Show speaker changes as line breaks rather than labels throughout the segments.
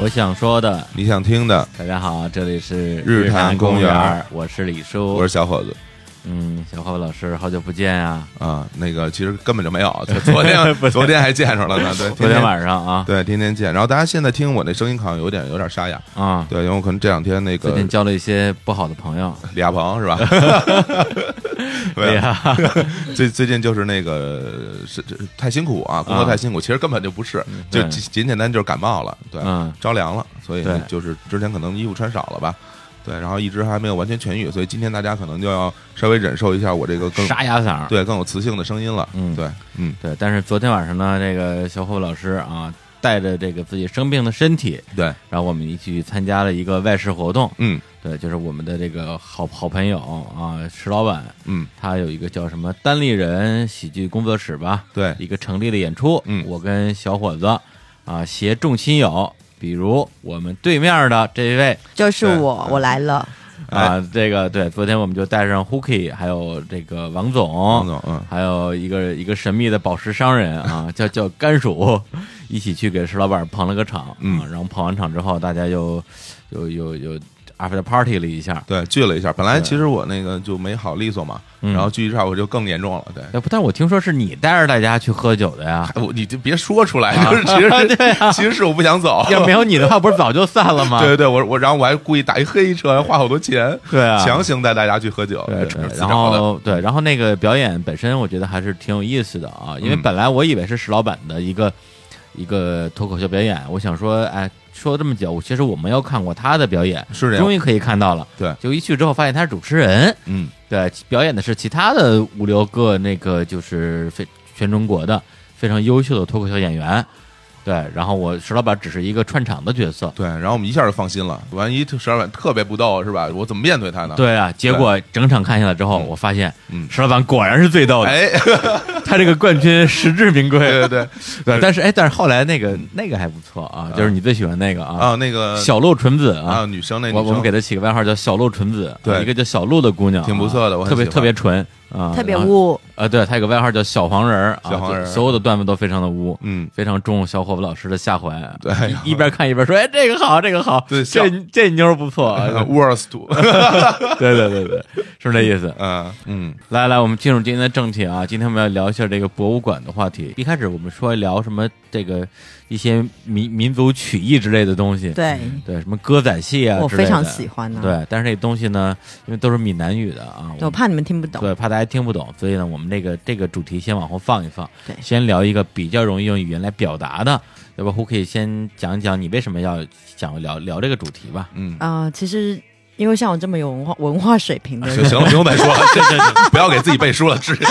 我想说的，
你想听的，
大家好，这里是
日坛
公
公园
儿我是李叔，
我是小伙子
嗯，小伙老师，好久不见呀、
啊。那个其实根本就没有，就昨 天昨天还见着了呢。对，
昨天晚上啊，
对天天见。然后大家现在听我那声音好像有点有点沙哑，
啊、
对，因为我可能这两天那
最
个
近交了一些不好的朋友，
李亚鹏 是吧？
哎
对啊，
呀，
最最近就是那个是这太辛苦啊，工作
啊嗯
太辛苦，其实根本就不是，就
对
简简简单就是感冒了，对，
嗯
着凉了，所以
对
就是之前可能衣服穿少了吧。对，然后一直还没有完全痊愈，所以今天大家可能就要稍微忍受一下我这个更
沙哑嗓儿，
对更有磁性的声音了。
嗯
对，嗯，
对，但是昨天晚上呢，这个小伙老师啊，带着这个自己生病的身体，
对，
然后我们一起去参加了一个外事活动，
嗯
对，就是我们的这个好好朋友啊，石老板，
嗯，
他有一个叫什么单立人喜剧工作室吧，
对
一个成立的演出，
哎嗯
我跟小伙子啊，携众亲友，比如我们对面的这一位
就是
对嗯
我，我来了。
哎
啊，这个对，昨天我们就带上 Hooky，还有这个王总，
王总，嗯，
还有一个一个神秘的宝石商人 啊，叫叫甘薯，一起去给石老板捧了个场，
嗯
啊，然后捧完场之后，大家又又又又 after party 了一下，
对，聚了一下。本来
对
其实我那个就没好利索嘛，
嗯
然后聚一下我就更严重了。对，，
哎，不但我听说是你带着大家去喝酒的呀
我你就别说出来，
啊
就是其 实其实是我不想走。
要没有啊你的话，不是早就散了吗？
对对对，我我然后我还故意打一黑车，还花好多钱，
对啊
强行带大家去喝酒，
对
这是
对，
自
然
找的
后对，然后那个表演本身，我觉得还是挺有意思的啊，因为
嗯
本来我以为是石老板的一个一个脱口秀表演，我想说，哎，说了这么久，其实我没有看过他的表演，
是这样
终于可以看到了。
对
就一去之后发现他是主持人，
嗯，
对，表演的是其他的五六个那个就是非全中国的非常优秀的脱口秀演员，对，然后我石老板只是一个串场的角色，
对，然后我们一下就放心了。万一十二晚特别不逗是吧？我怎么面对他呢？，
对啊，结果整场看下来之后，我发现，
嗯
石老板果然是最逗的，
哎，
他这个冠军实至名归。
对对对，
对，但是哎，但是后来那个那个还不错啊，就是你最喜欢那个啊，
啊，那个
小鹿纯子
啊，
啊，
女生那女
我
生
我们给她起个外号叫小鹿纯子，啊
对
一个叫小鹿的姑娘啊，
挺不错的我很
特别
喜欢
特别纯啊，
特别
然后
污，
啊，对，她有个外号叫小黄人儿啊，
小黄人儿
就所有的段子都非常的污，
嗯，
非常中小伙子老师的下怀，
对
一一边看一边说，哎，这个好，这个好，
对
这这妞儿不错啊，
呃 worst，
对对对对，是这意思。
嗯嗯，
来来，我们进入今天的正题啊！今天我们要聊一下这个博物馆的话题。一开始我们说聊什么这个一些民民族曲艺之类的东西，
对
嗯
对，什么歌仔戏啊，
我非常喜
欢、
欢呢。，
对，但是这东西呢，因为都是闽南语的啊，我
我怕你们听不懂。
对怕大家听不懂，所以呢，我们这个这个主题先往后放一放，
对
先聊一个比较容易用语言来表达的，要不 Who 可以先讲一讲你为什么要想聊聊这个主题吧？
嗯，
啊、其实因为像我这么有文化文化水平的
行
人，
行了，不用再说了， 这这不要给自己背书了，直接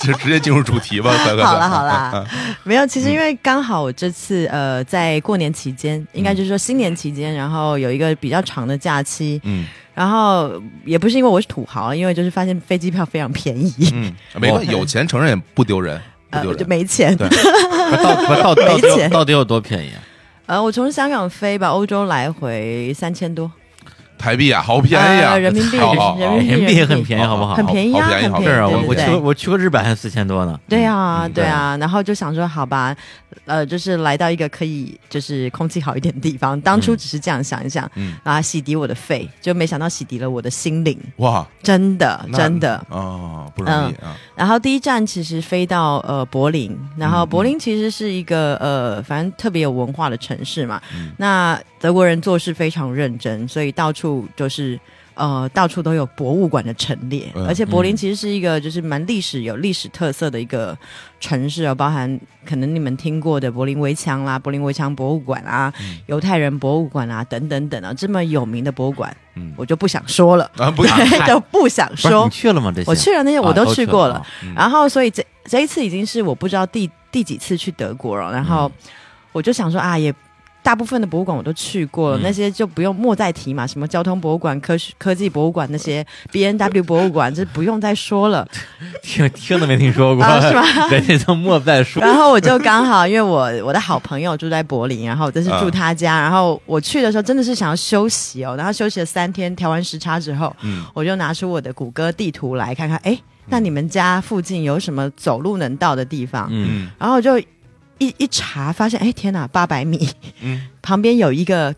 直直接进入主题吧，快快快，
好了好了，
啊
没有。其
嗯
实因为刚好我这次呃，在过年期间，应
嗯
该就是说新年期间，然后有一个比较长的假期，
嗯
然后也不是因为我是土豪，因为就是发现飞机票非常便宜，
嗯，没关系，有钱承认也不丢人，嗯不
呃，
丢
我就
人，
没钱。
对
不是到不是到到
没
底有
钱
到底有多便宜啊？
呃，我从香港飞吧，欧洲来回三千多，
台币啊，好便宜啊，
呃人民币
好好好
人
哎
民币
很便宜，好不好？
很便宜啊，
好便宜
很
好
便宜。
是啊，
对
我
不
我去
对
过我去过日本还四千多呢。嗯
对啊，对
对
啊，然后就想说，好吧，呃，就是来到一个可以就是空气好一点的地方。当初只是这样想一想，
嗯
啊，洗涤我的肺，就没想到洗涤了我的心灵，
哇，
真的
那
真的。嗯
哦，不容易啊，
然后第一站其实飞到呃柏林，然后柏林其实是一个呃，反正特别有文化的城市嘛。那德国人做事非常认真，所以到处就是。呃，到处都有博物馆的陈列，
嗯
而且柏林
嗯
其实是一个就是蛮历史、有历史特色的一个城市哦，包含可能你们听过的柏林围墙啦、柏林围墙博物馆啊、犹太人博物馆啊等等等啊，这么有名的博物馆，
嗯
我就不想说了，
啊，不
就不想
不是
说
你。去了吗？这些
我去了那些我
啊
都
都
去
去
过
了
了，
啊
嗯
然后所以这这一次已经是我不知道第第几次去德国了，然后我就想说啊，也大部分的博物馆我都去过了，
嗯
那些就不用莫再提嘛，什么交通博物馆、科学科技博物馆那些 B N W 博物馆，这不用再说了。
听听都没听说过，
啊是吗？
人家都莫再 说。
然后我就刚好，因为我我的好朋友住在柏林，然后我这是住 他
嗯
家，然后我去的时候真的是想要休息哦，然后休息了三天，调完时差之后，
嗯
我就拿出我的谷歌地图来
嗯
看看，哎，那你们家附近有什么走路能到的地方？
嗯，
嗯
然后就一一查发现，哎天哪，八百米
嗯
旁边有一个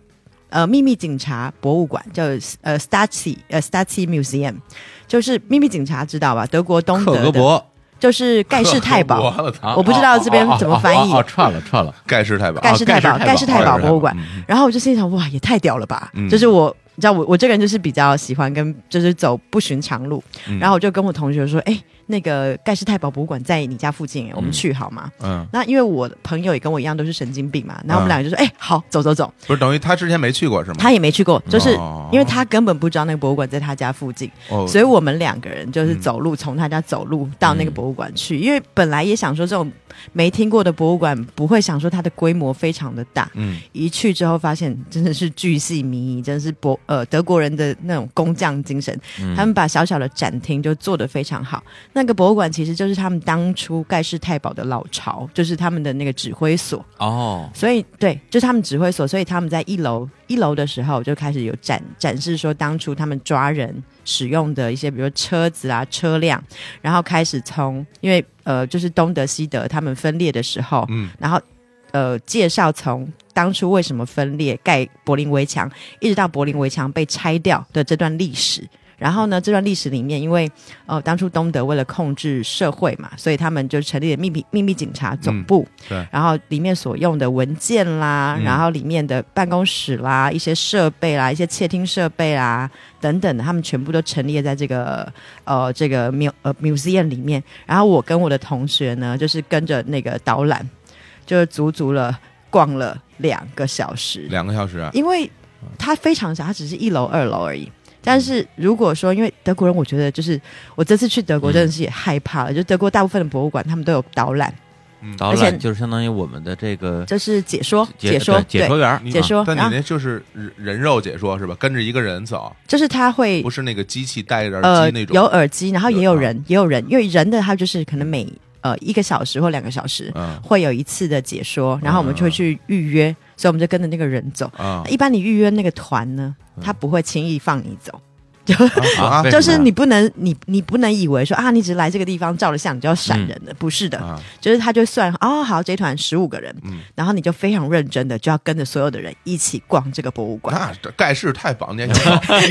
呃秘密警察博物馆，叫呃 Stasi 呃 Stasi Museum，就是秘密警察知道吧？德国东
克
德
格
的，
勃，
就是盖世太保，
我操
啊
我不知道这边怎么翻译
哦哦
啊
哦哦哦串了串了，
盖世太保，
盖世太保，
哦
盖
盖
世
世
太
太
保
保
博物馆。
嗯
然后我就心想，哇，也太屌了吧！
嗯
就是我，你知道我，我这个人就是比较喜欢跟，就是走不寻常路。
嗯
然后我就跟我同学说，哎，那个盖世太保博物馆在你家附近，我们去好吗？
嗯，
那因为我朋友也跟我一样都是神经病嘛，然后我们两个就说，哎，好，走走走。
不是等于他之前没去过是吗？
他也没去过，就是
哦
因为他根本不知道那个博物馆在他家附近，
哦
所以我们两个人就是
嗯
走路从他家走路到那个博物馆去，因为本来也想说这种没听过的博物馆不会想说它的规模非常的大，
嗯
一去之后发现真的是巨细靡遗，真的是博呃德国人的那种工匠精神，
嗯
他们把小小的展厅就做得非常好。那个博物馆其实就是他们当初盖世太保的老巢，就是他们的那个指挥所，
哦，
所以对，就是他们指挥所，所以他们在一楼一楼的时候就开始有展展示说当初他们抓人使用的一些，比如说车子啊车辆，然后开始从因为呃就是东德西德他们分裂的时候，
嗯
然后呃介绍从当初为什么分裂盖柏林围墙，一直到柏林围墙被拆掉的这段历史。然后呢，这段历史里面，因为呃当初东德为了控制社会嘛，所以他们就成立了秘密秘密警察总部。
嗯对
然后里面所用的文件啦，
嗯
然后里面的办公室啦、一些设备啦、一些窃听设备啦等等的，他们全部都陈列在这个呃这个 mu 呃 museum 里面。然后我跟我的同学呢，就是跟着那个导览，就是足足了逛了两个小时，
两个小时，啊
因为它非常小，它只是一楼、二楼而已。但是如果说，因为德国人，我觉得就是我这次去德国真的是也害怕了，就德国大部分的博物馆他们都有导览，
嗯
导
而且
览就是相当于我们的这个
就是解说、
呃
解
说、
对解说员儿，
你啊
解说啊
但
然
你
后
那就是人人肉解说是吧？跟着一个人走，
就是他会
不是那个机器戴着耳
呃
机那种。
有耳机，然后也有
有啊
人，也有人，因为人的他就是可能每呃一个小时或两个小时
嗯
会有一次的解说，然后我们就会去预约，所以我们就跟着那个人走。
啊
一般你预约那个团呢，
嗯
他不会轻易放你走。
啊
为什么呀
就是你不能，你你不能以为说啊，你只是来这个地方照了相，你就要闪人了，不是的，
啊！
就是他就算哦，好，这团十五个人，
嗯
然后你就非常认真的就要跟着所有的人一起逛这个博物馆。
那这盖世太保，你还想走你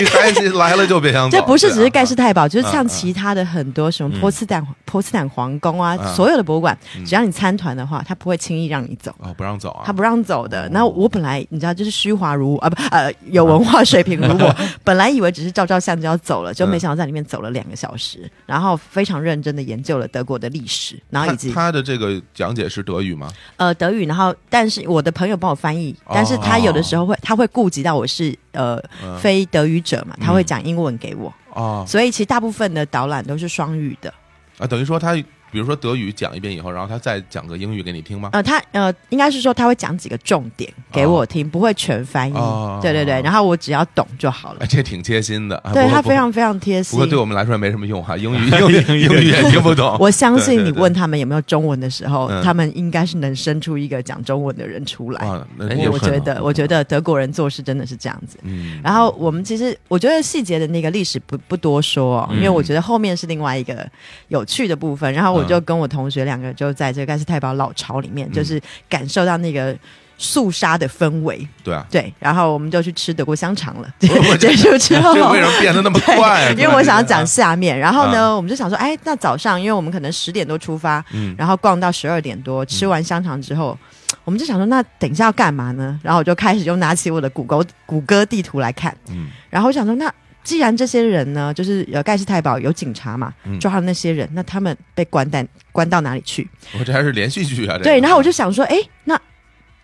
你 还是来了就别想走。啊
这不是只是盖世
太
太保，就是
嗯
像
嗯
其他的很多什么波茨坦、波茨坦皇宫啊，
嗯
所有的博物馆，
嗯
只要你参团的话，他不会轻易让你走。
啊，哦不让走啊，
他不让走的。然后我本来你知道，就是虚华如我啊，不呃，有文化水平如 我，本来以为只是照照相就要走了，就没想到在里面走了两个小时，然后非常认真的研究了德国的历史，然后
他
以及
他的这个讲解是德语吗？
呃德语，然后但是我的朋友帮我翻译，
哦
但是他有的时候会他会顾及到我是呃
嗯
非德语者嘛，他会讲英文给我，
哦
所以其实大部分的导览都是双语的。
啊，等于说他比如说德语讲一遍以后，然后他再讲个英语给你听吗？
呃，他呃，应该是说他会讲几个重点给我听，不会全翻译。
哦
对对对，然后我只要懂就好了
哎，。这挺贴心的。啊
嗯对
不过
他
不
非常非常贴
不
心
过。对我们来说也没什么用哈，啊英 语英语英语也听不懂。
我相
对
信你
对对
问他们有没有中文的时候，
嗯
他们应该是能生出一个讲中文的人出来。
啊，那
哎
我
有
我
可
觉
能
得，我觉得德国人做事真的是这样子。
嗯，
然后我们其实，我觉得细节的那个历史不不多说、
嗯
哦，因为我觉得后面是另外一个有趣的部分。然后我就跟我同学两个就在这个盖世太保老巢里
嗯
面，就是感受到那个肃杀的氛围。
对啊，
对，然后我们就去吃德国香肠了。
哦 我
结束之后，
这为什么变得那么快啊？
因为我想要讲下面，然后呢，
啊
我们就想说，哎，那早上，因为我们可能十点多出发，
嗯
然后逛到十二点多，吃完香肠之后，我们就想说，那等一下要干嘛呢？然后我就开始又拿起我的谷歌谷歌地图来看，
嗯
然后我想说，那既然这些人呢，就是呃盖世太保有警察嘛，
嗯
抓了那些人，那他们被关在关到哪里去？
我这还是连续剧啊。这个
对，然后我就想说，哎，那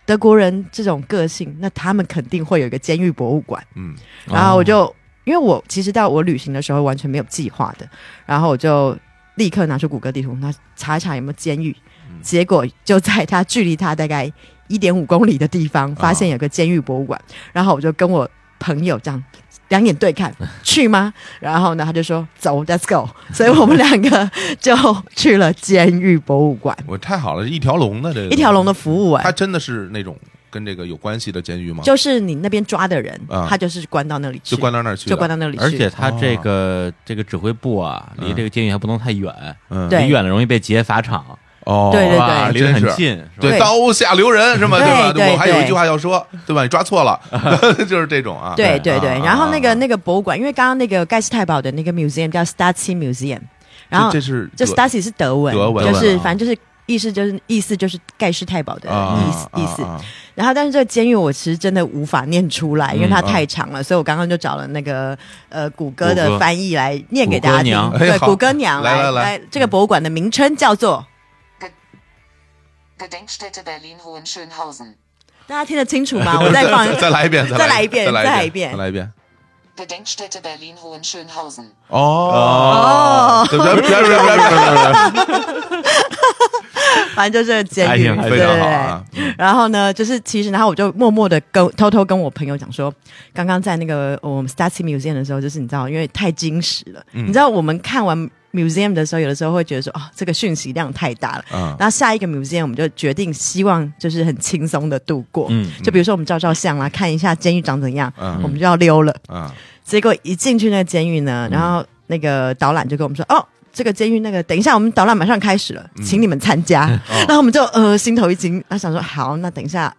德国人这种个性，那他们肯定会有一个监狱博物馆。
嗯
然啊后我就、因为我其实到我旅行的时候完全没有计划的，然后我就立刻拿出谷歌地图，那查一查有没有监狱，
嗯
结果就在它距离它大概一点五公里的地方，发现有个监狱博物馆，然后我就跟我朋友这样。两眼 对看，去吗？然后呢，他就说走，Let's go。所以 我们两个就去了监狱博物馆，
我太好了，一条龙的这个
一条龙的服务哎、
它真的是那种跟这个有关系的监狱吗？
就是你那边抓的人，
啊
他就是关到那里去，
就关到那儿去的，
就关到那里
嗯
去，
而且他这
哦
个这个指挥部啊，离
嗯
这个监狱还不能太远，
嗯
对
离远了容易被劫法场。
哦，
对对对
哇
离
离
得
真
很
是
近，是吧？
对，
对
刀下留人是吗？
对
吧？
对
我还有一
对
句话要说，对吧？你抓错 了， 就是这种啊。
对对对
啊，
然后那个
啊
那个博物馆，因为刚刚那个盖世太保的那个 museum 叫 Stasi Museum，然后
这这是
这
德
Stasi 是德文，
德文
就是
啊
反正就是意思就是意思就是盖世太保的
啊
意思、意思。
啊啊啊
然后，但是这个监狱我其实真的无法念
嗯
出来，因为它太长了，所以我刚刚就找了那个呃谷歌
谷
的
歌
翻译来念给大
谷
歌
家听。
娘哎
对，
好
谷歌娘
来来
来
来，
这个博物馆的名称叫做，
Gedenkstätte Berlin-Hohenschönhausen.
大家听得清楚 吗？我 再放
再再来一遍，
再来一遍
再
再
来
来一遍
再来一遍。
Gedenkstätte Berlin-Hohenschönhausen.
哦，对不对？不要不要不要不要不要，
反正就是监
还
狱，
挺嗯还
对
非
对
常
对
好。啊！
然后呢，就是其实，然后我就默默的跟偷偷跟我朋友讲说，刚刚在那个我们 Stasi Museum 的时候，就是你知道，因为太惊喜了，
嗯
你知道我们看完 Museum 的时候，有的时候会觉得说，哦，这个讯息量太大了。
嗯
然后下一个 museum 我们就决定希望就是很轻松的度过，
嗯
就比如说我们照照相啦，看一下监狱长怎样，
嗯
我们就要溜了。
嗯
结果一进去那个监狱呢，然后那个导览就跟我们说，哦。这个监狱那个，等一下，我们导览马上开始了，
嗯
请你们参加。
哦
然后我们就呃心头一惊，那想说好，那等一下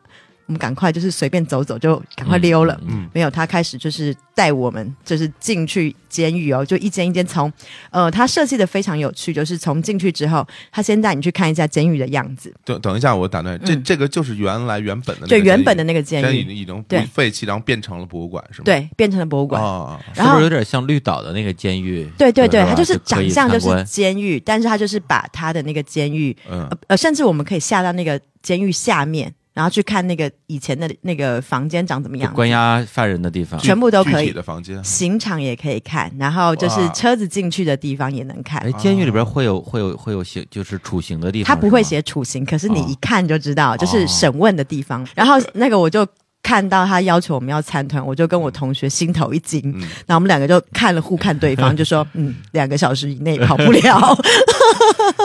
我们赶快就是随便走走，就赶快溜了。
嗯
没有，他开始就是带我们，就是进去监狱哦，就一间一间从，呃，他设计的非常有趣，就是从进去之后，他先带你去看一下监狱的样子，
等等一下，我打断，这
嗯
这个就是原来原本的那
对
个
原本的
监狱哦
那个监
现在已
狱，
经已经不
对
废弃，然后变成了博物馆是吗？
对，变成了博物馆。
哦，
是
然
不
后
是有点像绿岛的那个监狱？
对对对，
吧
它就是
可
长
以
相就
参
是
观
监狱，但是它就是把它的那个监狱，
嗯
呃呃，甚至我们可以下到那个监狱下面，然后去看那个以前的那个房间长怎么
就
样，
关押犯人的地方。
全部都
具
可
体
以，
的房间，
刑场也可以看，然后就是
哇
车子进去的地方也能看
哎，。监狱里边会有会有会有刑，就是处刑的地方。
他不会
是吗，
写处刑，可是你
哦
一看就知道，就是审问的地方。然后那个我就看到他要求我们要参团，我就跟我同学心头一惊，
嗯
然后我们两个就看了互看对方，就说嗯，两个小时以内跑不了。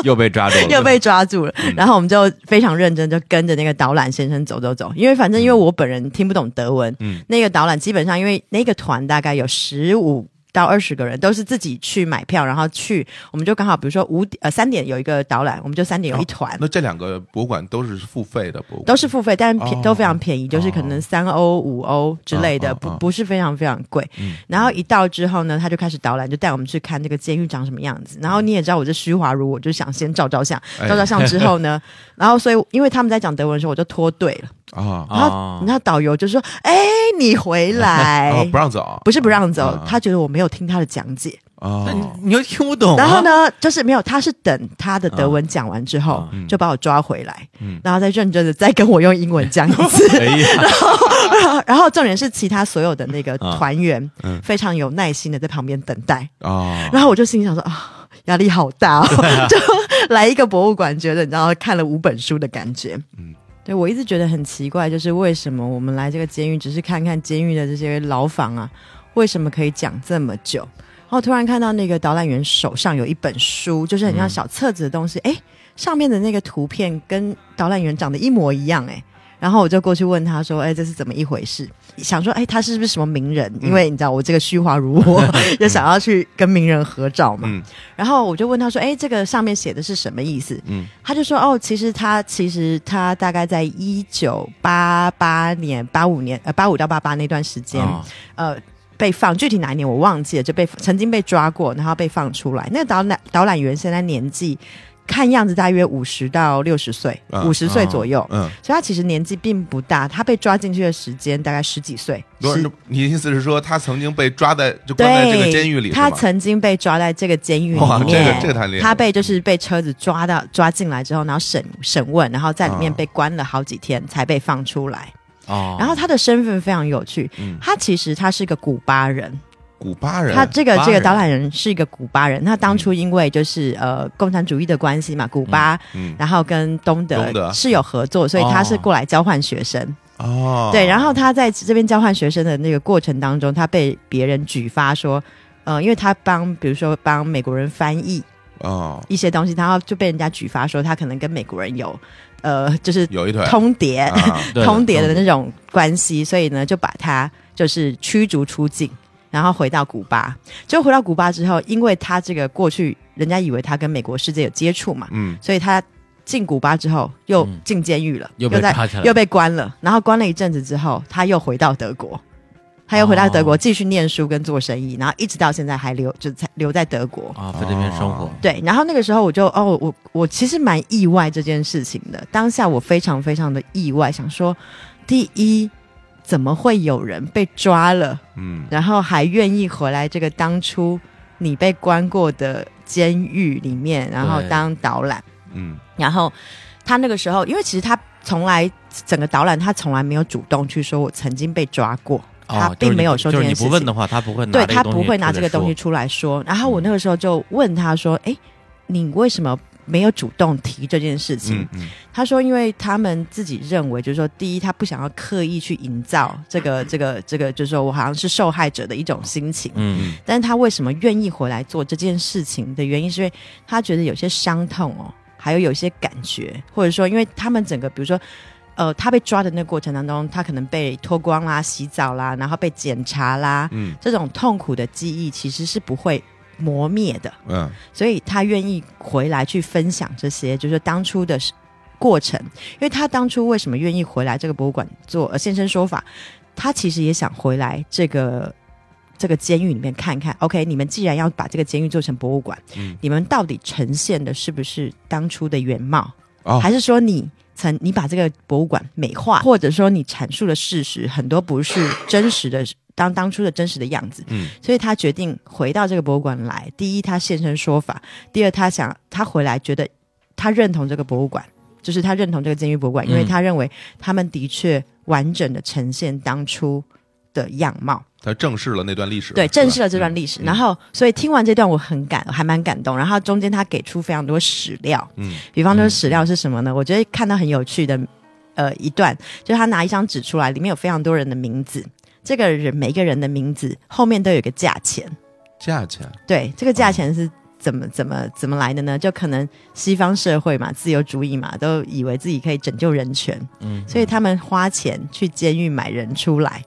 又被抓住了，
又被抓住了。然后我们就非常认真，就跟着那个导览先生走走走，因为反正因为我本人听不懂德文，
嗯
那个导览基本上因为那个团大概有十五。到二十个人都是自己去买票，然后去，我们就刚好，比如说五点呃三点有一个导览，我们就三点
哦
有一团，
那这两个博物馆都是付费的博物馆，
都是付费，但便、
哦
都非常便宜，就是可能三欧、五欧之类的，
哦哦
不
哦嗯
不是非常非常贵。然后一到之后呢，他就开始导览，就带我们去看这个监狱长什么样子。然后你也知道，我这虚华如我，就想先照照相，
嗯哎
照照相之后 呢，然后所以因为他们在讲德文的时候，我就脱队了。
啊
哦
然后然后导游就说：“哎，你回 来。
哦，不让走，
哎不是不让走，
啊
他觉得我没有听他的讲解。
哦，
你又听不懂啊。
然后呢，就是没有，他是等他的德文讲完之后，
嗯
就把我抓回来，然后再认真的再跟我用英文讲一次。
哎呀，
然后重点是其他所有的那个团员非常有耐心的在旁边等待，
啊，
然后我就心里想说啊。压力好大哦，就来一个博物馆，觉得你知道看了五本书的感觉。嗯，对我一直觉得很奇怪，就是为什么我们来这个监狱只是看看监狱的这些牢房啊，为什么可以讲这么久？然后突然看到那个导览员手上有一本书，就是很像小册子的东西，哎、上面的那个图片跟导览员长得一模一样、诶哎。然后我就过去问他说：“哎，这是怎么一回事？”想说：“哎，他是不是什么名人？
嗯
因为你知道我这个虚华如 我， 就想要去跟名人合照嘛。
嗯
然后我就问他说：“哎，这个上面写的是什么意思？”
嗯
他就说：“哦，其实他其实他大概在一九八八年、八五年呃八五到八八那段时间，
哦
呃被放，具体哪一年我忘记了，就被曾经被抓过，然后被放出来。那个导览导览员现在年纪看样子大约五十到六十岁，
啊
五十岁左右。
嗯，
所以他其实年纪并不大，他被抓进去的时间大概十几岁，
不是
十
你意思是说他曾经被抓在就关在这个
对，
监狱里是吗，
他曾经被抓在这个监狱
哇
里
这个
面，
这个太厉害了
他被就是被车子抓到抓进来之后，然后审审问，然后在里面
啊
被关了好几天才被放出来。
哦，
然后他的身份非常有趣，
嗯
他其实他是个古巴人，
古巴人，
他这个
巴
这个
人
导览人是一个古巴人，他当初因为就是呃共产主义的关系嘛，古巴。
嗯
然后跟东
东德
德是有合作，所以他是
哦
过来交换学生。
哦，
对，然后他在这边交换学生的那个过程当中，他被别人举发说，呃，因为他帮比如说帮美国人翻译
哦
一些东西，然后就被人家举发说他可能跟美国人有呃就是
有一腿
通牒、
啊
对
通牒的那种关系，所以呢就把他就是驱逐出境。然后回到古巴，结果回到古巴之后，因为他这个过去人家以为他跟美国世界有接触嘛，
嗯
所以他进古巴之后又进监狱了，
嗯又被
在
抓起来了
又被关了，然后关了一阵子之后，他又回到德国，他又回到德
哦
国继续念书跟做生意，然后一直到现在还留就在留在德国。
啊，在这边生活
哦，
对，然后那个时候我就哦，我我其实蛮意外这件事情的。当下我非常非常的意外，想说，第一，怎么会有人被抓了，
嗯，
然后还愿意回来这个当初你被关过的监狱里面，然后
对
当导览？
嗯，
然后他那个时候，因为其实他从来整个导览他从来没有主动去说我曾经被抓过，
哦，
他
就是
并
你
没有
不
说
就是
这件
你
事情。
不问的话，他不会嗯拿
对
这
他
东
不
西出
会拿
来
这个东西
说，
出来说。然后我
嗯
那个时候就问他说：“哎、你为什么没有主动提这件事情？”
嗯嗯
他说：“因为他们自己认为，就是说，第一，他不想要刻意去营造这个、这个、这个，就是说我好像是受害者的一种心情。
嗯，
但是他为什么愿意回来做这件事情的原因，是因为他觉得有些伤痛哦，还有有些感觉，或者说，因为他们整个，比如说。呃，他被抓的那个过程当中，他可能被脱光啦、洗澡啦，然后被检查啦，
嗯
这种痛苦的记忆其实是不会磨灭的，
嗯
所以他愿意回来去分享这些，就是当初的过程。因为他当初为什么愿意回来这个博物馆做呃现身说法，他其实也想回来这个。这个监狱里面看看，OK，你们既然要把这个监狱做成博物馆，
嗯
你们到底呈现的是不是当初的原貌，
哦，
还是说你曾你把这个博物馆美化，或者说你阐述的事实很多不是真实的当当初的真实的样子？
嗯
所以他决定回到这个博物馆来。第一，他现身说法；第二，他想他回来觉得他认同这个博物馆，就是他认同这个监狱博物馆，因为
嗯
他认为他们的确完整的呈现当初的样貌，
他正视了那段历史，
对，
是吧
正视了这段历史。
嗯
然后，所以听完这段我很感，还蛮感动。然后中间他给出非常多史料，
嗯
比方说史料是什么呢？我觉得看到很有趣的，呃，一段就是他拿一张纸出来，里面有非常多人的名字，这个人每一个人的名字后面都有一个价钱。
价钱，
对，这个价钱是怎么怎么怎么来的呢？就可能西方社会嘛，自由主义嘛，都以为自己可以拯救人权，
嗯，
所以他们花钱去监狱买人出来。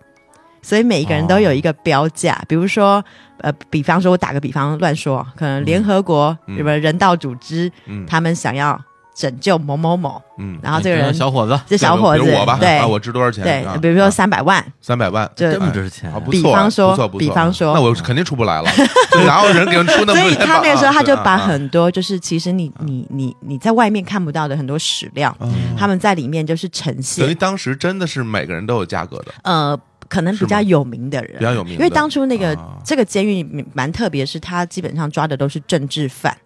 所以每一个
哦
人都有一个标价，比如说，呃，比方说，我打个比方乱说，可能联合国
嗯
什么、人道组织，
嗯
他们想要拯救某某某，
嗯，
然后这个
哎
人
小伙子
这小伙子
比如我吧，
对、
啊，我值多少钱？
对
啊，
比如说三百万，
三百万，
就
这么
哎
值钱
啊，不
比
错，
方说
不错不错
比方说
那我肯定出不来了，就哪有人给人出那么多
所
钱吧？
以他那个时候他就把
啊
很多就是其实你你你你在外面看不到的很多史料，
啊啊
他们在里面就是呈
等于
现，
当时真的是每个人都有价格的，
呃，可能比
是吗
较有名的人，
比较有名的，
因为当初那个、
啊
这个监狱蛮特别，是他基本上抓的都是政治犯，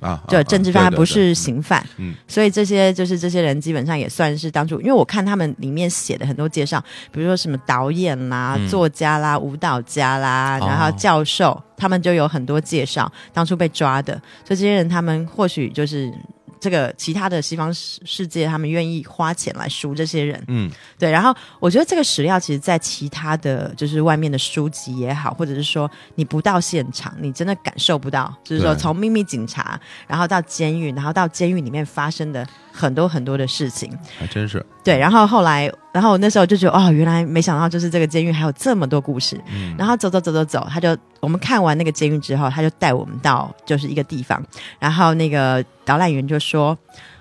啊，
就
啊
政治犯，他
对对
不
对
是刑犯，
嗯
所以这些就是这些人基本上也算是当初，因为我看他们里面写的很多介绍，比如说什么导演啦、
嗯
作家啦、舞蹈家啦，
哦
然后教授，他们就有很多介绍当初被抓的，所以这些人他们或许就是。这个其他的西方世世界，他们愿意花钱来赎这些人，
嗯
对，然后我觉得这个史料其实，在其他的就是外面的书籍也好，或者是说你不到现场，你真的感受不到，就是说
对
从秘密警察，然后到监狱，然后到监狱里面发生的很多很多的事情。
还真是，
对，然后后来，然后我那时候就觉得，哦，原来没想到就是这个监狱还有这么多故事。
嗯
然后走走走走走，他就我们看完那个监狱之后，他就带我们到就是一个地方，然后那个导览员就说。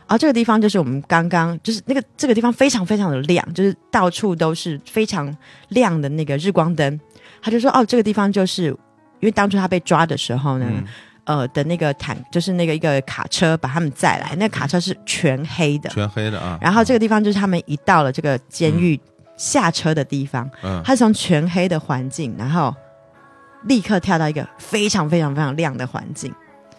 啊、这个地方就是我们刚刚，就是那个这个地方非常非常的亮，就是到处都是非常亮的那个日光灯。他就说，哦，这个地方就是因为当初他被抓的时候呢，
嗯
呃的那个坦，就是那个一个卡车把他们载来，那个卡车是全黑的。
全黑的啊，
然后这个地方就是他们一到了这个监狱下车的地方，
嗯
他从全黑的环境，然后立刻跳到一个非常非常非常亮的环境，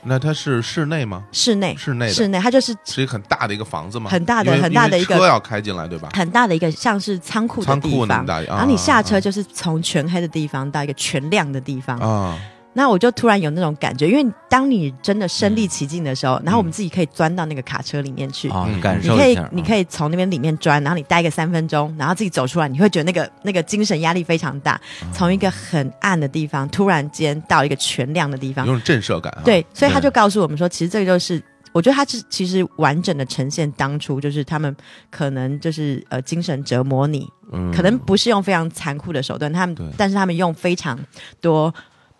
那它是室内吗？
室内，
室内的，
室内，它就是
是一个很大的一个房子吗？
很大的
因为
很大的一个
因为车要开进来，对吧？
很大的一个像是仓库的
仓
地
库那啊
方
么。大，然
然后你下车就是从全黑的地方到一个全亮的地方，
啊，
那我就突然有那种感觉，因为当你真的身
嗯
临其境的时候，然后我们自己可以钻到那个卡车里面去，
啊
嗯，
感
你
受
可
一
以
下啊，
你可以从那边里面钻，然后你待个三分钟，然后自己走出来，你会觉得那个那个精神压力非常大，
哦
从一个很暗的地方突然间到一个全亮的地
有
方，
种震慑感啊。
对，所以他
对
就告诉我们说，其实这个就是。我觉得他是其实完整的呈现当初就是他们可能就是呃精神折磨你，
嗯，
可能不是用非常残酷的手段，他们
对
但是他们用非常多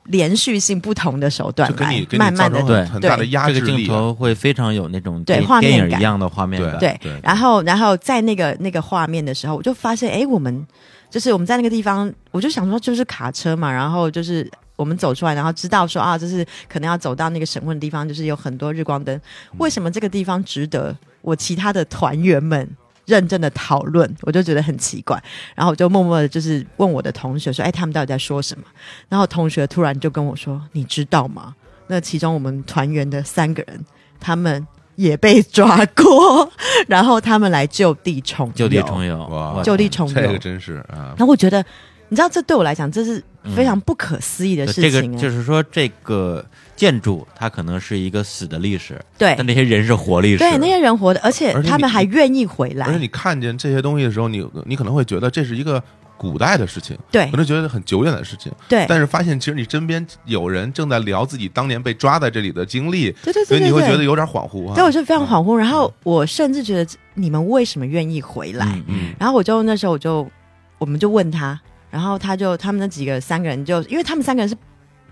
连续性不同的手段
就给
来
你给
慢
你造
慢的
成
对
很很大的
对
压
这
制
个镜
力啊。
头会非常有那种
对
电
画面
电影
感
一样的画面感，
对
对，然后然后在那个那个画面的时候，我就发现，哎，我们就是我们在那个地方，我就想说就是卡车嘛，然后就是我们走出来，然后知道说啊，就是可能要走到那个神棍的地方，就是有很多日光灯，为什么这个地方值得我其他的团员们？认真的讨论，我就觉得很奇怪，然后我就默默的，就是问我的同学说：“哎，他们到底在说什么？”然后同学突然就跟我说：“你知道吗？那其中我们团员的三个人，他们也被抓过， 然后他们来就地重
就地
游
重游，
哇
我
就地重
这
游
个。真是啊，
然后我觉得，你知道，这对我来讲，这是非常不可思议的事
这个
情、哎
就是说，这个建筑它可能是一个死的历史，
对
但这些人是活历史。
对那些人活的，而且
而且
他们
你
还愿意回
而且
来。
你看见这些东西的时候，你你可能会觉得这是一个古代的事情，
对
可能觉得很久远的事情，
对
但是发现其实你身边有人正在聊自己当年被抓在这里的经历，
对对
所
对
以你
对
会觉得
对，
有点恍惚啊。
对我就非常恍惚。然
嗯
后我甚至觉得，你们为什么愿意回来？
嗯嗯，
然后我就那时候我就我们就问他，然后他就他们那几个三个人就，因为他们三个人是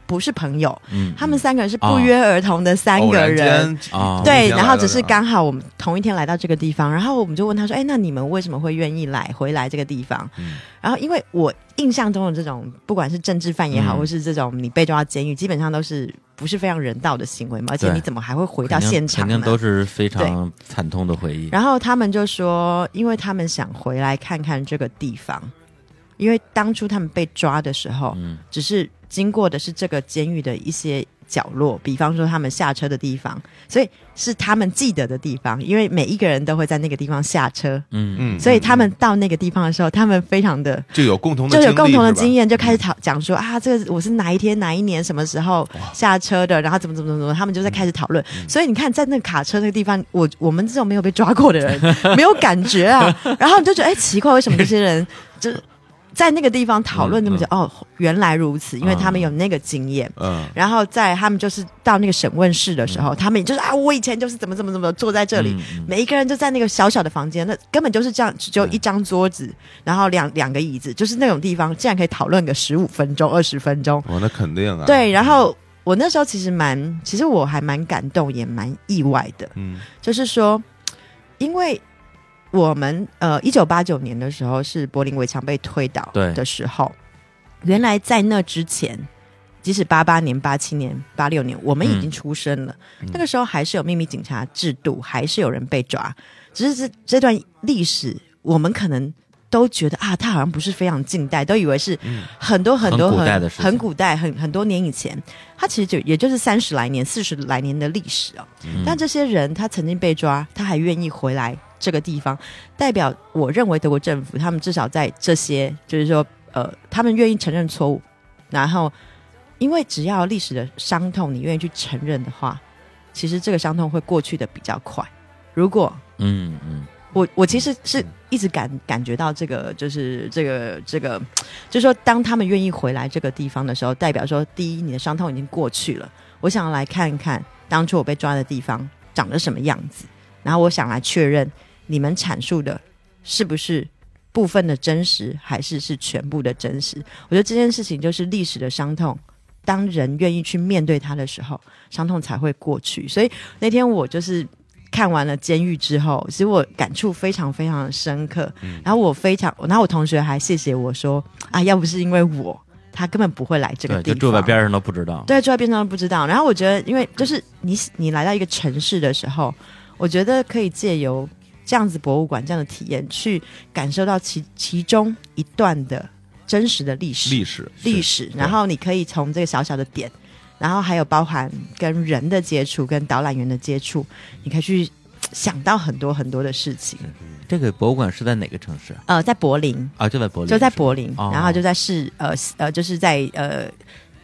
不是朋友？
嗯，
他们三个人是不
哦
约而同的三
偶
个
然间
人。
啊，
同一
对，
天
然
来
后
的
只是
人
刚好我们同一天来到这个地方，然后我们就问他说：“哎，那你们为什么会愿意来回来这个地方？”
嗯
然后因为我印象中的这种，不管是政治犯也好，
嗯
或是这种你被抓到监狱，基本上都是不是非常人道的行为嘛，而且
对
你怎么还会回
回
到现场
肯
呢？
定都是非常惨痛的回忆。
然后他们就说，因为他们想回来看看这个地方，因为当初他们被抓的时候，
嗯
只是经过的是这个监狱的一些角落，比方说他们下车的地方，所以是他们记得的地方，因为每一个人都会在那个地方下车，
嗯
嗯，
所以他们到那个地方的时候，他们非常的
就有共同的
就有
经历
共同的
是吧嗯
经验，就开始讨讲说啊，这个我是哪一天哪一年什么时候下车的，然后怎么怎么怎么，他们
嗯
就在开始讨论。所以你看，在那个卡车那个地方，我我们这种没有被抓过的人没有感觉啊，然后你就觉得哎、奇怪，为什么这些人就在那个地方讨论那么久？哦，原来如此，因为他们
啊
有那个经验。
嗯，
然后在他们就是到那个审问室的时候，他们也就是啊，我以前就是怎么怎么怎么坐在这里，每一个人就在那个小小的房间，那根本就是这样，只有一张桌子，然后两两个椅子，就是那种地方，竟然可以讨论个十五分钟、二十分钟。
哦，那肯定啊，
对，然后我那时候其实蛮，其实我还蛮感动，也蛮意外的，
嗯
就是说，因为。我们呃，一九八九年的时候是柏林围墙被推倒
对
的时候，原来在那之前，即使八八年、八七年、八六年，
嗯
我们已经出生了，那个时候还是有秘密警察制度，还是有人被抓，只是这这段历史，我们可能都觉得啊，它好像不是非常近代，都以为是很多很多
嗯很古
很
代的事情
很古代、很很多年以前，它其实就也就是三十来年、四十来年的历史哦。
嗯
但这些人他曾经被抓，他还愿意回来这个地方，代表我认为德国政府他们至少在这些，就是说呃，他们愿意承认错误，然后因为只要历史的伤痛你愿意去承认的话，其实这个伤痛会过去的比较快。如果
嗯嗯，
我我其实是一直感感觉到这个，就是这个这个，就是说，当他们愿意回来这个地方的时候，代表说，第一，你的伤痛已经过去了。我想来看看当初我被抓的地方长得什么样子，然后我想来确认你们阐述的是不是部分的真实，还是是全部的真实。我觉得这件事情就是历史的伤痛。当人愿意去面对它的时候，伤痛才会过去。所以那天我就是看完了《监狱》之后，其实我感触非常非常的深刻。
嗯
然后我非常，然后我同学还谢谢我说啊，要不是因为我，他根本不会来这个
对，
地
就
方。
住在边上都不知道。
对，住在边上都不知道。然后我觉得，因为就是你你来到一个城市的时候，我觉得可以借由这样子博物馆这样的体验，去感受到其其中一段的真实的历史
历史
历史，然后你可以从这个小小的点，然后还有包含跟人的接触、跟导览员的接触，你可以去想到很多很多的事情。
这个博物馆是在哪个城市啊
嗯呃，在柏林，
啊？就在柏林，
就在柏林，
哦
然后就在市呃西呃，就是在呃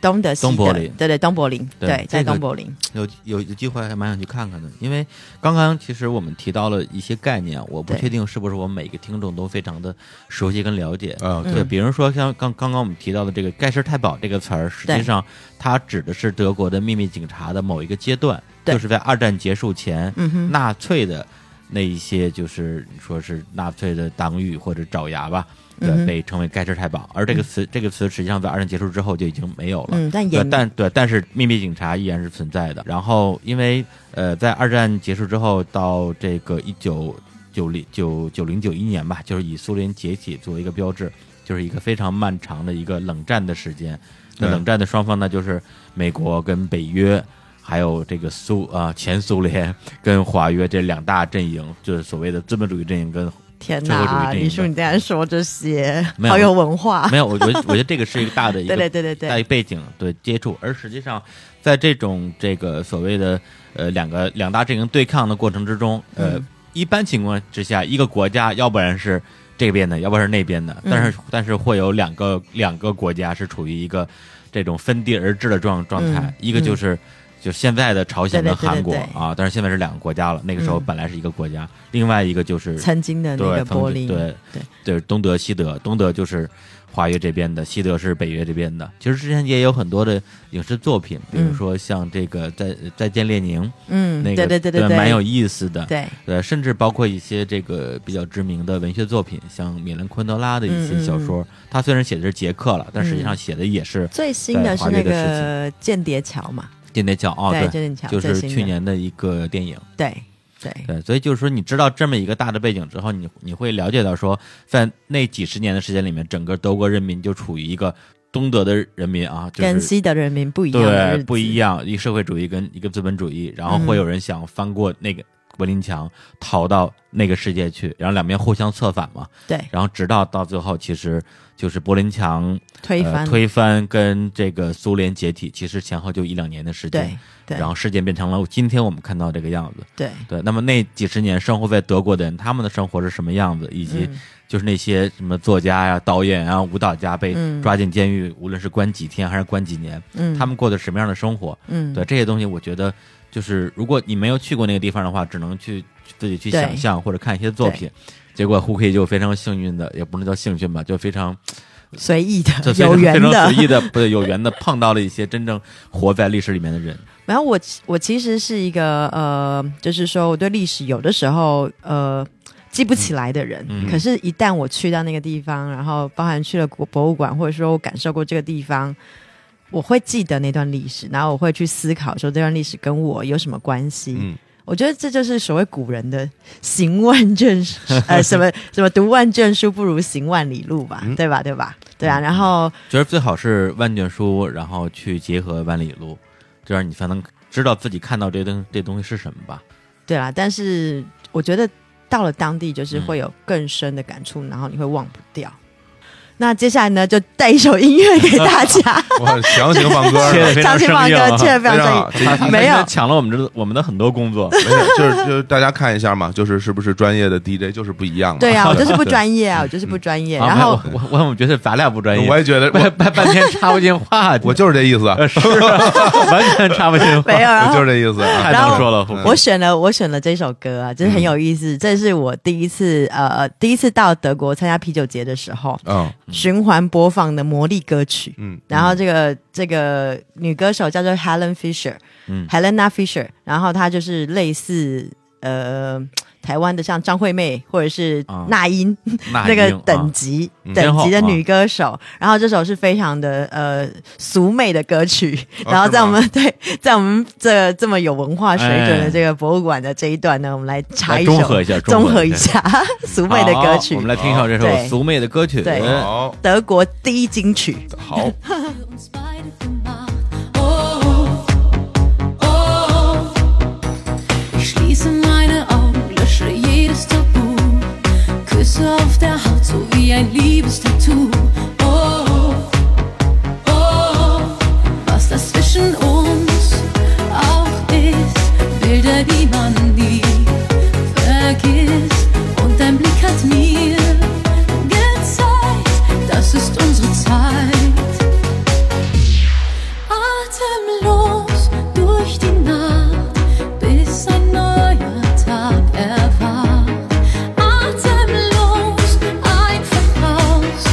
东德西
东
德
柏林
对对，东柏林，
对
对，在
这个
东柏林，
有有有机会还蛮想去看看的，因为刚刚其实我们提到了一些概念，我不
对
确定是不是我们每个听众都非常的熟悉跟了解。
啊，
对，比如说像刚刚刚我们提到的这个“盖世太保”这个词儿，实际上它指的是德国的秘密警察的某一个阶段，
对
就是在二战结束前，
嗯哼，
纳粹的那一些就是说是纳粹的党羽或者爪牙吧，对，
嗯哼
被称为盖世太保。而这个词、这个词实际上在二战结束之后就已经没有了。
嗯，但
对
演，
但对，但是秘密警察依然是存在的。然后，因为呃，在二战结束之后，到这个一九九零九九零九一年吧，就是以苏联解体作为一个标志，就是一个非常漫长的一个冷战的时间。那
对
冷战的双方呢，就是美国跟北约，还有这个苏啊、前苏联 跟华约这两大阵营，就是所谓的资本主义阵营跟
天
社会主义
哪，
阵营
李叔，啊你竟然说这些，
没有
好有文化。
没有，我觉得我觉得这个是一个大的一个
对对对对
大
对，
于背景对接触，而实际上，在这种这个所谓的呃两个两大阵营对抗的过程之中，呃，
嗯
一般情况之下，一个国家要不然是这边的，要不然是那边的，但
嗯
是、但是会有两个两个国家是处于一个这种分地而治的状状态，
嗯
一个就是。就现在的朝鲜
对
跟
对对对
韩国
对
啊，但是现在是两个国家了。那个时候
嗯
本来是一个国家，另外一个就是
曾经呃的那
对
个
曾
柏
经
林，
对
对
就是东德、西德，东德就是华约这边的，西德是北约这边的。其实之前也有很多的影视作品，比如
嗯
说像这个《再再见列宁》，
嗯，
那
对
个
对对
对
对，
蛮有意思的。
对，
对，甚至包括一些这个比较知名的文学作品，像米兰昆德拉的一些
嗯嗯
小说，他虽然写的是捷克了，但实际
嗯
上写的也是
最新的
在
是
华
那
约的
个间谍桥嘛，
间谍桥啊，
间谍桥
就
最
是
新的
去年的一个电影。
对对，
对，所以就是说，你知道这么一个大的背景之后，你你会了解到说，在那几十年的时间里面，整个德国人民就处于一个东德的人民啊，就
跟
是
西德人民不一样的日
对
子，嗯
不一样，一个社会主义跟一个资本主义，然后会有人想翻过那个柏林墙，逃到那个世界去，然后两边互相策反嘛，
对，
然后直到到最后，其实就是柏林墙
推
呃
翻
推翻跟这个苏联解体，其实前后就一两年的时间
对，对，
然后事件变成了今天我们看到这个样子。
对，
对，那么那几十年生活在德国的人，他们的生活是什么样子，以及
嗯
就是那些什么作家呀、导演啊、舞蹈家被
嗯
抓进监狱，无论是关几天还是关几年，
嗯，
他们过的什么样的生活？
嗯
对这些东西，我觉得就是如果你没有去过那个地方的话，只能去自己去
对
想象或者看一些作品。结果胡 K 就非常幸运的，也不能叫幸运吧，就非常
随意
就
的
非常
有缘
非常
的，
随意的，不对，有缘的碰到了一些真正活在历史里面的人。
然后我其我其实是一个呃，就是说我对历史有的时候呃记不起来的人，
嗯
可是，一旦我去到那个地方，然后包含去了国博物馆，或者说我感受过这个地方，我会记得那段历史，然后我会去思考说这段历史跟我有什么关系。
嗯
我觉得这就是所谓古人的“行万 卷书”，呃，什么什么“读万卷书不如行万里路”吧，
嗯
对吧？对吧？对啊。然后，
觉得最好是万卷书，然后去结合万里路，这样你才能知道自己看到这东这东西是什么吧。
对啦，但是我觉得到了当地，就是
嗯
会有更深的感触，然后你会忘不掉。那接下来呢，就带一首音乐给大家。
哇，强行放歌儿
切
了，
非常
张清芳
生硬啊
哥，切不
非
要
常
生硬
好，这一期
没有
他抢了我们这我们的很多工作。
没事，就是就是大家看一下嘛，就是是不是专业的 DJ 就是不一样嘛。
对 啊，我就是不专业啊，我就是不专业。然后
啊我我我我觉得咱俩不专业，
我也觉得
半
我
半半天插不进话去，
我就是这意思，
呃是啊 完全插不进话，
没有，然
我 就
后
是这意思
太
啊。
然
能
后
说了。
我选了我选了这首歌啊，就是很有意思。这是我第一次呃呃第一次到德国参加啤酒节的时候，
嗯
循环播放的魔力歌曲。
嗯，
然后这个这个女歌手叫做 Helen Fisher，
嗯
h e l e n a Fisher，然后她就是类似呃台湾的像张惠妹或者是
啊
那英、
那
那个
已经
等
啊
级、
嗯
天
等
后
级的
啊
女歌手。然后这首是非常的呃俗媚的歌曲，
哦
然后
是
在我
吗
们 对在我们这这么有文化水准
哎
的这个博物馆的这一段呢，我们来插
来
一首
综合一下，
综合一
下
下 俗媚的歌
好
曲
我，们来听一首这首
对
俗媚的歌曲。
对
好
德国第一金曲。
好，
für uns beide gemacht. Oh, oh, ich schließe meine Augen, lösche jedes Tabu, Küsse auf der Haut, so wie ein Liebestattoo. Oh, oh, was das zwischen uns auch ist, Bilder, die man nie vergisst. Und dein Blick hat mir gezeigt, das ist unsere Zeit. Atemlos durch die Nacht, bis ein neuer Tag erwacht. Atemlos einfach raus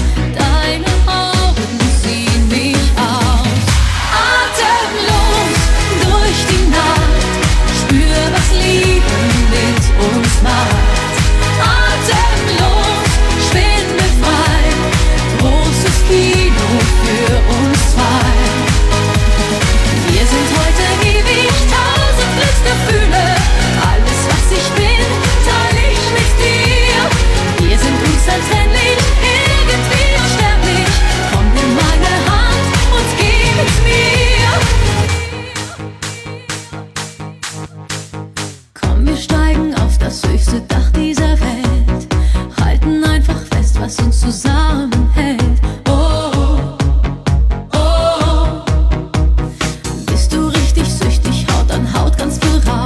Oh,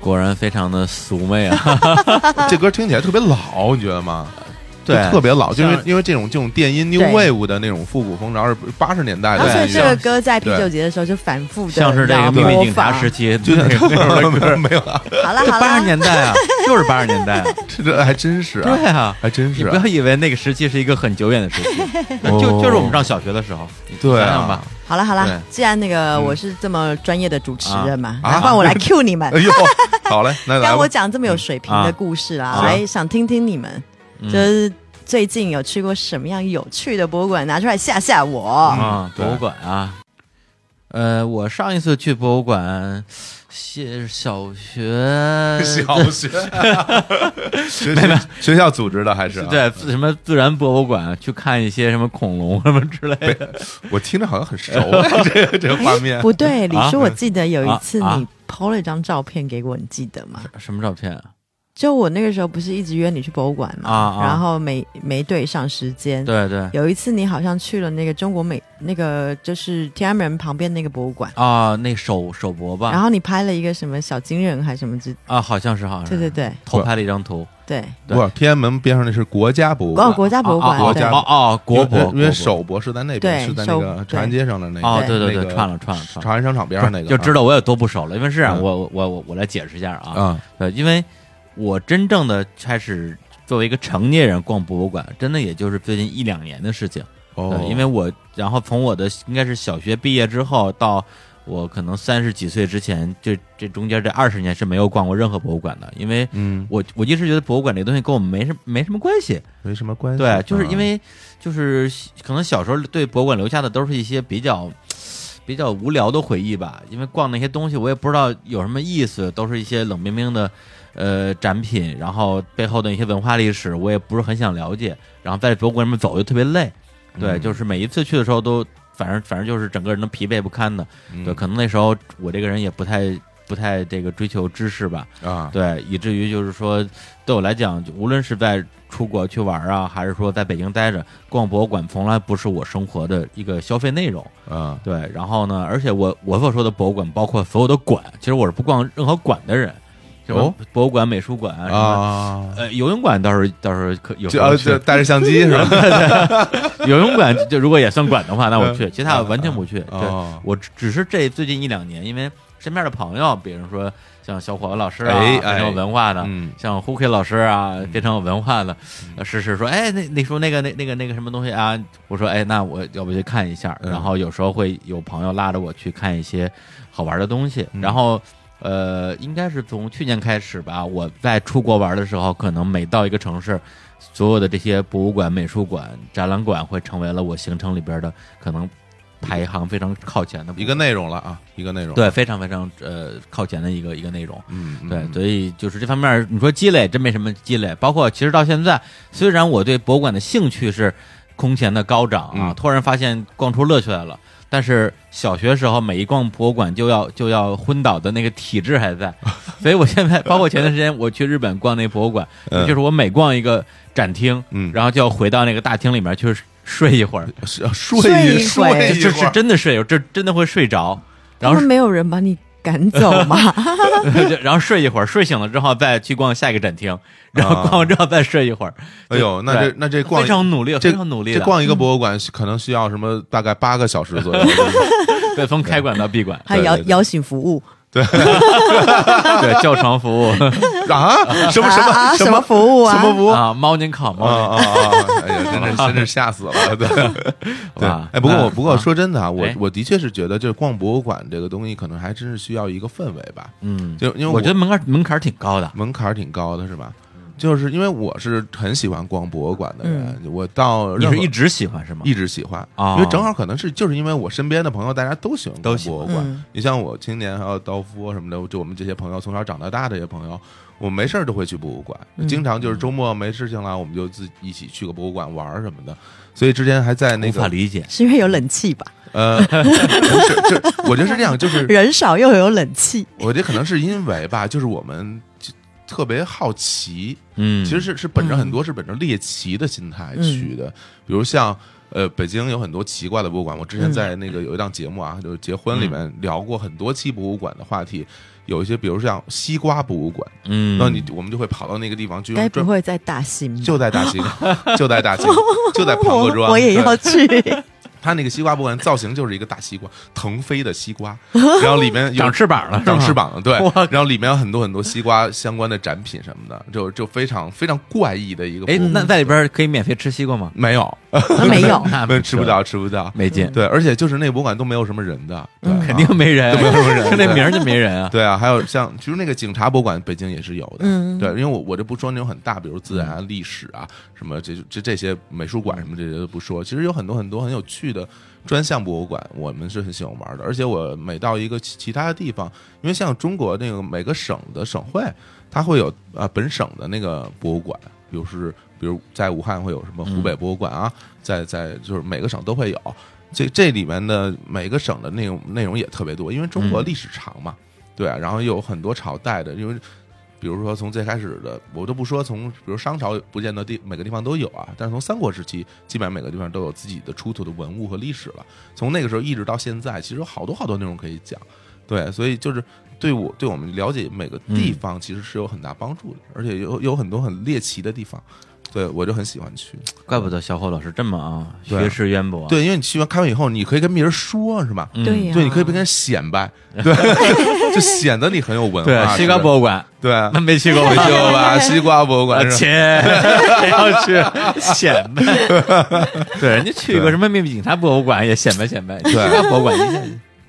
国人非常的俗媚啊，
这歌听起来特别老，你觉得吗？
对
就特别老，就是
像
因为这种这种电音 New
对
Wave 的那种复古风潮是八十年代
啊然后所
的
以
音
这个
乐，
歌在啤酒节的时候就反复 的
像是这个秘密警察时 期
就像
那个那会儿的歌，
没有了，
好了好
八十
了，
年代啊，就是八十年 代啊，
这这还真是啊，
对啊。
还真
你
是
不
啊，哦
要以为那个时期是一个很久远的时 期，就就是我们上小学的时候，你
对啊
想想吧，
好了好
对嗯
了，既然那个我是这么专业的主持人嘛，
啊啊
那换我来 Q 你们
哎。呦，好嘞，那来
刚
吧
我，讲这么有水平的故事啦，
啊
来想听听你们，
嗯
就是最近有去过什么样有趣的博物馆，拿出来吓吓我。
啊，
嗯对
博物馆啊。呃，我上一次去博物馆，是小学
小 学，学学学校组织的还是啊
对自什么自然博物馆去看一些什么恐龙什么之类的。
我听着好像很熟，啊这个这个画面
不对，李
啊
叔，我记得有一次
啊
你 PO 了一张照片给我，你记得吗？
什么照片啊？
就我那个时候不是一直约你去博物馆
啊
嘛，
啊
然后没没对上时间。
对对
有一次你好像去了那个中国美那个就是天安门旁边那个博物馆，
啊，那手手博
然
啊
吧，
后你拍了一个什么小金人还是什么之，
啊，好像是好像是，
对对，对
偷拍了一张图，
对，
对
不，天安门边上那是国家博物馆啊
哦，，国家博物
哦
馆
国
哦
对
家。
哦哦，国博，
因为
国博
首博是在那边，
对
是在那个
首
长安街上的那个，
哦，对对
那
对，
个
串了串了串
长
了。
安商场边上那个，
就知道我有多不熟了，因为是这样，
嗯
我我我我我来解释一下啊，
啊，
呃，因为我真正的开始作为一个成年人逛博物馆，真的也就是最近一两年的事情。
哦
对，，因为我然后从我的应该是小学毕业之后到我可能三十几岁之前，这这中间这二十年是没有逛过任何博物馆的，因为
嗯，
我我一直觉得博物馆这个东西跟我们没什没什么关系。
没什么关系，
对，就是因
嗯
为就是可能小时候对博物馆留下的都是一些比较。比较无聊的回忆吧，因为逛那些东西我也不知道有什么意思，都是一些冷冰冰的，呃，展品，然后背后的一些文化历史我也不是很想了解，然后在博物馆里面走又特别累，对，
嗯
就是每一次去的时候都，反正反正就是整个人都疲惫不堪的，
嗯
对，可能那时候我这个人也不太不太这个追求知识吧，
啊，
对，以至于就是说，对我来讲，就无论是在出国去玩啊，还是说在北京待着，逛博物馆从来不是我生活的一个消费内容。
啊，
对，然后呢，而且我我所说的博物馆，包括所有的馆，其实我是不逛任何馆的人，什么
哦
博物馆、美术馆啊，什么
啊，
呃，游泳馆倒是倒是可有时
就
候
啊
去
就带着相 机是吧？
游泳馆就如果也算馆的话，那
嗯
我去，其
啊
他我完全不去。对，
哦，
我只只是这最近一两年，因为身边的朋友，比如说像小伙子老师啊，
哎
非常有
哎
文化的，
嗯，
像胡 K 老师啊，非常有文化的，
嗯
呃时时说，哎，那那说那个那那个那个什么东西啊，我说，哎，那我要不去看一下？
嗯
然后有时候会有朋友拉着我去看一些好玩的东西，
嗯
然后。呃，应该是从去年开始吧。我在出国玩的时候，可能每到一个城市，所有的这些博物馆、美术馆、展览馆会成为了我行程里边的可能排行非常靠前的部分
一个内容了啊，一个内容，
对非常非常呃靠前的一个一个内容。
嗯，嗯，
对，所以就是这方面儿，你说积累真没什么积累。包括其实到现在，虽然我对博物馆的兴趣是空前的高涨啊，
嗯
突然发现逛出乐趣来了。但是小学时候每一逛博物馆就要就要昏倒的那个体质还在，所以我现在包括前段时间我去日本逛那博物馆，
嗯
就是我每逛一个展厅，
嗯
然后就要回到那个大厅里面去睡一会儿，
是睡
睡一
睡
会儿
这
一
这
会
是
儿
真的睡，这真的会睡着。然后
他们没有人把你赶 走吗？
对然后睡一会儿，睡醒了之后再去逛下一个展厅，然后
啊
逛完之后再睡一会儿。
哎呦，那
对
这那这逛
非常努力，
这
非常努力
这
的，
逛一个博物馆可能需要什么大概八个小 时左右，
对，从开馆到闭 馆，
还有摇
对对对
摇醒服务
对，叫床服 务
啊？什么什
啊
么
啊
什
什么服务啊
什么服务？啊
啊，猫您烤猫您
啊啊！哎 呀，真是真是吓死了，对对。
哇
哎，不过
那
我不过说真的啊，我
哎
我的确是觉得，就是逛博物馆这个东西，可能还真是需要一个氛围吧。
嗯，
就因为
我觉得门槛门槛挺高的，
门槛儿挺高的，是吧？就是因为我是很喜欢逛博物馆的人，我到
嗯你
任何
是一直喜欢是吗？
一直喜欢，
啊
因为正好可能是就是因为我身边的朋友，大家都喜欢
都
逛
喜
博
欢
物馆
嗯。
你像我青年还有刀夫什么的，就我们这些朋友从小长到大的这些朋友，我没事儿都会去博物馆，
嗯
经常就是周末没事情了，我们就自己一起去个博物馆玩儿什么的。所以之前还在那
无法
个
理解，
是因为有冷气吧？
呃， 不是，就我觉得是这样，就是
人少又有冷气，
我觉得可能是因为吧，就是我们就特别好奇，
嗯，
其实是是本着很
嗯
多是本着猎奇的心态去的，比如像。呃，北京有很多奇怪的博物馆。我之前在那个有一档节目
嗯
啊，就是结婚里面聊过很多期博物馆的话题，有一些，比如像西瓜博物馆，
嗯，
然后你我们就会跑到那个地方去，
该
专
不会在大兴吧？
嗯就在大兴， 就在大兴，就在庞
我
各庄，
我也要
对
去，
它那个西瓜博物馆造型就是一个大 西瓜，腾飞的西瓜，然后里面有
长翅膀了，
长翅
膀，
膀了，对
我，
然后里面有很多很多西瓜相关的展品什么的，就就非常非常怪异的一个博
哎
物馆。，
那在里边可以免费吃西瓜吗？。
没有，
那 没有
那
没吃不着，吃不着。
没劲，嗯
对，而且就是那个博物馆都没有什么人的， 对啊
肯定没人，
都没有什 么人
就那名儿就没人啊。
对啊，还有像其实那个警察博物馆，北京也是有的。
嗯
对，因为我我就不说那种很大，比如自然、啊、历史啊，什么这这这些美术馆什么这些都不说。其实有很多很多很有趣的专项博物馆，我们是很喜欢玩的。而且我每到一个其其他的地方，因为像中国那个每个省的省会，它会有啊本省的那个博物馆，比如是比如在武汉会有什么湖
嗯
北博物馆啊，在在就是每个省都会有。这这里面的每个省的内容内容也特别多，因为中国
嗯
历史长嘛，对啊，然后有很多朝代的，因为比如说从最开始的，我都不说从，比如商朝不见得地每个地方都有啊，但是从三国时期，基本上每个地方都有自己的出土的文物和历史了。从那个时候一直到现在，其实有好多好多内容可以讲，对，啊所以就是对我对我们了解每个
嗯
地方其实是有很大帮助的，而且有有很多很猎奇的地方，对我就很喜欢去。
怪不得小伙老师这么啊，
对
学识渊博。
对，因为你去完开完以后，你可以跟别人说，是吧？
嗯，
对呀
对，你可以跟人显摆，对，就 显得你很有文化。
对，西瓜
物
博物馆，
对，
那没去过，
没
我
去过 吧？西瓜博物
啊
馆，是吧
切，谁 要 去显摆？对，人家去个什么秘密警察博物馆也显摆显摆，西瓜博物馆一下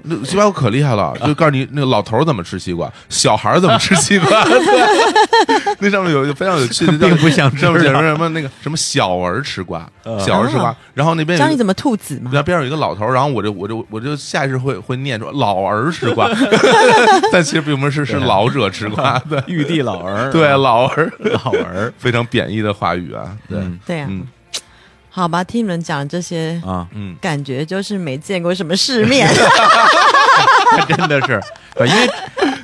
那西瓜可厉害了，就告诉你那个老头儿怎么吃西瓜，小孩儿怎么吃西瓜。 对那上面有一个非常有趣的，
并不想知道
上面写着什么那个什么小儿吃瓜，
嗯
小儿吃瓜
啊。
然后那边有
教
一
你
个
怎么兔子嘛？
那边上有一个老头儿，然后我就我就我就下意识会会念出老儿吃 瓜，但其实并不是 是
对
老者吃瓜，对
玉帝老儿，啊
对，老儿
老儿，
非常贬义的话语啊，对，
嗯
对呀、
嗯
好吧，听你们讲这些，
啊，
嗯，
感觉就是没见过什么世 面。
还 真的是，对因为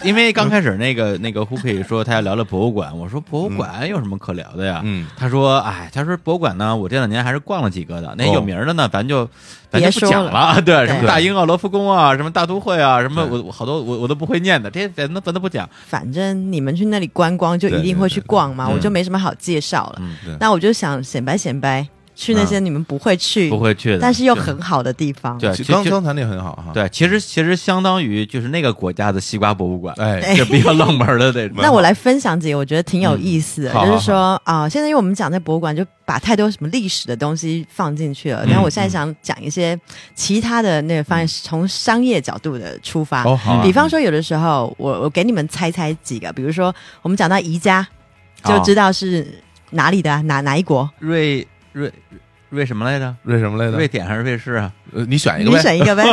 因为刚开始那个那个胡可以说他要聊聊博物馆，我说博物馆有什么可聊的呀？
嗯，
他说，哎，他说博物馆呢，我这两年还是逛了几个的，那有名儿的呢，咱就咱就
别
不
说
讲
了
了，哦 对，
对
什么大英奥罗浮宫啊，什么大都会啊，什么
对
我我好多我我都不会念的，这些咱都咱都不讲，
反正你们去那里观光就一定会去逛嘛，
对对对
我就没什么好介绍了。
嗯
对
那我就想显摆显摆，去那些你们不会去，
嗯不会去的，
但是又很好的地方。
对，
其
其
刚
其
刚才那很好哈，，
对，其实其实相当于就是那个国家的西瓜博物馆，
哎，
哎
就比较冷门的那种。
那我来分享几个我觉得挺有意思的，
嗯好
就是说啊、现在因为我们讲在博物馆，就把太多什么历史的东西放进去了。
嗯
然后我现在想讲一些其他的那个方面，从商业角度的出发。
哦好啊，
比方说，有的时候我我给你们猜猜几个，比如说我们讲到宜家，就知道是哪里的啊、哪哪一国？
瑞瑞瑞什么来着？
瑞什么来着？
瑞典还是瑞士啊？
呃你选一
你
个呗，
选 一个呗，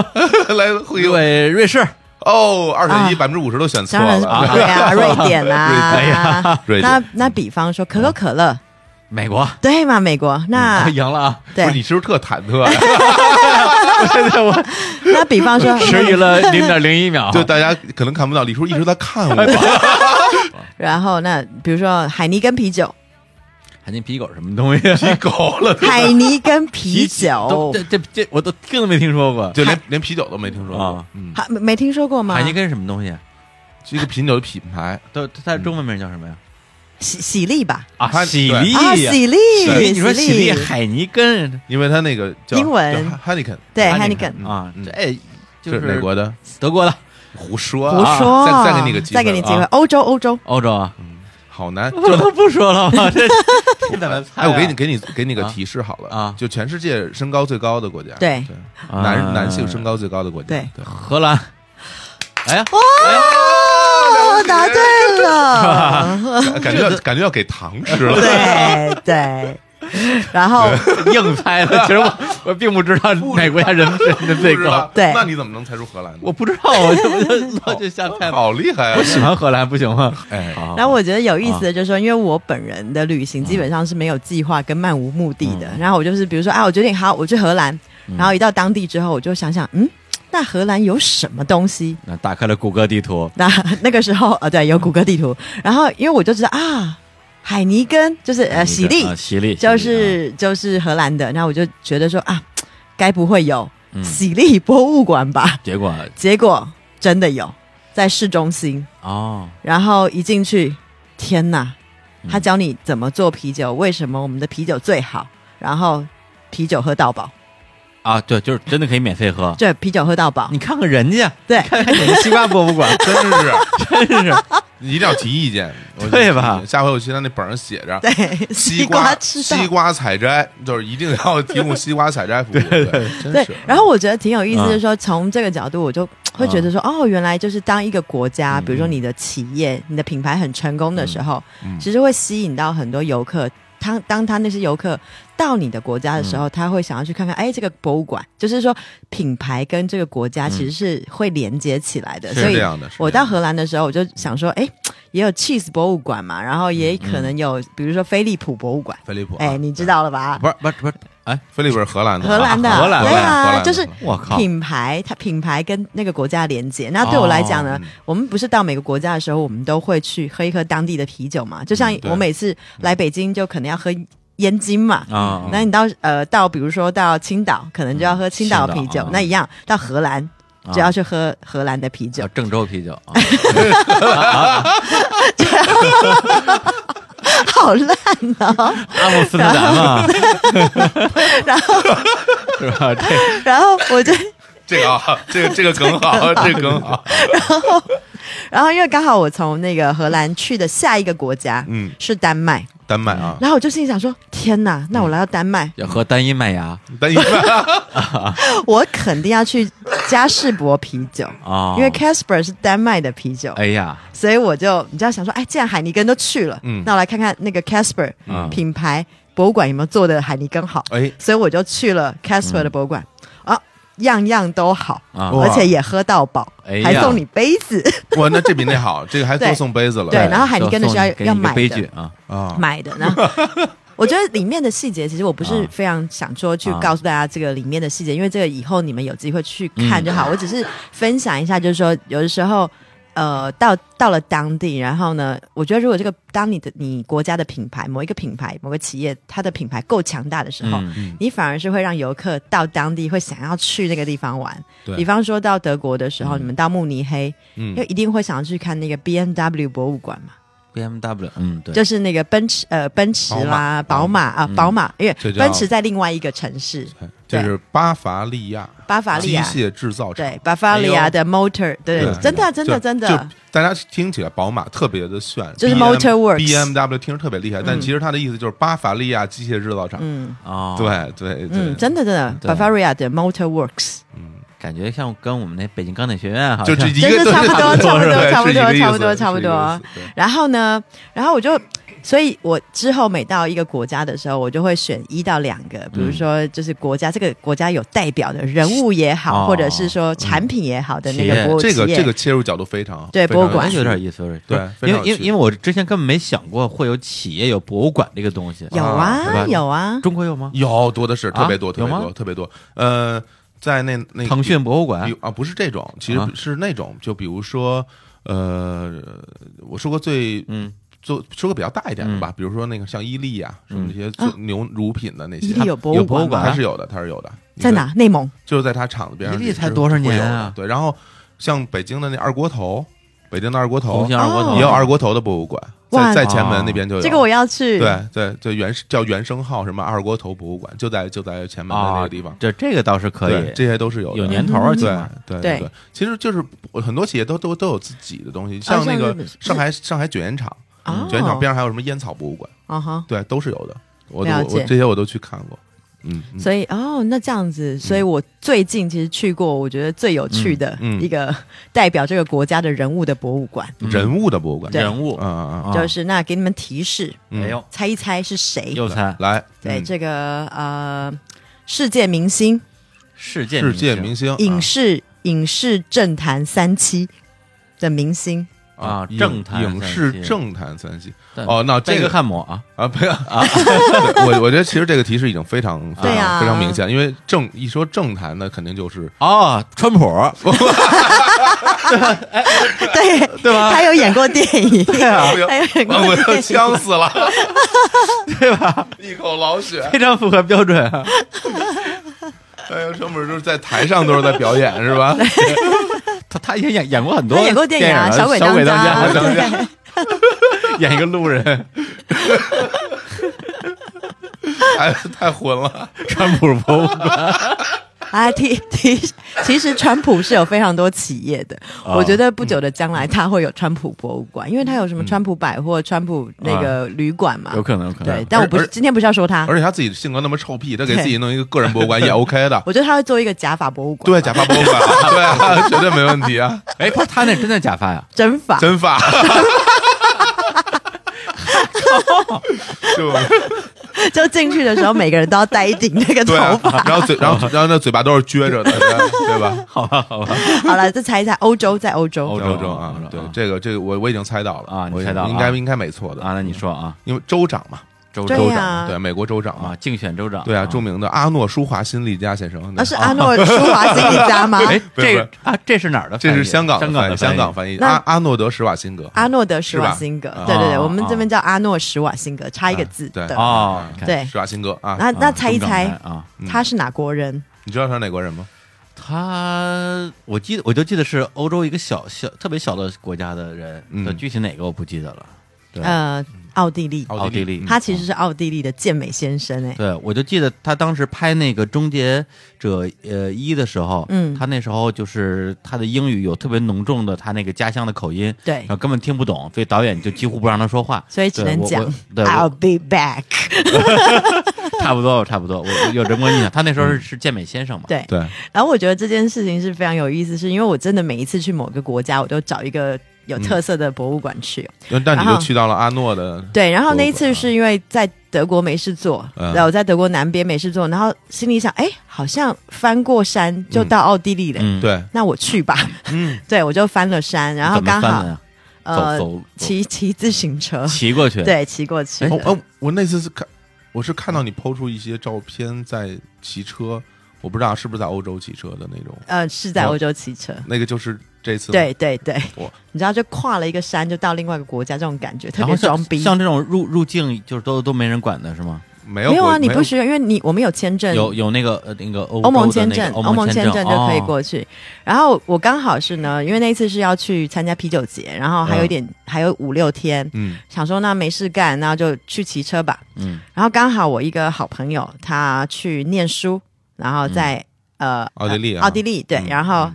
来互一
瑞
位
瑞士，
哦，二选一，
啊
百分之五十都选 错
当然是
了。
啊
不对啊，瑞典
瑞典
啊。
瑞典
那那比方说可口可乐，
美国，
对嘛？美国那
我赢了 啊！
嗯哎不是
对，
你是不是特忐忑 呀？
现在我
那比方 说
迟疑了零点零一
啊
秒，
就大家可能看不到，李叔一直在看我。
然后那比如说海尼根 啤酒，
还进皮狗什么东西？
踢狗了，
海尼根啤
都
酒，
这这这我都听都没听说过。
就连连啤酒都没听说过
啊。
嗯，
还没没听说过吗？
海尼根是什么东西？啊
是一个啤酒的品牌，
都它的中文名叫什么呀？
喜喜力吧？
啊，
它
喜力
啊，喜力，
力，你说喜
喜
力海尼根
因为它那个叫
英文
h a n i k e n
对
海
海
尼
尼
根
根。
嗯
啊，
嗯
这哎就是
美国的，
德国的、
胡说
胡
啊，
说，
再再给你个机会，
再给你机会
啊，
欧洲欧洲，
欧洲啊，
好难。
不都不说了 吗？这这怎么猜啊？
哎，我给你给你给你个
啊
提示好了
啊
就全世界身高最高的国家，
对
啊
男男性身高最高的国家，
对
对，
荷兰。哎呀，
哦，答对了，
感感觉要感觉要给糖吃了。
对对。然后
硬猜的。其实 我我并不知道哪国家人人的最
不知道
高，
对
那你怎么能猜出荷兰呢？
我不知道，我就我就我就瞎猜吧。
好厉害啊！
喜欢荷兰不行吗？
哎，，
好
然后哦我觉得有意思的就是说，因为我本人的旅行基本上是没有计划跟漫无目的的。然后我就是比如说，啊，我决定好我去荷兰，然后一到当地之后，我就想想，嗯，那荷兰有什么东西？
那打开了谷歌地图，
哦那那个时候啊，对，有谷歌地图。然后因为我就知道啊，海尼根，就是呃喜力，
啊，喜力
就
喜力
是就是荷兰的。那我就觉得说啊，该不会有
嗯
喜力博物馆吧
啊？结果
结果真的有，在市中心。
哦，
然后一进去，天哪！
嗯
他教你怎么做啤酒，为什么我们的啤酒最好？然后啤酒喝到饱，
啊，对，就是真的可以免费喝。
对，啤酒喝到饱
你，看看人家，
对
看看你们西瓜博物馆
真是
真是
你一定要提意 见，我
对吧
下回我去他那本上写着。
对，
西
瓜吃到
西瓜采摘就是一定要提供西瓜采摘服务，对真
对
是。，啊
然后我觉得挺有意思，
嗯
就是说从这个角度，我就会觉
嗯
得说，哦，原来就是当一个国家，比如说你的企业、你的品牌很成功的时候，
嗯
其实会吸引到很多游客。他当他那些游客到你的国家的时
嗯
候，他会想要去看看，哎，这个博物馆，就是说品牌跟这个国家其实是会连接起来的，
嗯是
所以
这样的是
我
这样
到荷兰的时候，我就想说，哎，也有 cheese 博物馆嘛，然后也可能有，比如说飞利浦博物馆，
嗯飞利浦啊，
哎，你知道了吧？
不是不是不是，哎，
飞利浦是荷兰的，
荷兰的，
啊荷兰的
对
荷兰
啊，
的
就是
我靠，
品牌，它品牌跟那个国家连接。那对我来讲呢，
哦嗯
我们不是到每个国家的时候，我们都会去喝一喝当地的啤酒嘛？就像
嗯
对
我每次来北京，就可能要喝燕京嘛。
啊，
那你到呃到比如说到青岛，可能就要喝青岛的啤
青
酒。
岛啊
那一样到荷兰。
啊
就要去喝荷兰的啤酒
啊，郑州啤酒 啊，
好烂哦！
阿姆斯特丹嘛，
然后，
是吧？这
然后我就，
这个啊，这个这个梗 好，这个梗好，
然后因为刚好我从那个荷兰去的下一个国家，
嗯
是丹麦，
丹麦啊，
然后我就心里想说：天哪，那我来到丹麦，
要喝单一麦芽
丹麦，
我肯定要去嘉士伯啤酒。
啊，
因为 Casper 是丹麦的啤酒，
哎呀，
所以我就你知道想说，哎，既然海尼根都去了，
嗯
那我来看看那个 Casper
嗯
品牌博物馆有没有做的海尼根好，
哎，
所以我就去了 Casper 的博物馆、啊，样样都好，
嗯啊
哇
而且也喝到饱，
哎呀
还送你杯子，
哇，那这比那好，这个还多
对
送杯子了，
对然后海尼根的是要
送你给你
要
一个
买的
杯具啊，
啊，
买的，然后 我觉得里面的细节，其实我不是
啊
非常想说去
啊
告诉大家这个里面的细节，因为这个以后你们有机会去看
嗯
就好。我只是分享一下，就是说有的时候。呃，到到了当地，然后呢，我觉得如果这个当你的你国家的品牌，某一个品牌、某个企业，它的品牌够强大的时候，
嗯
你反而是会让游客到当地会想要去那个地方玩
对。
比方说到德国的时候，你们到慕尼黑，
嗯
就一定会想要去看那个 B M W 博物馆嘛。
BMW，嗯，对，
就是那个奔驰呃奔驰啦、
宝
宝马啊、宝马，因为
这叫
奔驰在另外一个城市，
这是巴伐利亚，
巴伐利亚
机械制造厂，
啊对，巴伐利亚的 Motor，对
对
对，真的真的
就
真
就
的，
大家听起来宝马特别的炫，
就是
BM
Motorworks
BMW 听着特别厉害，但其实它的意思就是巴伐利亚机械制造厂，
嗯
哦，，
对对对，
嗯，真的真的，
对
巴伐利亚的 Motor Works，
感觉像跟我们那北京钢铁学院好
就
像，
这一
真
个
是
对
差不多差不多
对
差不多
是一个意思
差不
是
多
一个
差不多
意思对
然后呢，然后我就，所以我之后每到一个国家的时候，我就会选一到两个，比如说就是国家这个国家有代表的人物也
哦
好，或者是说产品也好的那
企业
个博物
这个
呃企业
嗯这个切入角度非常好，
对
非常
博物馆
有点意思，有点
对
就是
非
因
常
为因
有
为
趣
因为我之前根本没想过会有企业有博物馆这个东西，
有
是吧
啊有啊，
中国有吗？
有多的是，特别多，
啊
特别
有
多，
吗
特别多。呃，在那那
腾讯博物馆
比啊，不是这种，其实
啊
是那种，就比如说，呃，我说过最
嗯，
做说个比较大一点的吧，比如说那个像伊利啊，什
嗯
么这些做牛乳品的那些
伊，利有博
有
物
博物馆
馆吗
它是有的，它是有的。你
在
可以？
哪？内蒙。
就是在他厂子边上。
伊利才
是
多少年
会有的
啊
对，然后像北京的那二锅头，北京的二锅头
红星二锅头
也有二锅头的博物馆，在
哇
在前门
哦
那边就有。
这个我要去。
对对对，原叫原生号什么二锅头博物馆，就在就在前门的那
啊，
个地方。
这这个倒是可
对，
以，
这些都是有的
有年头啊，起
对
码
对
嗯对
对，其实就是很多企业都都都有自己的东西，像那
哦像
个
日本是
上海上海卷烟厂，
哦
卷烟厂边上还有什么烟草博物馆，
啊哈，
对，都是有的。我都
了
我
解
这些我都去看过，嗯，嗯
所以哦，那这样子，所以我最近其实去过，我觉得最有趣的
嗯嗯嗯
一个 代表这个国家的人物的博物馆，
嗯
人物的博物馆，
对
人物
啊，啊啊，
就是那给你们提示，
嗯
嗯
哦哎呦，
猜一猜是谁？
又猜
来，
对，
嗯
这个呃，世界明星、
世界
世界明
星
星
影视、影视政坛三期的明星，
啊
影
政坛
影
三
视
系
政坛三系
对
哦，那
贝
这
克
个
汉姆啊，
啊，不要啊！ 对我我觉得其实这个提示已经非常非
对
常
啊
非常明显，因为政一说政坛呢，肯定就是
哦，川普，
对
对吧
他有演过电影，对
啊
他有演
我
过电
要
影。
呛死了，对吧？一口老血，
非常符合标准 啊。
哎呀，成本就是在台上都是在表演是吧？
他他也演演过很多，
他演过电
电
影啊
啊，
小鬼
小
当
鬼
家
家，
啊
当家 演一个路人，
太哎太混了，
川普伯伯，
啊，提提，其实川普是有非常多企业的，
哦
我觉得不久的将来他会有川普博物馆，因为他有什么川普百货、川普那个旅馆嘛
嗯啊有。可能，有可能
对，。但我不
而
是今天不是要说他，
而且他自己性格那么臭屁，他给
对
自己弄一个个人博物馆也 OK 的，
我觉得他会做一个假发博物馆，
对，假发博物馆，对啊，绝对 没问题啊，
哎，不是他那真的假发呀？
真发，
真发， 对吧？
就进去的时候每个人都要戴一顶 那个头
对啊
发。，
然后嘴，然后然后那嘴巴都是撅着的，对对吧？
好吧， 好吧，
好了，再猜一猜，欧洲在
啊
欧
欧
洲，
洲
欧洲啊
欧洲，
对
啊，
这个这个我我已经猜到了
啊你
我已
猜到了
应
啊
该应该没错的
啊，那你说啊，
因为州长嘛，
州
对
州长
呀
对，美国州长嘛
啊，，竞选州长，
对啊，著名的阿诺舒华辛利加先生，
那哦啊是阿诺舒华辛力 加吗？
哎，
不是
这个啊，这是哪儿的翻
这
译？
是香港
香
的
港
翻译
的
香港
翻译。
翻译，
那啊
阿阿诺德施瓦辛格，
阿诺德施瓦辛格，对对对，
啊
我们这边叫阿诺施瓦辛格，差一个字
对
的。
哦，你看
对
施瓦辛格啊，
那那猜一
中港
猜
台啊，
他是哪国人？
你知道他是哪国人吗？
他我记得我就记得是欧洲一个小小特别小的国家的人，
嗯
对具体哪个我不记得了。对，
呃，奥地利，
奥地利，
他其实
嗯。
是奥地利的健美先生哎。
对，我就记得他当时拍那个《终结者》呃一的时候，
嗯
他那时候就是他的英语有特别浓重的他那个家乡的口音，
对
然后根本听不懂，所以导演就几乎不让他说话，
所以只
对
能
我
讲
我对，
I'll
我
be back。
差不多，差不多，我我有人工印象，他那时候
嗯
是是健美先生嘛，
对，
对，
然后我觉得这件事情是非常有意思，是因为我真的每一次去某个国家，我都找一个有特色的博物馆去。
嗯
那但你
然
就
后
去到了阿诺的，
对，然后那一
博物
次
馆啊
是因为在德国没事做，
嗯
然后我在德国南边没事做，然后心里想，哎，好像翻过山就到奥地利了，
嗯，
对，
那我去吧。
嗯，
对，我就翻了山，然后
怎么
刚
翻
好
的呀？
呃
走走
骑骑自行车，
骑哎过去，
对，骑过去
哦
的。
哦，我那次是看，我是看到你抛出一些照片在骑车，我不知道是不是在欧洲骑车的那种，
呃，是在
哦
欧洲骑车，
那个就是这次吗
对对对
哇，
你知道就跨了一个山就到另外一个国家，这种感觉特
然后
别
像
装逼。
像这种入入境就是都都没人管的是吗？
没有
没有
国
啊，你
没
不需要，因为你我们有签证，
有有那个呃那个欧
欧盟
洲的
签
那个
证，
欧
盟
签哦
签证就可以。过去。然后我刚好是呢，因为那一次是要去参加啤酒节，然后还
嗯
有一点、还有五六天，
嗯
想说那没事干，那就去骑车吧。
嗯，
然后刚好我一个好朋友他去念书，然后在、
嗯
呃
奥地利啊
奥地利对，
嗯
然后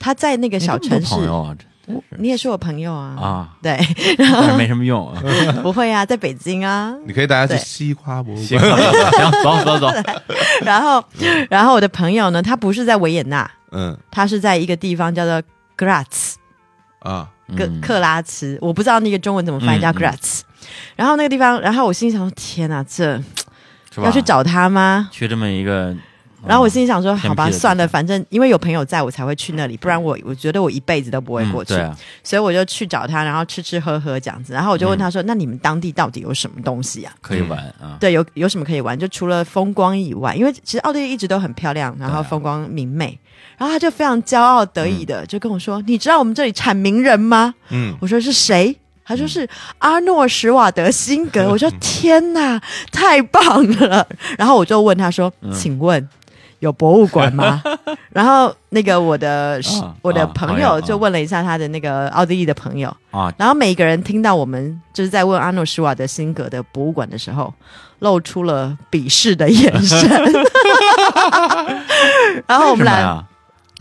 他在那个小城市，
朋友啊， 真是
你也是我朋友啊，
啊，
对，
但是没什么用 啊。
不会啊，在北京啊，
你可以带他去
对
西瓜博物
行
馆，
行，走走走，
然后，
嗯
然后我的朋友呢，他不是在维也纳，
嗯
他是在一个地方叫做 Graz
啊，
克、
嗯
克拉茨，我不知道那个中文怎么翻译，
嗯
叫
嗯
Graz。然后那个地方，然后我心里想说：天哪，这
是吧
要去找他吗？
去这么一个，
然后我心里想说：
偏僻
好吧，
的地
算了，
方
反正因为有朋友在我才会去那里，不然我我觉得我一辈子都不
不
会过去。
对啊，
所以我就去找他，然后吃吃喝喝这样子。然后
嗯
我就问他说：那你们当地到底有什么东西呀、
可以玩啊。
嗯对，有有什么可以玩？就除了风光以外，因为其实奥地利一直都很漂亮，然后
啊
风光明媚。然后他就非常骄傲得意
嗯
的、就跟我说：“你知道我们这里产名人吗
嗯？”，
我说：“是谁？”他说
嗯
是阿诺·施瓦德辛 格，我说天哪，太棒了！然后我就问他说：“
嗯
请问有博物馆吗？” 然后那个我的、
啊
我的
啊
朋
朋友
友就
啊
问了一下他的那个奥地利的朋友，
啊，
然后每一个人听到我们就是在问阿诺施瓦德辛格的博物馆的时候，露出了鄙视的眼 神。然后我
为什
们
么
俩，
呀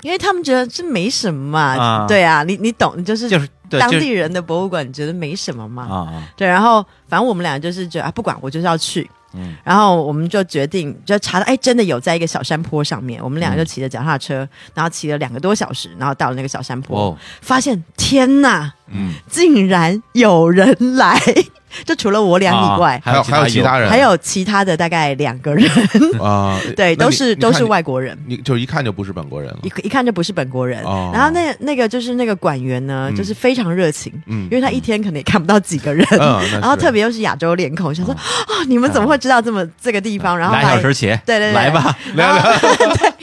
因为他们觉得这没什么嘛，
啊
对啊，你你懂，你就是
就是对
当
就是
地人的博物馆，你觉得没什么嘛？
啊啊，
对，然后反正我们俩就是觉得啊，不管我就是要去。
嗯
然后我们就决定，就查到哎，真的有在一个小山坡上面，我们俩就
嗯
骑着脚踏车，然后骑了两个多小时，然后到了那个小山坡，
哦，
发现天呐，
嗯，
竟然有人来， 就除了我俩以外，
啊
还有
有
其他人
还有其他的大概两个人，
啊，
对，
那
都
你
是
你
都
看
是
你
外国人。
你就一看就不是本国人了
一。一看就不是本国人，
哦
然后那那个就是那个馆员呢，
嗯
就是非常热情，
嗯
因为他一天可能也看不到几个人，
嗯那是嗯
然后特别又是亚洲脸孔，想说啊、
啊
你们怎么会知道这么这个地方？然后
俩
来
小时起，啊
对对对
来吧，
然后 对，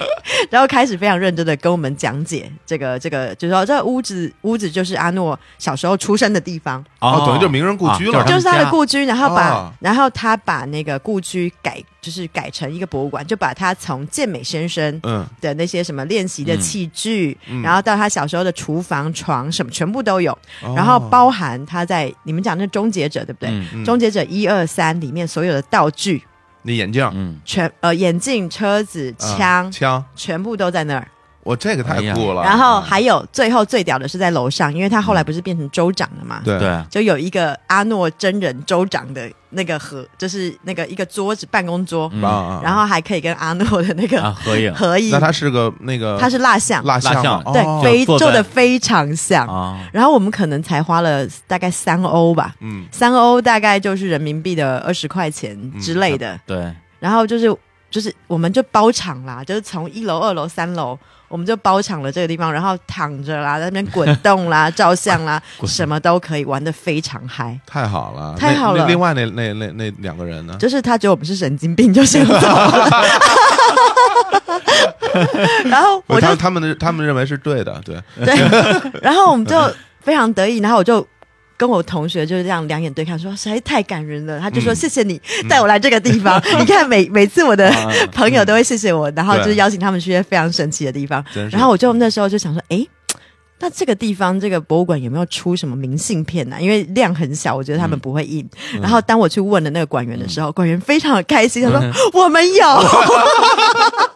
然后开始非常认真的跟我们讲解这个这个，就是说这屋子屋子就是阿诺小时候出生的地方，
哦等于就是名人故居了
啊
就是是他
们
的
家
故居，然后把、
哦
然后他把那个故居改就是改成一个博物馆，就把他从健美先生
嗯，
的那些什么练习的器具，
嗯
然后到他小时候的厨房、床什么全部都有，
哦
然后包含他在你们讲那终结者对不对？
嗯
嗯
终结者一二三里面所有的道具，
那眼镜、
嗯，
全呃眼镜、车子、
啊
嗯枪，
枪，
全部都在那儿。
我这个太
哎呀
酷了。嗯
然后还有最后最屌的是在楼上，因为他后来不是变成州长了嘛，，
对
对，嗯
就有一个阿诺真人州长的那个和，就是那个一个桌子办公桌，
嗯
啊啊，
然后还可以跟阿诺的那
啊，
个
合影
合影，
那他是个那个
他是蜡像，
蜡
蜡
像
像
吗，
对，
哦
非
坐在
做的非常像。
啊，
然后我们可能才花了大概三欧吧，
嗯，
三欧大概就是人民币的二十块钱
嗯
之类的。
对，
然后就是就是我们就包场啦，就是从一楼、二楼、三楼，我们就包场了这个地方，然后躺着啦，在那边滚动 啦、照相啦，什么都可以玩的非常嗨。
太好了，
太
那
好
那
了
另外那那那那两个人呢？
就是他觉得我们是神经病，就先走了。 然后我就
他他们的他们认为是对的，对，
对，然后我们就非常得意，然后我就。跟我同学就是这样两眼对看，说实在太感人了。他就说：“
嗯啊
谢谢你带我来这个地 方。你看每每次我的朋友都会谢谢我，然后就是
对
邀请他们去一些非常神奇的地方。
真是
然后我就那时候就想说，诶，那这个地方这个博物馆有没有出什么明信片啊呢、因为量很小，我觉得他们不会印。然后当我去问了那个馆员的时候，馆员非常的开心，他说、我们有。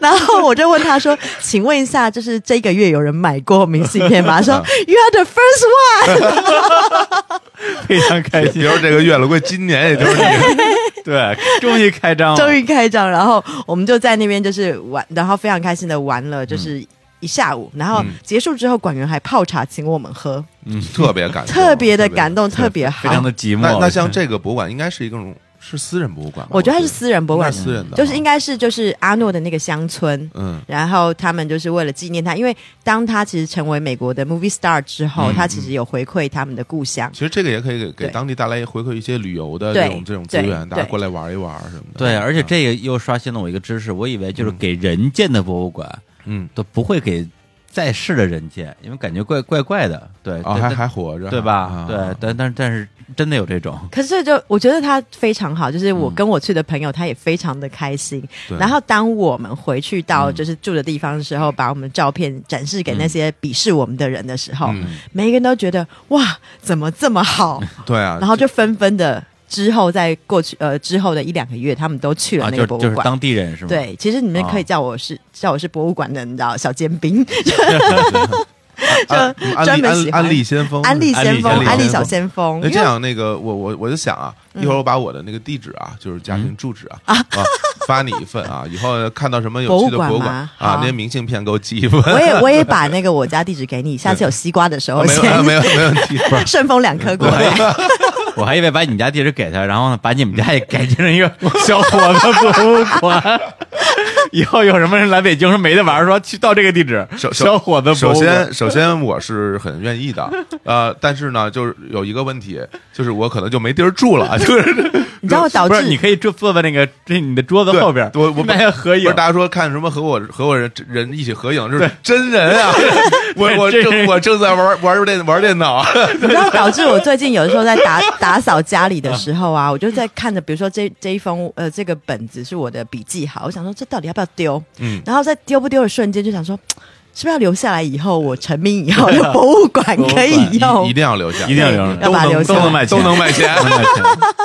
然后我就问他说：“请问一下，就是这个月有人买过明信片吗？”他说：“You are the first one。
非常开
比。如这个月了，估计今年也就是你
对，终于开 张”了，
终于开张，然后我们就在那边就是玩，然后非常开心的玩了，就是。一下午，然后结束之后，馆员还泡茶请我们喝，
嗯特别感动，
特别的感。动，特别好
非。常的寂
那
寞。
那像这个博物馆应该是一个种是私人博物馆吧，
我觉得它是
私
私人博物馆，
私人的，啊
就是应该是就是阿诺的那个乡村，
嗯
然后他们就是为了纪念他，因为当他其实成为美国的 movie star 之后，
嗯
他其实有回馈他们的故乡。
其实这个也可以给给
对
当地带来回馈一些旅游的
对
这种这种资源，
对
大家
对
过来玩一玩什么的。
对，而且
啊
这个又刷新了我一个知识，我以为就是给人建的博物馆
嗯
都不会给在世的人建，因为感觉怪怪怪的。对，
啊
对
还
对
还活着，
对吧
啊？
对，但但但是真的有这种，
可是就我觉得他非常好，就是我跟我去的朋友，他也非常的开心。
对
然后当我们回去到
嗯
就是住的地方的时候，把我们照片展示给那些鄙视我们的人的时候，
嗯
每一个人都觉得哇，怎么这么好？
对啊，
然后就纷纷的之后在过去呃之后的一两个月，他们都去了
啊，
那
就
个博物
就是
馆。
当地人是吗？
对，其实你们可以
哦
叫我是、叫我是博物馆的，你知道小尖兵，
安
就
啊嗯安
专
利
门
安
喜欢
安哦利先锋，
安利先锋
安利先锋，
安利小先锋。
那
因
哎这
为
样，那个我我我就想啊，一
嗯
会儿我把我的那个地址啊，就是家庭住址啊， 啊发你一份啊，以后看到什么有趣的
博物馆
博物馆
吗
啊，
好
那些明信片给我寄一份。
我也我 也把那个我家地址给你，下次有西瓜的时候
没有啊
先
没有没问题，不是
顺丰两颗过来。
我还以为把你家地址给他，然后呢，把你们家也改建成一个小伙子博物馆。以后有什么人来北京说没得玩儿，说去到这个地址，
首首
小伙子博
首
物馆。
先，首先我是很愿意的，呃，但是呢，就是有一个问题，就是我可能就没地儿住了， 就是
你知道导
不是，你
致
可以坐坐在那个这你的桌子后边儿，
对我我
大家合
不
影
是，大家说看什么和我和我人人一起合影，就是真人啊，我 我
对真
正
人
我正在玩玩电玩电脑，
你知道导致我最近有的时候在打打扫家里的时候啊，我就在看着，比如说这这一封呃这个本子是我的笔记好，我想说这到底要不要丢？
嗯
然后在丢不丢的瞬间就想说。是不是要留下来？以后我成名以后，有博物馆可以
博物
用
一一。定要留下，
一定要有人
要
都
把它留
能
下
都
来
能卖钱，
都能卖钱
都能卖钱。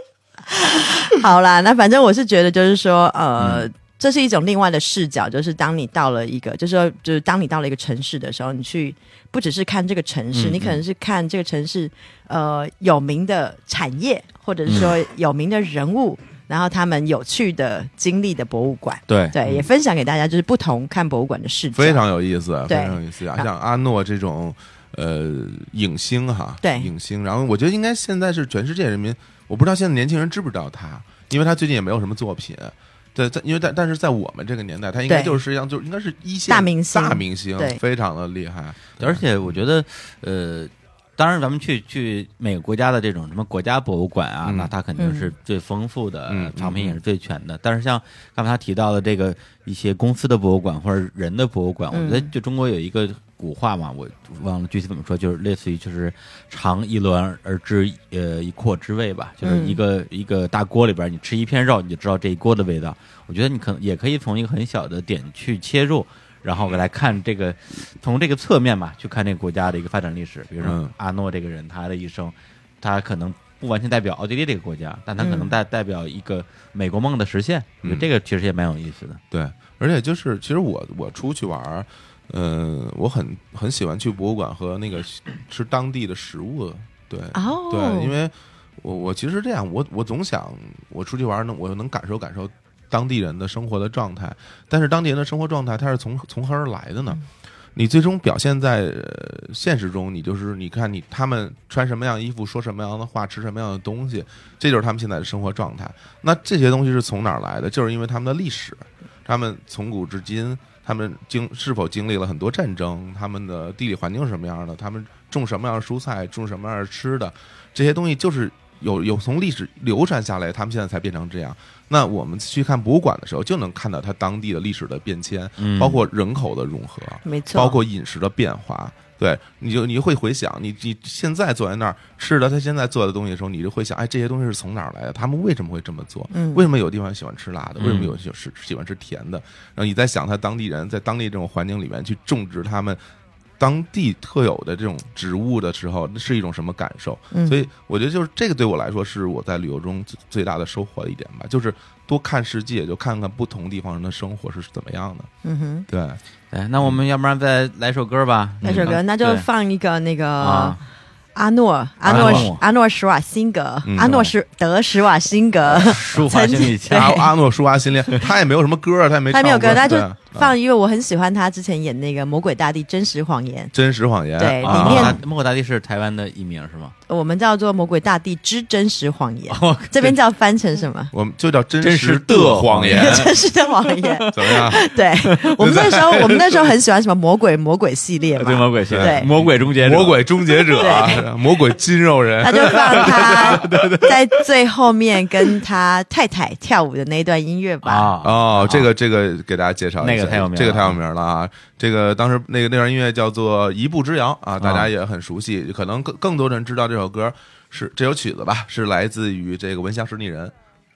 好啦，那反正我是觉得，就是说，呃。
嗯
这是一种另外的视角，就是当你到了一个，就是说，就是当你到了一个城市的时候，你去不只是看这个城市，
嗯
你可能是看这个城市呃有名的产业，或者是说
嗯
有名的人物，然后他们有趣的经历的博物馆。
对嗯
对，也分享给大家，就是不同看博物馆的视角。
非常有意思，非
对
常有意思啊！
然
像阿诺这种呃影星哈，
对
影星，然后我觉得应该现在是全世界人民，我不知道现在年轻人知不知道他，因为他最近也没有什么作品。对，在因为但但是在我们这个年代，他应该
对
就是实际上就是应该是一线
大明星
大明星
对
非常的厉害。
而且我觉得，呃，当然，咱们去去每个国家的这种什么国家博物馆啊，
嗯
那它肯定是最丰富的，
嗯
藏品也是最全的。但是像刚才他提到的这个一些公司的博物馆或者人的博物馆，我觉得就中国有一个古话嘛，我忘了具体怎么说，就是类似于就是尝一轮而知呃一阔之味吧，就是一个、一个大锅里边你吃一片肉，你就知道这一锅的味道。我觉得你可能也可以从一个很小的点去切入。然后来看这个，从这个侧面嘛，去看这个国家的一个发展历史。比如说
嗯
阿诺这个人，他的一生，他可能不完全代表奥地利这个国家，但他可能代代表一个美国梦的实现。我觉得这个其实也蛮有意思的。
对，而且就是其实我我出去玩儿，呃，我很很喜欢去博物馆和那个吃当地的食物，对，
哦
对，因为我我其实这样，我我总想我出去玩儿能我能感受感受当地人的生活的状态，但是当地人的生活状态它是从从何而来的呢？你最终表现在、呃现实中，你就是你看你他们穿什么样的衣服，说什么样的话，吃什么样的东西，这就是他们现在的生活状态。那这些东西是从哪儿来的？就是因为他们的历史，他们从古至今，他们经是否经历了很多战争，他们的地理环境是什么样的，他们种什么样的蔬菜，种什么样的吃的，这些东西就是有有从历史流传下来，他们现在才变成这样。那我们去看博物馆的时候，就能看到它当地的历史的变迁，
嗯
包括人口的融合，
没错，
包括饮食的变化。对，你就你会回想，你你现在坐在那儿吃着他现在做的东西的时候，你就会想，哎，这些东西是从哪儿来的？他们为什么会这么做？
嗯
为什么有地方喜欢吃辣的？为什么
嗯
有喜是喜欢吃甜的？然后你在想，他当地人在当地这种环境里面去种植他们当地特有的这种植物的时候，是一种什么感受？
嗯
所以我觉得就是这个对我来说是我在旅游中最最大的收获的一点吧，就是多看世界，就看看不同地方人的生活是怎么样的。
嗯哼，
对，
哎，那我们要不然再来首歌吧？
那首歌
嗯
那就
对
放一个那个
啊，
阿诺阿
阿
诺
诺
阿诺施瓦辛格
嗯
阿诺施德施瓦辛格，
舒华心理
阿
家。
阿诺舒华心恋，他也没有什么歌啊，他也没
他没有
唱
歌，他就
对
放，
啊
因为我很喜欢他之前演那个《魔鬼大地真实谎言
真实谎言，
对
啊？
里面
啊莫大帝是台湾的艺名是吗？》，
我们叫做《魔鬼大地之真实谎言》
哦
这边叫翻成什么
我们就叫真
真实
的
的
谎
谎
言，
真实的谎言。
怎么样？
对我们那时候，我们那时候很喜欢什么魔鬼魔鬼系列
对，
嘛，
魔鬼系
对
魔鬼终结者
魔鬼终结者啊，魔鬼筋肉人
他，就放他在最后面跟他太太跳舞的那段音乐吧。
啊
哦，这
啊
个这个给大家介绍一下，
那个太有名了
这个太有名了啊！这个当时那个那段音乐叫做《一步之遥》啊，大家也很熟悉，可能更更多人知道这首歌是这首曲子吧，是来自于这个《闻香识女人》。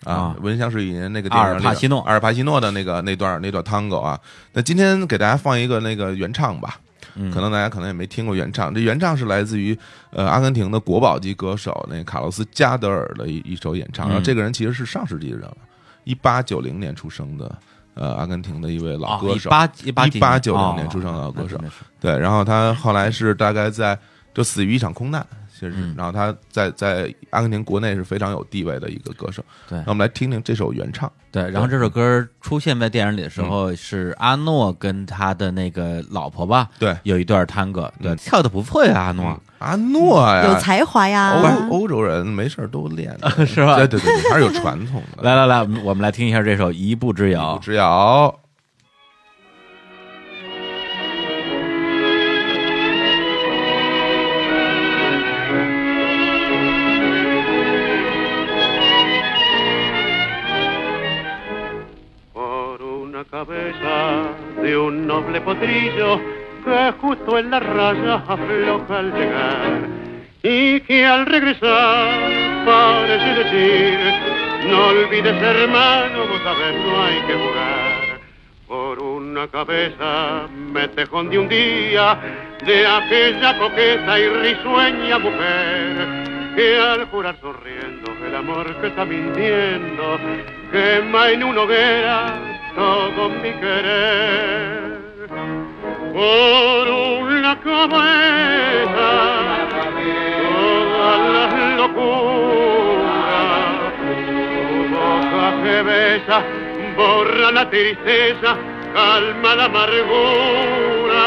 啊
啊，
《闻香识女人》那个电影里
阿尔帕西诺
阿尔帕西诺的那个那段那段 tango 啊，那今天给大家放一个那个原唱吧，
嗯
可能大家可能也没听过原唱，这原唱是来自于呃阿根廷的国宝级歌手那卡洛斯加德尔的一一首演唱，然后
嗯
这个人其实是上世纪的人了，一八九零年出生的，呃，阿根廷的一位老歌手，
啊一八一八啊
一八九零年出生的老歌手，对，然后他后来是大概在就死于一场空难，其实是，
嗯
然后他在在阿根廷国内是非常有地位的一个歌手，
对
那我们来听听这首原唱，
对，嗯然后这首歌出现在电影里的时候，是阿诺跟他的那个老婆吧，
对
有一段探戈，对，
嗯
跳的不错呀，阿诺，
阿诺呀，
有才华呀！
欧欧洲人没事儿都练的
是吧
对对对，对还是有传统的。
来来来，我们我们来听一下这首《一步之遥
不》。之遥。
por una cabeza de un noble potrillo que justo en la raya afloja al llegar y que al regresar parece decir no olvides hermano, vos sabés no hay que jugar por una cabeza metejón de un día de aquella coqueta y risueña mujer que al jurar sonriendo el amor que está mintiendo quema en una hoguera todo mi querer por una cabeza todas las locuras tu boca que besa borra la tristeza calma la amargura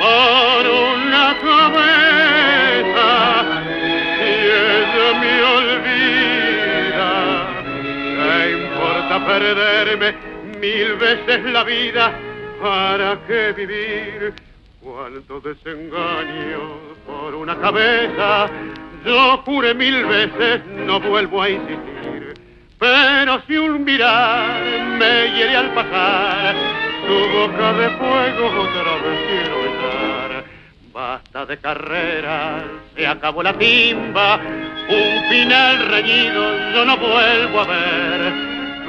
por una cabeza y ella me olvida. ¿Qué importa perderme mil veces la vida? ¿Para qué vivir? Cuánto desengaño por una cabeza, yo juré mil veces, no vuelvo a insistir. Pero si un mirar me hiere al pasar, tu boca de fuego otra vez quiero besar. Basta de carreras, se acabó la timba, un final reñido yo no vuelvo a ver.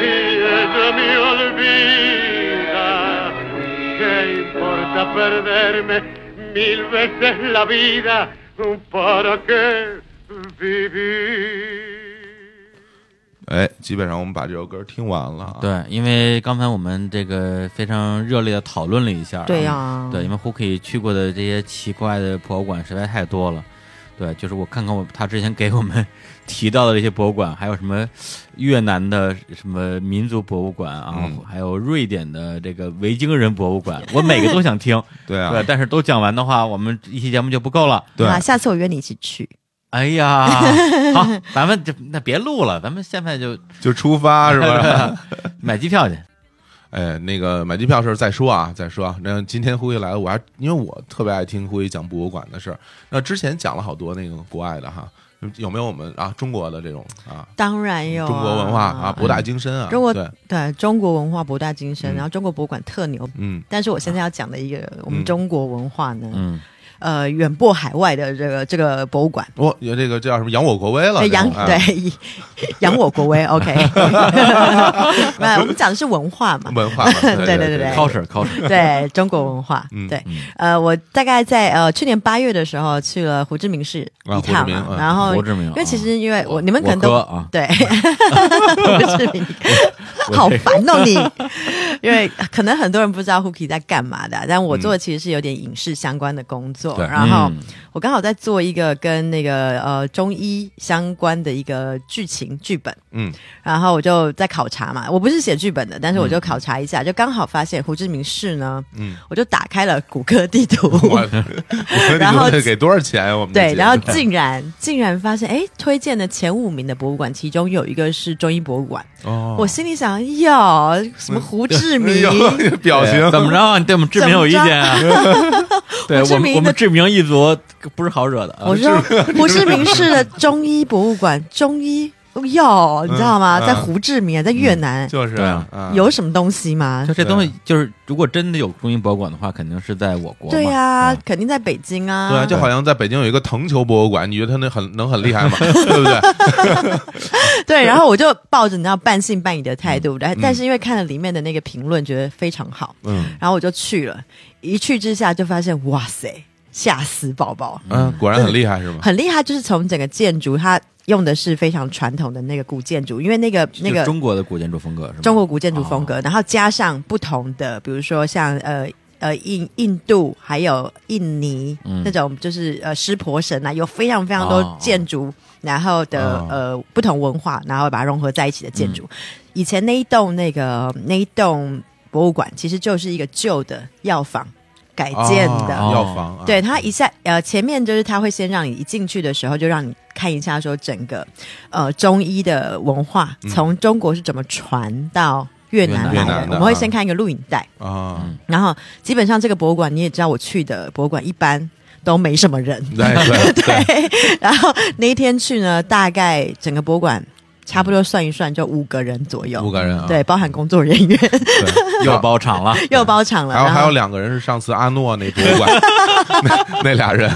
y ella me olvida. ¿Qué importa perderme mil veces la vida? ¿Para qué vivir?
哎，基本上我们把这首歌听完了啊。
对，因为刚才我们这个非常热烈的讨论了一下，啊
对啊呀、
对，因为 Hooky 去过的这些奇怪的博物馆实在太多了。对，就是我看看我他之前给我们 提到的这些博物馆，还有什么越南的什么民族博物馆啊，
嗯
还有瑞典的这个维京人博物馆，我每个都想听。
对 啊，
对，但是都讲完的话，我们一期节目就不够了。
对
啊，下次我约你一起去。
哎呀，好，咱们就那别录了，咱们现在就
就出发 是吧？
买机票去。
哎，那个买机票事儿再说啊，再说啊。那今天胡一来了，我还因为我特别爱听胡一讲博物馆的事儿。那之前讲了好多那个国外的哈，有没有我们啊中国的这种啊
当然有、
中国文化啊博大精深啊？
中国
对，
对中国文化博大精深，
嗯
然后中国博物馆特牛。
嗯
但是我现在要讲的一个我们
嗯
中国文化呢，
嗯，
呃，远播海外的这个这个博物馆，
我哦有这个叫什么扬我国威了
呃，
这
扬
种哎
对 扬我国威，OK。那我们讲的是文化嘛，
文 化嘛，对
对
对
对对
考试考试。
对中国文化，
嗯
对，呃，我大概在呃去年八月的时候去了胡志明市
啊
一趟嘛
胡志明嗯
然后
胡志明
因为其
啊
实因为我你们可能
我
都
哥啊
对胡志明，好烦哦你， 因为可能很多人不知道 Hooky 在干嘛的，但我做的其实是有点影视相关的工作，
对
然后
嗯
我刚好在做一个跟那个呃中医相关的一个剧情剧本，
嗯
然后我就在考察嘛，我不是写剧本的，但是我就考察一下，就刚好发现胡志明市呢，
嗯，
我就打开了谷歌 地图，
我我说
然后
你说给多少钱啊我们这
对，
节
然后
目
竟然竟然发现，哎，推荐的前五名的博物馆，其中有一个是中医博物馆，
哦
我心里想，哟，什么胡志 明
哎？呦表情
对怎么着啊？你对我们志明有意见啊？ 对
我志
我们
明的
我们志明一族不是好惹的啊。
我说胡志明市的中医博物馆，中医哟，你知道吗？
嗯
在胡志明，在越南，
就是
对啊
啊
有什么东西吗
就？这东西，就是如果真的有中医博物馆的话，肯定是在我国嘛。
对呀、
嗯
肯定在北京啊。
对啊，就好像在北京有一个藤球博物馆，你觉得它那很能很厉害吗？ 对不对？
对，然后我就抱着你知道半信半疑的态度，然后、但是因为看了里面的那个评论，觉得非常好，
嗯
然后我就去了。一去之下就发现，哇塞，吓死宝宝，
嗯，果然很厉害是吗？
很厉害！就是从整个建筑，它用的是非常传统的那个古建筑，因为那个那
就
个
中国的古建筑风格是吗？
中国古建筑风格，然后加上不同的，比如说像呃。呃，印印度还有印尼、那种，就是呃，湿婆神啊，有非常非常
哦
多建筑，然后的、
哦
呃不同文化，然后把它融合在一起的建筑。以前那一栋那个那一栋博物馆，其实就是一个旧的药房改建的，
哦药房啊，
对他一下呃，前面就是他会先让你一进去的时候，就让你看一下说整个呃中医的文化从中国是怎么传到越南
越
来
南
嗯
的。
越南的
我们会先看一个录影带，
啊，
然后基本上这个博物馆你也知道，我去的博物馆一般都没什么人。
对对对，
对， 然后那一天去呢，大概整个博物馆差不多算一算就五个人左右，
五个人啊，
对，包含工作人 员
对
又。包场了，
又包场了，
还有
然
还
后
有两个人是上次阿诺那博物馆那 那俩 人，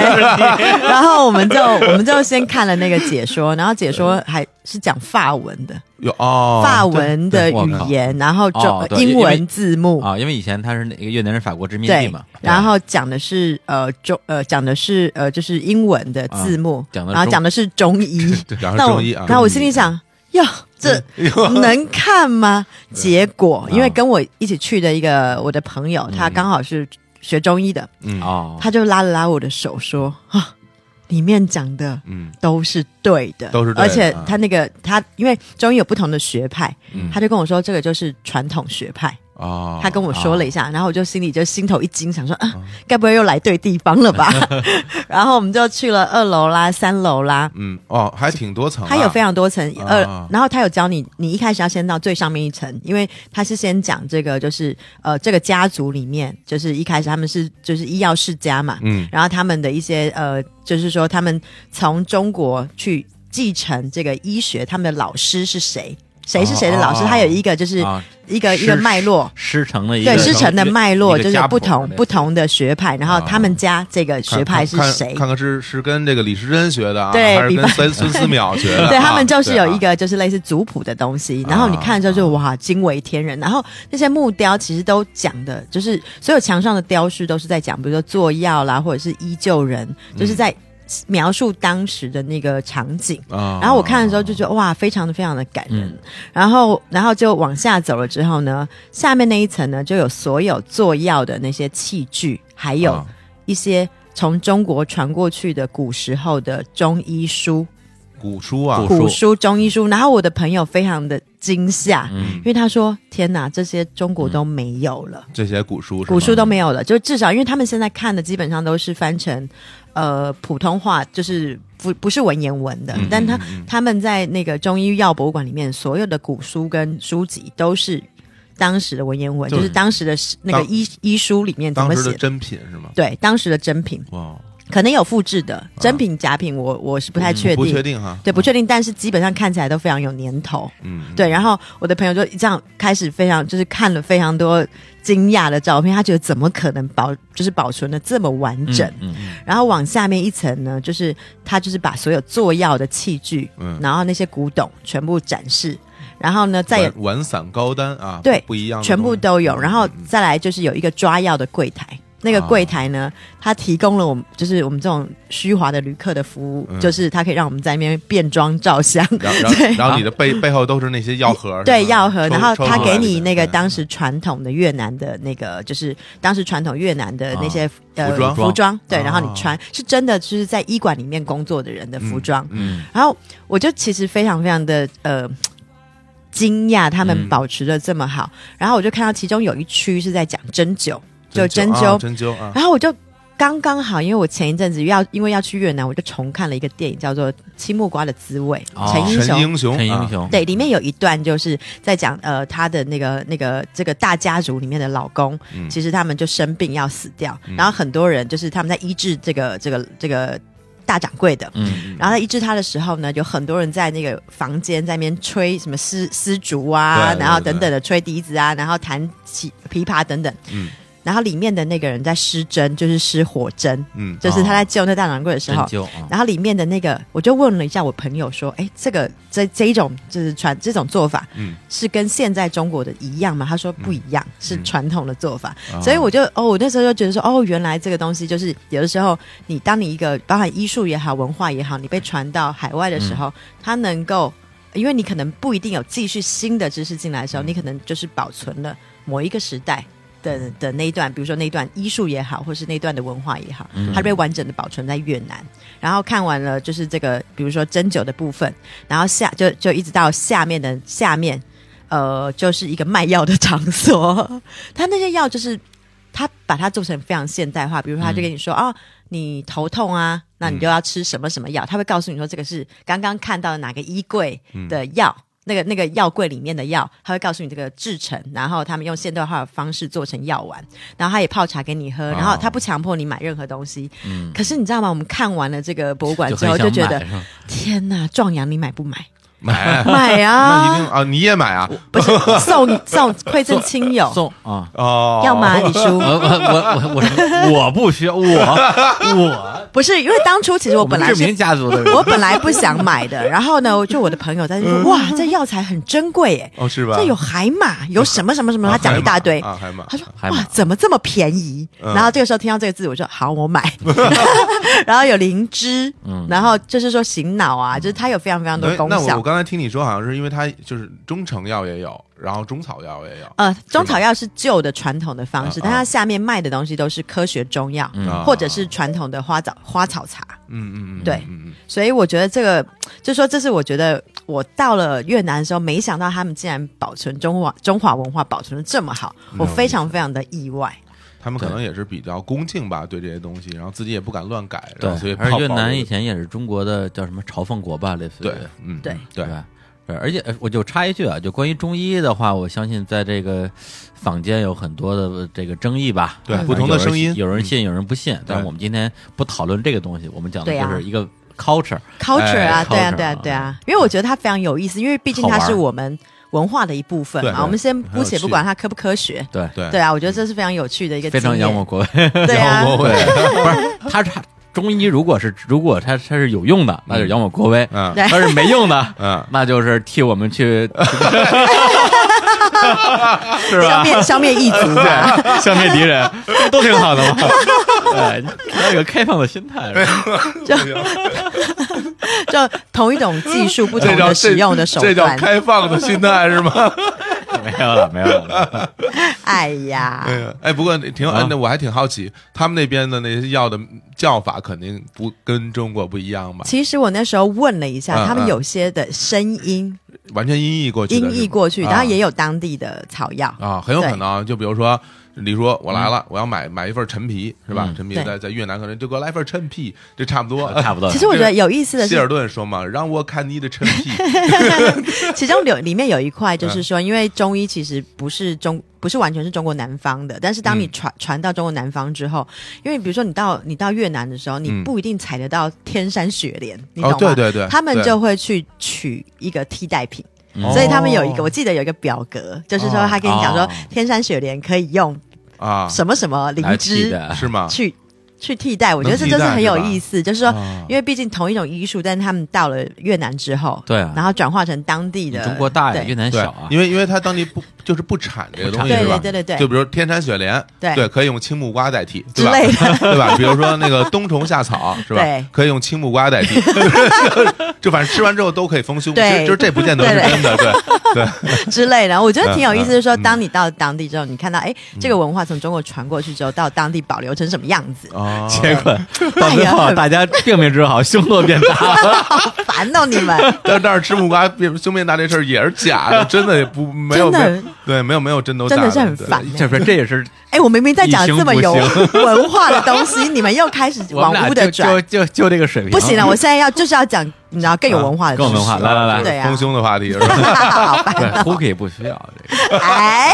然后我们就我们就先看了那个解说，然后解说还是讲法文的，
有哦，
法文的
对我
语
靠
言，然后
哦
中
对
英
因为
文字幕，
啊，因为以前他是那个越南是法国殖民地
对
嘛，，
然后讲的是呃中呃讲的是呃就是英文的字幕
啊，讲的是
然后
中
讲的是中医，
然后
那我
中医啊，
然后我心里想，哟，这 能
啊嗯
看吗？结果因为跟我一起去的一个我的朋友，他刚好是。学中医的，
嗯
哦，
他就拉了拉我的手说：“啊，里面讲的
嗯
都是对的，
都是对的
而且
啊
他那个他，因为中医有不同的学派，
嗯
他就跟我说这个就是传统学派。
哦，
他跟我说了一下，然后我就心里就心头一惊，想说啊，该不会又来对地方了吧？ 然后我们就去了二楼啦、三楼啦。
嗯哦，还挺多层啊，
它有非常多层，
啊
呃，然后它有教你，你一开始要先到最上面一层，因为它是先讲这个，就是呃，这个家族里面，就是一开始他们是就是医药世家嘛，
嗯
然后他们的一些呃，就是说他们从中国去继承这个医学，他们的老师是谁？谁是谁的老师？
哦
他有一个就是
啊
一个
师
一个脉络，
师承的一个
对师承的脉络
一个
就是
家谱
不同
类似
不同的学派，
啊
然后他们家这个
看
学派是
看
谁？
看看是是跟这个李时珍学的啊，
对
还是
比
跟
方
孙孙思 邈学 的啊？
对他们就是有一
对啊
个就是类似族谱的东西，
啊
然后你看之后就哇惊为天人。啊然后那些木雕其实都讲的，就是所有墙上的雕饰都是在讲，比如说做药啦，或者是医救人，就是
嗯
在描述当时的那个场景。
啊，
然后我看的时候就觉得哇，非常的非常的感人。
嗯
然后，然后就往下走了之后呢，下面那一层呢就有所有做药的那些器具，还有
啊
一些从中国传过去的古时候的中医书。
古书啊，
书
古书、中医书，然后我的朋友非常的惊吓，
嗯
因为他说：“天哪，这些中国
嗯
都没有了，
这些古书是吗，
古书都没有了。”就至少，因为他们现在看的基本上都是翻成呃普通话，就是不不是文言文的，
嗯
但他他们在那个中医药博物馆里面，所有的古书跟书籍都是当时的文言文，
就
就是是当时的是那个
当
医医书里面怎
当
么
时
写
的。珍品是吗？
对，当时的真品
哇，
可能有复制的，真品假品我我是不太确
啊嗯
定，
不确定哈，
对，不确定，但是基本上看起来都非常有年头。
嗯，
对，然后我的朋友就这样开始非常就是看了非常多惊讶的照片，他觉得怎么可能保就是保存的这么完整？
嗯嗯
然后往下面一层呢，就是他就是把所有做药的器具，
嗯
然后那些古董全部展示，然后呢再
再
有
丸散高丹啊，
对
不一样的东西，
全部都有，然后
嗯啊
再来就是有一个抓药的柜台。那个柜台呢，它提供了我们就是我们这种虚华的旅客的服务，
嗯
就是它可以让我们在那边变装照相，
然后然后
对
然后你的背背后都是那些药盒是吗，
对药盒，
抽
然后
抽
他
出
给
来
你
的哎嗯
那个
对
当时传统的越南的那个，就是当时传统越南的那些、
啊
呃
服装
服装，对，
哦
然后你穿是真的就是在医馆里面工作的人的服装，
嗯
然后我就其实非常非常的呃。惊讶他
嗯
们保持的这么好，然后我就看到其中有一区是在讲针灸，就针灸，
啊针灸啊，
然后我就刚刚好，因为我前一阵子要因为要去越南，我就重看了一个电影叫做《青木瓜的滋味》，
哦
陈英
陈
雄
英雄，
陈
啊
英，雄
对，里面有一段就是在讲呃他的那个那个这个大家族里面的老公，
嗯
其实他们就生病要死掉，然后很多人就是他们在医治这个这个这个大掌柜的。
嗯
然后在医治他的时候呢，有很多人在那个房间在那边吹什么丝丝竹啊，
对对
然后
对
等等的吹笛子啊，然后弹起琵琶等等。
嗯
然后里面的那个人在施针，就是施火针，
嗯，
就是他在救那大掌柜的时
针
候，
灸啊，
然后里面的那个，我就问了一下我朋友说：“哎，这个这这一种就是传这种做法，
哎
嗯
是跟现在中国的一样吗？”他说不一样，是传统的做法。
啊
所以我就哦，我那时候就觉得说，哦，原来这个东西就是有的时候你当你一个包含医术也好、文化也好，你被传到海外的时候，它能够，因为你可能不一定有继续新的知识进来的时候，你可能就是保存了某一个时代。的的那一段，比如说那一段医术也好，或是那一段的文化也好，它被完整的保存在越南。然后看完了就是这个，比如说针灸的部分，然后下就就一直到下面的下面，呃，就是一个卖药的场所。 他那些药就是他把它做成非常现代化，比如说他就跟你说、
嗯
哦，你头痛啊，那你就要吃什么什么药，他会告诉你说这个是刚刚看到的哪个衣柜的
嗯
药。那个那个药柜里面的药，他会告诉你这个制成，然后他们用现代化的方式做成药丸，然后他也泡茶给你
哦
喝，然后他不强迫你买任何东西。可是你知道吗？我们看完了这个博物馆
嗯就
之
很
后，
想
就觉
买
得
是吧
天哪，壮阳你买 不买？
买
买
那一定
啊！
啊，你也买啊？
不是送送馈赠亲友，
送 啊，
哦，
要吗？ 李叔
我我我我我我不需要 我我
不是因为当初其实我
们
本来
志
是
明家族的人
我本来不想买的，然后呢，就我的朋友在那说，哇，这药材很珍贵耶，
嗯哦，是吧？
这有海马，有什么什么什么，
啊
他讲了一大
海
堆
马。啊，海马，
他说：“
海马
哇，怎么这么便宜？”
嗯
然后这个时候听到这个字，我说：“好，我 买。”然后有灵芝，然后就是说醒脑啊，就是它有非常非常多
嗯哎
功
那我
效
我。刚才听你说，好像是因为它就是中成药也有，然后中草药也有，
呃，中草药是旧的传统的方式，
啊
但它下面卖的东西都是科学中药，
啊
或者是传统的花草花草茶。
嗯嗯嗯，
对
嗯嗯
所以我觉得这个，就说这是我觉得我到了越南的时候，没想到他们竟然保存中华中华文化保存的这么好，
嗯
我非常非常的意外。
他们可能也是比较恭敬吧，对这些东西，然后自己也不敢乱改，然
对
后所以，
而
泡
越
泡
南
这
以
个
前也是中国的叫什么朝奉国吧，类似于
对，嗯
对
对
对，吧？对，而且呃我就插一句啊，就关于中医的话，我相信在这个坊间有很多的呃这个争议吧，
对
啊
不同的声音嗯
有人有人信，有人不信。但是
对
我们今天不讨论这个东西，我们讲的
对
就
啊
是一个 culture，
culture 啊，
哎
对啊，
culture
对啊
啊，
对啊，因为我觉得它非常有意思，因为毕竟
好玩
它
儿
是我们文化的一部分
对
嘛。我们先
很有
姑且
趣
不管它科不科学，
对，
对
对啊，我觉得这是非常有趣的一个
非常
经验
扬我国威。
对啊，
国威，
不是，他他中医如果是如果他他是有用的，那就是扬我国威；
嗯
对
要是没用 的，
嗯，
那就是替我们 去是
消
吧？
灭消灭异族啊吧。
对，消灭敌人，这都挺好的 嘛。哎对，你要有个开放的心态。是吧
就同一种技术，不同
这叫
的使用的手
这叫
段。
开放的心态是吗？
没有了，没有了。
哎呀，
哎呀，哎，不过挺有，
啊
哎那我还挺好奇，他们那边的那些药的叫法肯定不跟中国不一样吧？
其实我那时候问了一下，
嗯
他们
嗯
有些的声音
完全音译过去的是吗，
音译过去，
啊
然后也有当地的草药。
啊，很有
对
可能，就比如说。你说我来了，我要买买一份陈皮，是吧？
嗯
陈皮
对
在在越南可能就给我来一份陈皮，这差不 多，
差不多了
其实我觉得有意思 的
希尔
是，
顿说嘛，让我看你的陈皮，
其中有里面有一块就是说，因为中医其实不是中不是完全是中国南方的，但是当你
嗯
传传到中国南方之后，因为比如说你到你到越南的时候，你
嗯
不一定采得到天山雪莲， 你懂
哦
吗？，
对对对，
他们
对
就会去取一个替代品。
哦
所以他们有一个，
哦
我记得有一个表格，就是说他跟你讲说
哦，
天山雪莲可以用
啊，
什么什么灵
来替
芝
代
是吗？
去去替代。我觉得这
能替
就
代
是很有意思，就是说
啊，
哦
因为毕竟同一种医术，但是他们到了越南之后，
对啊
然后转化成当地的
中国大呀，
对
越南
对
小啊，。
因为因为他当地不就是不产这个东西
对
是吧？
对对对
就
对
比如天山雪莲，
对
可以用青木瓜代替，对
之
吧？
类的，
对吧？比如说那个冬虫夏草，是吧
对？
可以用青木瓜代替， 就反正吃完之后都可以丰胸。
对
其实就是这不见得是
对对
真的，对 对
之类的，我觉得挺有意思。就是说，
嗯嗯
当你到当地之后，你看到哎，这个文化从中国传过去之后，到当地保留成什么样 子，
啊
结果 到
哦哎呀
最后，啊
很
大家并没治好，胸都变大了。
烦哦你们！
但但是吃木瓜变胸变大这事儿也是假的，真的也不没有
真的
没有对没有没有真都大
真的是很
对
烦欸
这不是，这也是
哎，我明明在讲这么有
一星
文化的东西，你们又开始
我们
往
俩
污
就
的转
就。就就这个水平。
不行了，我现在要就是要讲，你知道更有文化的 知
更
识，
有文化来来来
对啊
丰胸的话题是吧？
好吧？
对 Cookie 不需要这个。
哎，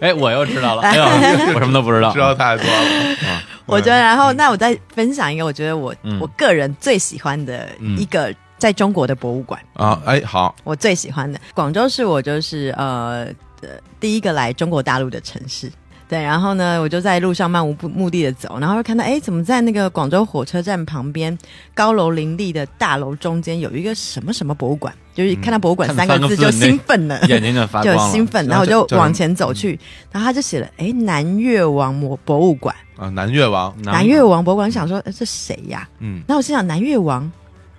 哎，我又知道了，哎呦，我什么都不知道
知。道太多了。啊
我觉得，然后那我再分享一个，我觉得我
嗯
我个人最喜欢的一个在中国的博物馆，
啊，哎，好，
我最喜欢的广州是我就是呃呃第一个来中国大陆的城市。对，然后呢，我就在路上漫无目的的走，然后就看到，哎，怎么在那个广州火车站旁边高楼林立的大楼中间有一个什么什么博物馆？就是看到博物馆
看
三个
三个
字
字
就
你
兴奋了，
眼睛就发
就
光了
兴。奋，然
然后
后
就
我就往前走去，然后他就写了，哎，南越王博博物馆，
啊，南越王，
南越王博物馆，想说，呃这谁呀？
嗯，
然后我心想，南越王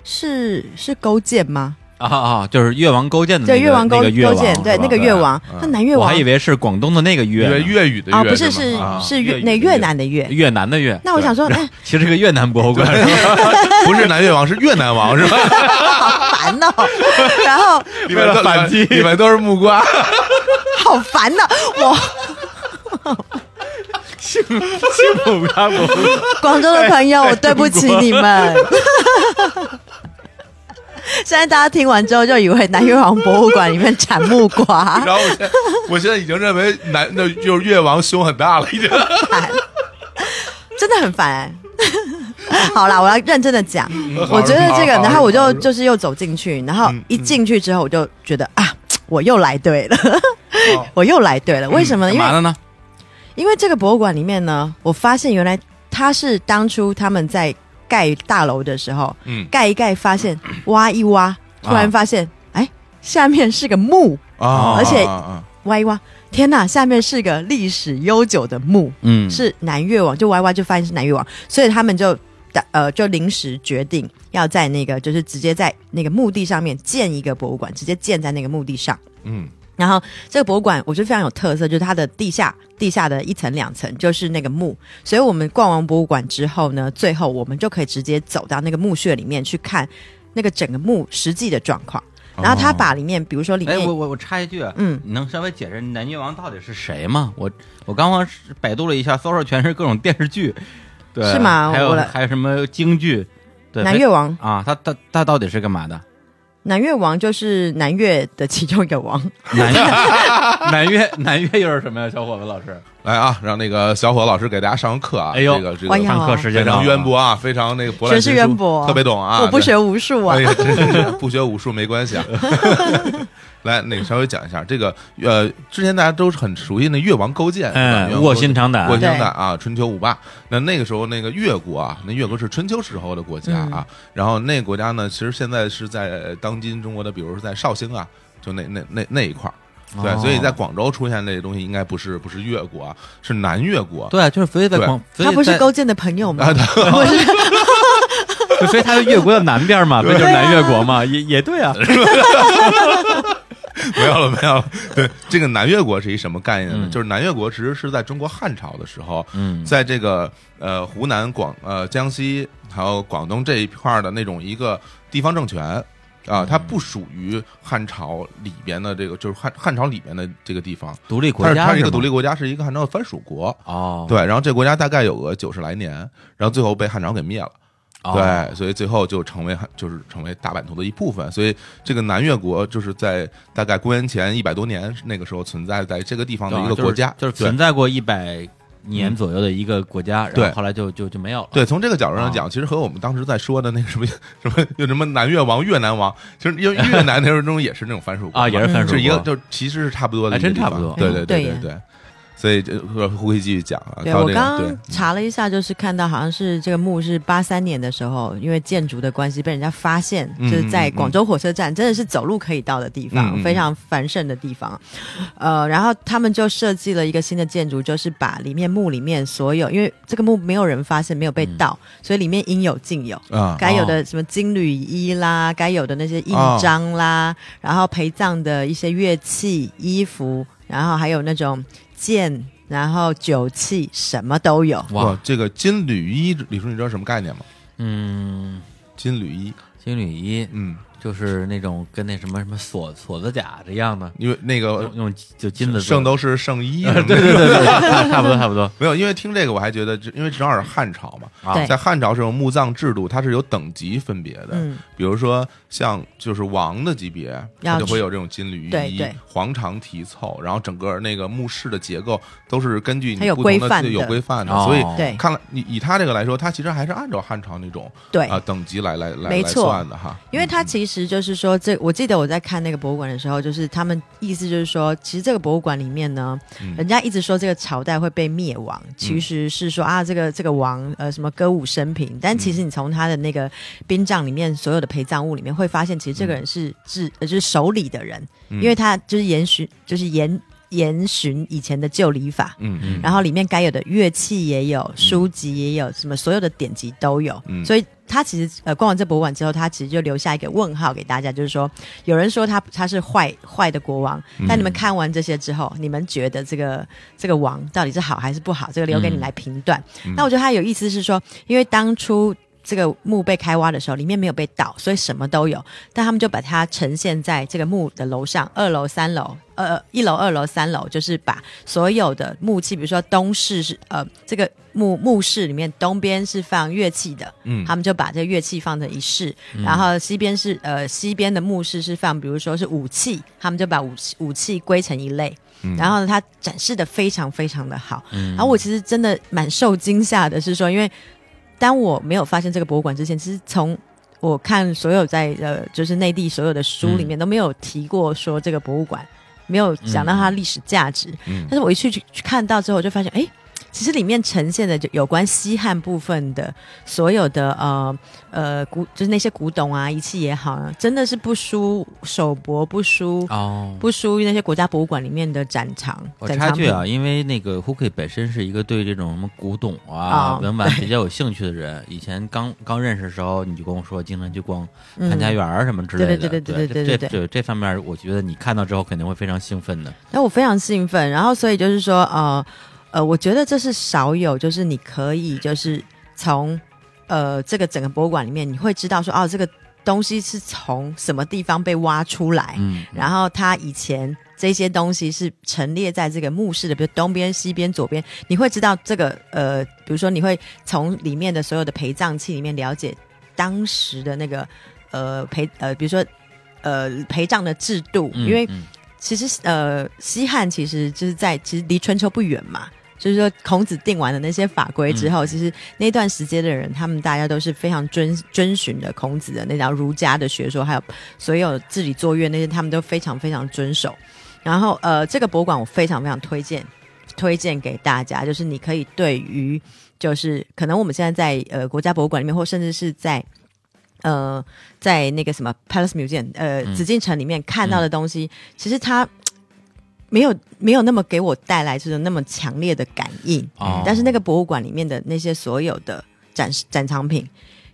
是是勾践吗？
啊啊，就是越王勾践的那
对，
个
越王勾
那个越
勾
王
践，对，
是吧
那个越王
嗯，
那南越
我
王
还以为是广东的那个越
越
呢
粤语的
啊，
粤
不是
吗
是
啊
是
粤
越
语
那
的
越
越
南 的越。
越南的越。
那我想 说，哎，
其实是个越南博物馆，
不是南越王，是越南王是吧？
好烦哦！然后
里面都
为了 反击
里面都是木瓜，
啊好烦哦，我
我们家博物馆
广州的朋友，我对不起你们。 现在大家听完之后就以为南越王博物馆里面产木瓜，
然后我现在我现在已经认为南那就是越王胸很大了， 已经。
烦，真的很烦。 好啦，我要认真的讲，我觉得这个，
嗯好好
然后我
好
就
好
就是又走进去，然后
嗯
一进去之后，我就觉得啊，我又来对了，
哦
我又来对了。
嗯
为什么呢？因
干嘛
为
的呢？
因为这个博物馆里面呢，我发现原来它是当初他们在盖大楼的时候，
嗯
盖一盖，发 现挖一挖，突然发现，哎，下面是个墓，
啊
而且
啊啊
挖一挖，天哪，下面是个历史悠久的墓。
嗯，
是南越王，就 Y Y 就发现是南越王，所以他们就打呃就临时决定要在那个就是直接在那个墓地上面建一个博物馆，直接建在那个墓地上。
嗯
然后这个博物馆我觉得非常有特色，就是它的地下地下的一层两层就是那个墓，所以我们逛完博物馆之后呢，最后我们就可以直接走到那个墓穴里面去看那个整个墓实际的状况。然后他把里面，比如说里
哦哎，
面
我我我插一句，
嗯
你能稍微解释南越王到底是谁吗？我我刚刚是百度了一下，搜索全是各种电视剧，对，
是吗
还有
我来
还有什么京剧？对，
南越王，
啊，他他他到底是干嘛 的？
南越王就是南越的其中一个王，
南越 南越南越又是什么呀，小伙子老师？
来啊，让那个小伙老师给大家上个课啊，
哎呦
这个这
哎
个
呀
上课时间
非
到
常
了
渊博啊，非常那个博览
学
群
识
书
渊博，
特别懂啊，
我不
对
学无术啊
哎。呀，真是不学武术没关系啊。 来，那个稍微讲一下这个，呃，之前大家都是很熟悉那越王勾践，
嗯
是吧
卧薪尝胆
越王勾践哎卧薪尝
对
胆啊，春秋五霸。那那个时候，那个越国啊，那越国是春秋时候的国家啊。然后那个国家呢，其实现在是在呃当今中国的，比如说在绍兴啊，就那那那那一块儿。对，
哦
所以在广州出现这东西，应该不是不是越国啊，是南越国。
对，就是所以在
对
广，所以
他不是
在
勾践的朋友吗？
啊
所以他是越国的南边 嘛，不就是
啊
南越国嘛？也也对啊，
没有了，没 有了。对，这个南越国是一什么概念呢？
嗯
就是南越国其实是在中国汉朝的时候，
嗯
在这个呃湖南、广呃江西还有广东这一块儿的那种一个地方政权。
嗯
啊，它不属于汉朝里边的这个，就是汉汉朝里边的这个地方，
独立国
它是
家
它是一个
吗
独立国家，是一个汉朝的藩属国。
哦，
对，然后这国家大概有个九十来年，然后最后被汉朝给灭了。
哦
对，所以最后就成为就是成为大阪图的一部分。所以这个南越国就是在大概公元前一百多年那个时候存在在这个地方的一个国家，
啊就是就是
对
存在过一百年
嗯
左右的一个国家，然
对
后后来就就就没有了。
对，从这个角度上讲，其实和我们当时在说的那个什么什么有什么南越王、越南王，其实因为越南那时候中也是那种藩属国
啊，也是
嘛
分属
是一个
国
就其实是差不多的
还
一个
真
地方，
差不多
对对
嗯对
对
耶
对对。所以这呃胡可以继续讲啊，
对
到
我
这
刚
个对
刚查了一下，就是看到好像是这个墓是八三年的时候，因为建筑的关系被人家发现，
嗯
就是在广州火车站，真的是走路可以到的地方，
嗯嗯
非常繁盛的地方。呃，然后他们就设计了一个新的建筑，就是把里面墓里面所有，因为这个墓没有人发现，没有被盗，所以里面应有尽有。
嗯啊，
该有呃的什么金缕衣啦，该有的那些印章
啊
啦，然后陪葬的一些乐器、衣服，然后还有那种剑，然后酒器，什么都有。
哇
哇，，这个金缕衣，李叔你知道什么概念吗？
嗯，
金缕衣，
金缕衣
嗯，
就是那种跟那什么什么锁锁子甲这样的，
因为那个
用用就金子做
呃圣
的。
斗士圣 衣，
对对对对，差差不多差不多。
没有，因为听这个我还觉得这，因为正好是汉朝嘛，
啊
对
在汉朝时候墓葬制度它是有等级分别的，
嗯
比如说像就是王的级别，它
要
就会有这种金缕
对
衣
对、
黄长题凑，然后整个那个墓室的结构都是根据
它
你
有
不同
规
的
范
对有
的
规范的，
哦
所以
对
看了以以他这个来说，他其实还是按照汉朝那种
对，
啊等级来来来
没
来
错
算的哈，
因为它其实就是说，这我记得我在看那个博物馆的时候，就是他们意思就是说，其实这个博物馆里面呢，
嗯
人家一直说这个朝代会被灭亡，其实是说啊，这个这个王呃什么歌舞升平，但其实
嗯
你从他的那个殡葬里面所有的陪葬物里面会发现，其实这个人是治、呃就是守礼的人，
嗯
因为他就是沿循就是沿沿循以前的旧礼法，
嗯嗯
然后里面该有的乐器也有，书籍也有，什么所有的典籍都有。
嗯
所以他其实呃逛完这博物馆之后，他其实就留下一个问号给大家，就是说有人说他他是坏坏的国王，
嗯
但你们看完这些之后，你们觉得这个这个王到底是好还是不好？这个留给你来
嗯
评断。那我觉得他有意思是说，因为当初。这个墓被开挖的时候，里面没有被盗，所以什么都有。但他们就把它呈现在这个墓的楼上，二楼、三楼，呃，一楼、二楼、三楼，就是把所有的木器，比如说东室是呃，这个墓墓室里面东边是放乐器的，
嗯
他们就把这个乐器放成一室，然后西边是呃西边的墓室是放，比如说是武器，他们就把武器武器归成一类。然后呢，它展示的非常非常的好。然后我其实真的蛮受惊吓的，是说，因为当我没有发现这个博物馆之前，其实从我看所有在呃，就是内地所有的书里面都没有提过说这个博物馆，没有讲到它历史价值。但是我一去去去看到之后，我就发现，哎，其实里面呈现的就有关西汉部分的所有的呃呃古，就是那些古董啊、仪器也好，真的是不输首博，不输、
哦。
不输于那些国家博物馆里面的展场。
我
展
插
场
句
品
啊，，因为那个 Hooky 本身是一个对这种什么古董啊、
哦
文玩比较有兴趣的人。 以前刚刚认识的时候，你就跟我说，经常去逛潘家园儿什么之类的。
嗯对对对对对对
这
对
这这这方面，我觉得你看到之后肯定会非常兴奋的。
那我非常兴奋，然后所以就是说，呃呃，我觉得这是少有，就是你可以就是从呃这个整个博物馆里面，你会知道说，哦，这个东西是从什么地方被挖出来，
嗯，
然后它以前这些东西是陈列在这个墓室的，比如东边、西边、左边，你会知道这个呃，比如说你会从里面的所有的陪葬器里面了解当时的那个呃陪呃，比如说呃陪葬的制度，
嗯
因为
嗯
其实呃，西汉其实就是在其实离春秋不远嘛。就是说，孔子定完了那些法规之后，其实那段时间的人，他们大家都是非常遵遵循的孔子的那条儒家的学说，还有所有自己坐月那些，他们都非常非常遵守。然后呃，这个博物馆我非常非常推荐，推荐给大家，就是你可以对于就是可能我们现在在呃国家博物馆里面，或甚至是在呃在那个什么 Palace Museum 呃紫禁城里面看到的东西，其实它。嘖没有没有那么给我带来就是那么强烈的感应，
哦
但是那个博物馆里面的那些所有的展示展藏品，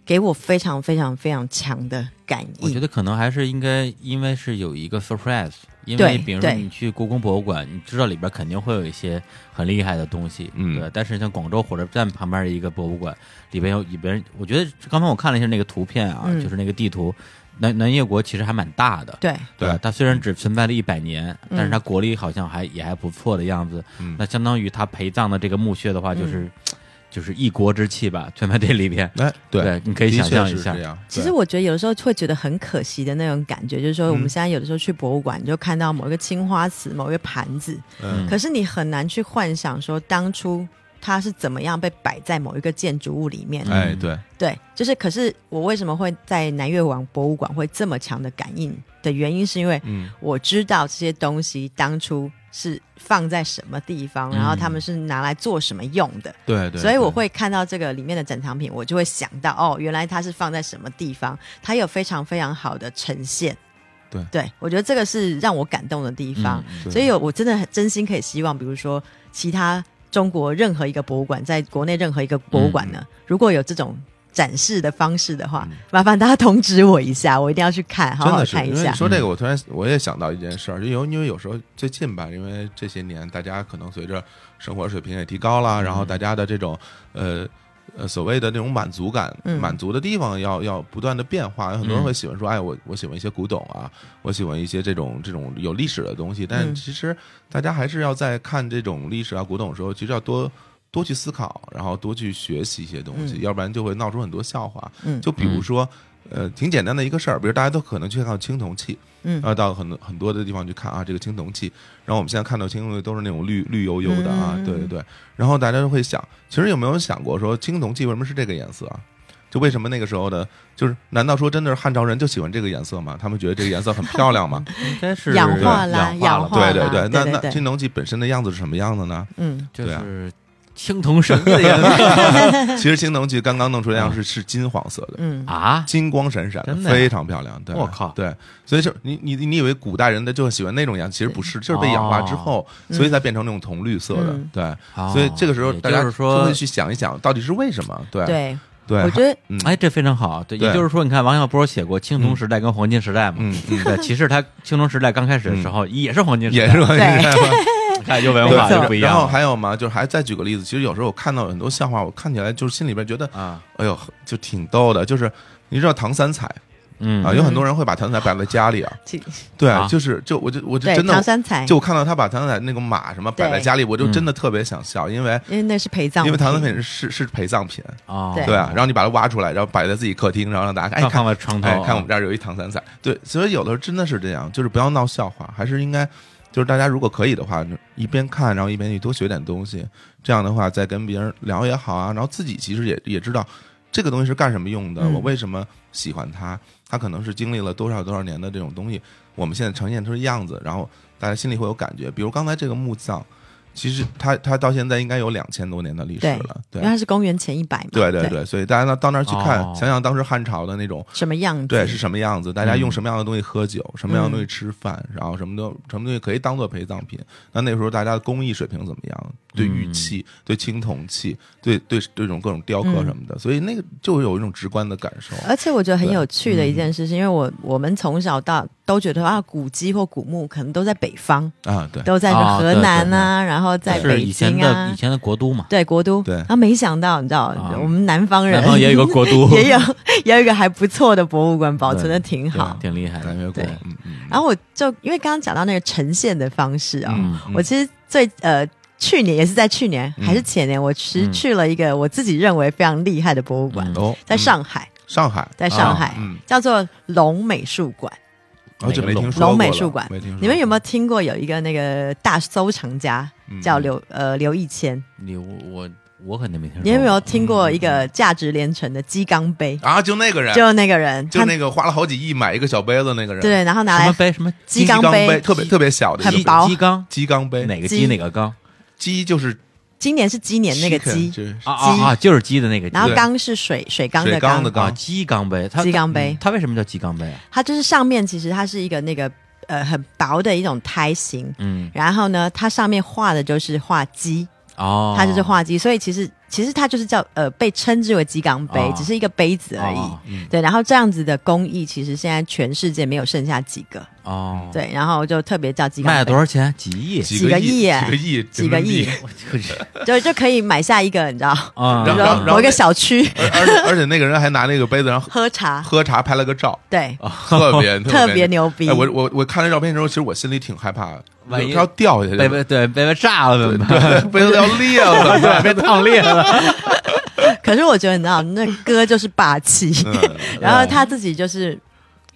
给我非常非常非常强的感
我
应。
觉得可能还是应该，因为是有一个 surprise，因为
对
比如说
对
你去故宫博物馆，你知道里边肯定会有一些很厉害的东西，
嗯
对。但是像广州火车站旁边的一个博物馆，里边有里边，我觉得刚才我看了一下那个图片啊，
嗯
就是那个地图，南南越国其实还蛮大的，
对，
吧
对
它虽然只存在了一百年，但是它国力好像还也还不错的样子。
嗯
那相当于它陪葬的这个墓穴的话，就是、就是一国之气吧，存在这里边。
哎，
对你可以
的
想
确
象一
是
下
这样
其
对
实我觉得有的时候会觉得很可惜的那种感觉，就是说我们
嗯
现在有的时候去博物馆，你就看到某一个青花瓷、某一个盘子，
嗯
可是你很难去幻想说当初它是怎么样被摆在某一个建筑物里面。
嗯
哎，对，
对，就是可是我为什么会在南越王博物馆会这么强的感应的原因，是因为
嗯
我知道这些东西当初是放在什么地方，然后他们是拿来做什么用的。
嗯对对，
所以我
对
会看到这个里面的展藏品，我就会想到哦，原来它是放在什么地方，它有非常非常好的呈现。
对嗯
对，我觉得这个是让我感动的地方，
对
所以我真的很真心可以希望，比如说其他中国任何一个博物馆，在国内任何一个博物
嗯
馆呢，如果有这种展示的方式的话，麻烦大家通知我一下，我一定要去看，好
真
好
的是，
看一
因为
下嗯
你。说这个，我突然我也想到一件事儿，就有因为有时候最近吧，因为这些年大家可能随着生活水平也提高了，然后
嗯
大家的这种呃。呃，所谓的那种满足感，
嗯
满足的地方要要不断的变化。有很多人
嗯
会喜欢说，哎，我我喜欢一些古董啊，我喜欢一些这种这种有历史的东西。但
嗯
其实大家还是要在看这种历史啊、古董的时候，其实要多多去思考，然后多去学习一些东西，
嗯
要不然就会闹出很多笑话。
嗯
就比如说，呃，挺简单的一个事儿，比如大家都可能去看到青铜器，
嗯
然后到很多很多的地方去看啊，这个青铜器。然后我们现在看到青铜器都是那种绿绿油油的啊，
嗯嗯嗯
对对对。然后大家就会想，其实有没有想过说青铜器为什么是这个颜色啊？就为什么那个时候的，就是难道说真的是汉朝人就喜欢这个颜色吗？他们觉得这个颜色很漂亮 吗？
应该是
氧化啦
了，
氧
了
化
对
啦
对对，那
对对
那
对
青铜器本身的样子是什么样子呢？
嗯，
就
对啊
是青铜绳子的 颜色
其实青铜器刚刚弄出来样是是金黄色的，
嗯
啊，
金光闪闪的，
嗯真的呀
非常漂亮。对，
我靠
对，所以就你你你以为古代人的就喜欢那种样，其实不是，就是被氧化之后，所以才变成那种铜绿色的
嗯。
对，
哦
所以这个时候
也
大家
就是说
就会去想一想，到底是为什么？对
对，
对，
我觉 得
嗯
哎，这非常好。对，
对
也就是说，你看王小波写过青铜时代跟黄金时代嘛，
嗯 嗯
对，其实他青铜时代刚开始的时候也是黄金时代，
也是
看有文
对
化
没错
就不一
然
样
后
了
还有嘛，就是还再举个例子，其实有时候我看到很多笑话，我看起来就是心里边觉得，
啊，
哎呦，就挺逗的。就是你知道唐三彩
嗯
啊，有很多人会把唐三彩摆在家里啊，
其
对
啊，
就是就我就我就
对
真的
唐三彩，
就我看到他把唐三彩那个马什么摆在
对
家里，我就
嗯
真的特别想笑，因为
因为那是陪葬，
因为唐三彩是是是陪葬品，
啊，
对
对啊，然后你把它挖出来，然后摆在自己客厅，然后让大家看哎
放放
看
在床头
哎看我们这儿有一唐三彩，对，所以有的时候真的是这样，就是不要闹笑话，还是应该就是大家如果可以的话，就一边看，然后一边去多学点东西，这样的话再跟别人聊也好啊，然后自己其实也也知道这个东西是干什么用的，
嗯
我为什么喜欢它，它可能是经历了多少多少年的这种东西，我们现在呈现出的样子，然后大家心里会有感觉，比如刚才这个墓葬。其实它它到现在应该有两千多年的历史
对
了，，
因
对
为它是公元前一百嘛，
对对对，所以大家到到那儿去看，
哦
想想当时汉朝的那种
什么样子？
对，是什么样子？大家用
嗯
什么样的东西喝酒，什么样的
嗯
东西吃饭，然后什么东什么东西可以当做陪葬品？那那时候大家的工艺水平怎么样？对玉
嗯
器、对青铜器、对对对这种各种雕
嗯
刻什么的，所以那个就有一种直观的感受。
而且我觉得很有趣的一件
嗯
事，是因为我我们从小到都觉得啊，古迹或古墓可能都在北方，
啊，对
都在
啊
河
对
南
对
啊，然后在
是
北
以前
京
的
啊
以，前的国都嘛，
对国都。
对
然后没想到，你知道
啊，
我们南方人，
南方也有一个国都
也有也有一个还不错的博物馆，保存的挺好。
挺厉害
南
的。
越国
对，啊
嗯嗯，
然后我就因为刚刚讲到那个呈现的方式啊、
嗯
我其实最呃去年也是在去年、还是前年，我其实
嗯
去了一个我自己认为非常厉害的博物馆，
嗯
哦，
在
嗯
上海，
上海，
在上海、
啊嗯，
叫做龙美术馆。
我这没听说过了
龙美术馆
没听说，
你们有没有听过有一个那个大收藏家
嗯
叫刘、呃刘义谦？
你我我我肯定没听说过。
你有没有听过一个价值连城的鸡缸杯？
啊？就那个人，
就那个人，
就
他
那个花了好几亿买一个小杯子那个人，，
对，然后拿
什么
来
杯？什么
鸡
缸
缸杯，
特别特别小的一
很
个
鸡
杯，
薄
鸡缸？
鸡缸杯，
哪个
鸡
鸡哪个缸？
鸡就是
今年是鸡年那个
chicken，
鸡，
就是
啊啊啊！就是鸡的那个鸡
然后
对
缸是水水缸的
水缸
缸
的，
啊，鸡缸杯。它
鸡缸杯
嗯它为什么叫鸡缸杯啊？
它就是上面其实它是一个那个呃很薄的一种胎形，
嗯，
然后呢，它上面画的就是画鸡，
哦，
它就是画鸡，所以其实其实它就是叫呃被称之为鸡缸杯，
哦
只是一个杯子而已。
哦
对，然后这样子的工艺，其实现在全世界没有剩下几个。
哦，
对，然后就特别叫鸡缸杯，
卖了多少钱？几亿
几
几
个
个
亿，
亿耶
几个亿，
几个亿
人民币
就就可以买下一个，你知道，
啊？
比
然
如
后
说某
那
一个小区
而而且而且那个人还拿那个杯子，然后
喝茶，
喝茶拍了个照，
对，
哦
特 别
啊特别。牛逼。
哎，我我我看了照片之后，其实我心里挺害怕的，
万一
要掉下去，
被被对被被炸了怎么办？
对 杯子要裂了，
对，被烫 裂了。
可是我觉得你知道，那哥就是霸 气，
嗯
然后他自己就是。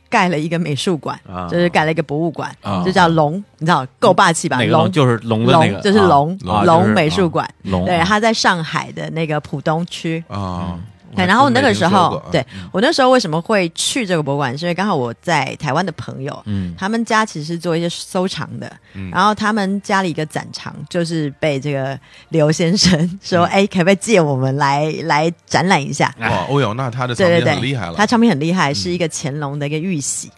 盖了一个美术馆，
啊
就是盖了一个博物馆，
啊
就叫龙，你知道够霸气吧？
哪个龙就是龙的那个，
就是
啊
龙
啊
龙
就是
美术馆
啊龙
对，
啊
他在上海的那个浦东区。
啊。
嗯
对，然后那个时
我还真没听说
候，
过啊
对我那时候为什么会去这个博物馆，是因为刚好我在台湾的朋友，
嗯
他们家其实是做一些收藏的，然后他们家里一个展场就是被这个刘先
嗯
生说，哎、可不可以借我们来来展览一下？
哎
哇，哦哟，那他的
对
藏
对
品
对，
很厉害了，
他唱片很厉害，
嗯
是一个乾隆的一个玉玺，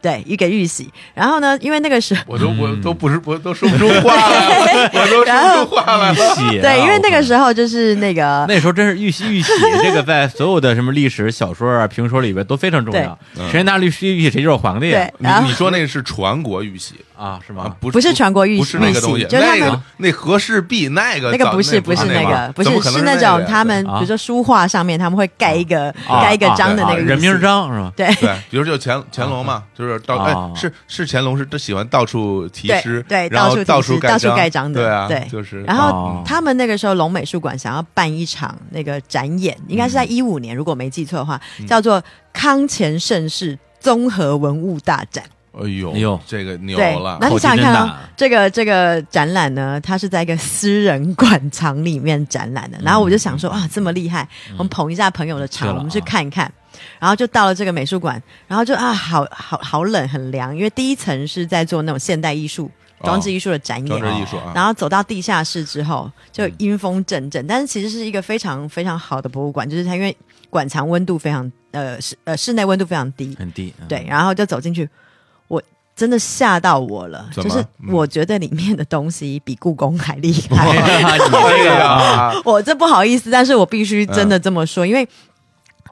对，一个玉玺。然后呢，因为那个时 候。
我都我
嗯
都不是我都说不出话 来，我都
然
说
后
不出话来
玉
了。
玺啊，
对，因为那个
时
时候就是那个
那时候真是玉玺玉玺这个在所有的什么历史小说啊、评说里边都非常重要。谁拿绿玺玉玺谁就是皇帝啊
对然后
你你说那个是传国玉玺
啊，是
啊
吗？？
不
不是全国玉
不是那
玉
个东西
玺，，就是他
那
们
个那和氏璧那个
那个
早
不是
不
不是
那
那个不
怎么可能是
是是那
个
种
呀
他们
啊
比如说书画上面他们会盖一个
啊
盖一个章的那
啊
个玉玺
人名，章是吗？
对
对，比如就乾乾隆嘛，就是到哎
啊
是是乾隆是他喜欢到处题诗，
对对
然后
到
处
处题诗到处
盖
盖章的
对啊，
对
就是
然
哦
后他们那个时候龙美术馆想要办一场那个展演，应该是在一五年，如果没记错的话，叫做康乾盛世综合文物大展。
哎呦
哎呦
这个牛
对
了，，
那
口
你
气
想想看
真
哦
大，
这个这个展览呢，它是在一个私人馆藏里面展览
嗯
的。然后我就想说，哇，这么厉害，我们捧一下朋友的
去
场，
了
我们去看一
啊
看。然后就到了这个美术馆，然后就啊，好好好冷，很凉，因为第一层是在做那种现代艺术、
哦
装置艺术的展
装
演。
置艺术啊，嗯
然后走到地下室之后，就阴风阵阵，但是其实是一个非常非常好的博物馆，就是它因为馆藏温度非常呃室呃室内温度非常低，
很低，嗯
对，，然后就走进去，我真的吓到我了，
怎
就
么
是
嗯
我觉得里面的东西比故宫还厉
你
害。
这
对
个啊
啊，
我这不好意思，但是我必须真的这么说，因为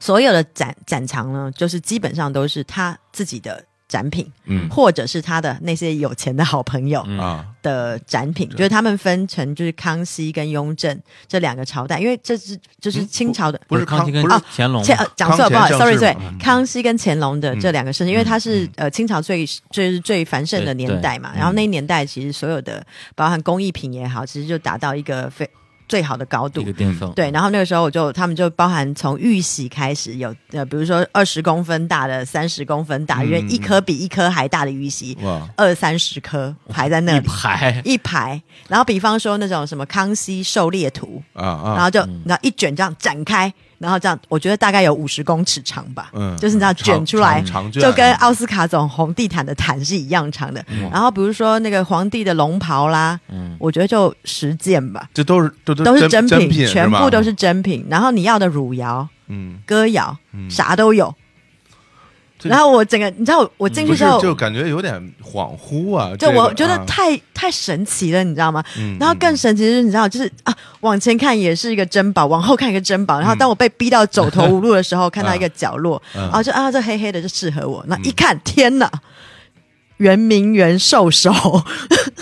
所有的展展场呢，就是基本上都是他自己的展品，
嗯
或者是他的那些有钱的好朋友
嗯
啊，
的展品，就是他们分成就是康熙跟雍正这两个朝代，因为这是就是清朝的。
嗯不是
康熙跟
不是
乾隆
乾呃讲错
康
了，
乾
不好意
盛
思，sorry
世嘛
sorry，康
嗯
熙跟乾隆的这两个盛世，因为它是呃清朝最最最繁盛的年代嘛
对，对嗯
然后那一年代其实所有的包含工艺品也好，其实就达到一个非最好的高度
一个。巅峰，
对，然后那个时候我就他们就包含从玉玺开始有呃，比如说二十公分大的、三十公分大，因为
嗯
一颗比一颗还大的玉玺，
哇，
二三十颗排在那
一
里。
排
一排，然后比方说那种什么康熙狩猎图，
啊啊，
然后就然后一卷这样展开，然后这样，我觉得大概有五十公尺长吧，
嗯
就是你知道
长
卷出来，
长长卷
就跟奥斯卡总红地毯的毯是一样长的。
嗯
然后比如说那个皇帝的龙袍啦，我觉得就十件吧，
这都是都嗯都
都是
真
品，
品，
全部都
是
是
吧
真品。然后你要的汝窑、
嗯，
歌谣，
嗯
啥都有。
这
然后我整个，你知道我，我进
不
去之
是
后，
就感觉有点恍惚啊，
就
这个
我觉得
啊
太、太神奇了，你知道吗？
嗯
然后
嗯
更神奇的是，你知道，就是啊，往前看也是一个珍宝，往后看一个珍宝。然后当我被逼到走投无路的时 候，看到一个角落，
嗯
然后就啊，这黑黑的就适合我。那一看，天哪！圆明园 兽首，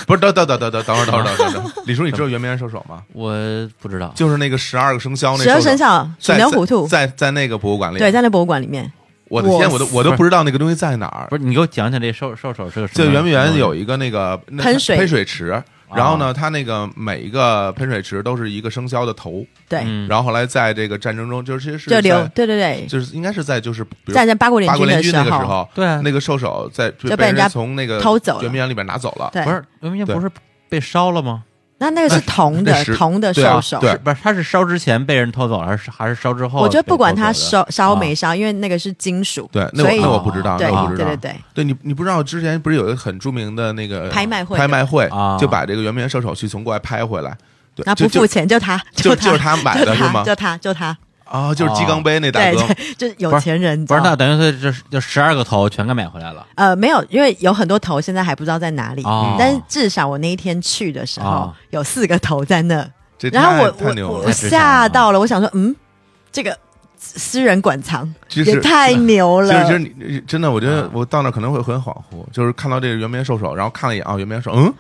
不是等等等等等等会儿等会儿等会儿等会儿，李叔，你知道圆明园兽首吗？
我不知道，
就是那个十二个生肖那
十二生
兽首
肖，水
在
牛虎兔，
在在在那个博物馆里，
对，在那博物馆里面。
我的天，
我
我都我都不知道那个东西在哪儿
不。是你给我讲讲这兽兽首是个什
就
么？
圆明园有一个那个那
喷水
喷水池，
啊
然后呢，它那个每一个喷水池都是一个生肖的头，
对，
嗯，
然后后来在这个战争中，就是其实是
就留
在
对对对，
就是应该是在就是比如
战争八国联
八国
军的
联军
时
那个时
候，
候，
对啊
那个兽首在就
就被
被
人家
从那个
偷走了
圆明园里边拿走了，
对，
不是圆明园
对
不是被烧了吗？
那那个是铜
哎那
的
是
铜的
对啊
兽首，
对
是不是，它是烧之前被人偷走了，还是还是烧之后？
我觉得不
啊
管它
烧，
烧烧没烧，因为那个是金属，
对，那
所以
我那我不知道，
对
那我不知
对
道
对。对，
对你，你不知道之前不是有一个很著名的那个
拍卖会
拍卖会
啊
就把这个圆明园兽首去从国外拍回来，对，
那
就
啊不
就
付钱就他，
就
他，
就是他买
就
的是
他
吗
就他，就他，
啊，就是鸡缸杯那大
对
哥，
对，就是有钱人，你知
不是，
道
那
吗
等于是这这十二个头全给买回来了。
呃，没有，因为有很多头现在还不知道在哪里，
哦
但是至少我那一天去的时候
哦
有四个头在那，
这
然后
太
我
太牛
我
了
我
太，值钱了
吓到了，我想说，嗯，这个私人馆藏
其实
也太牛
其
了，啊
实，其实你真的，我觉得我到那儿可能会很恍惚，就是看到这个圆明园兽首，然后看了一眼啊，圆明园兽，嗯，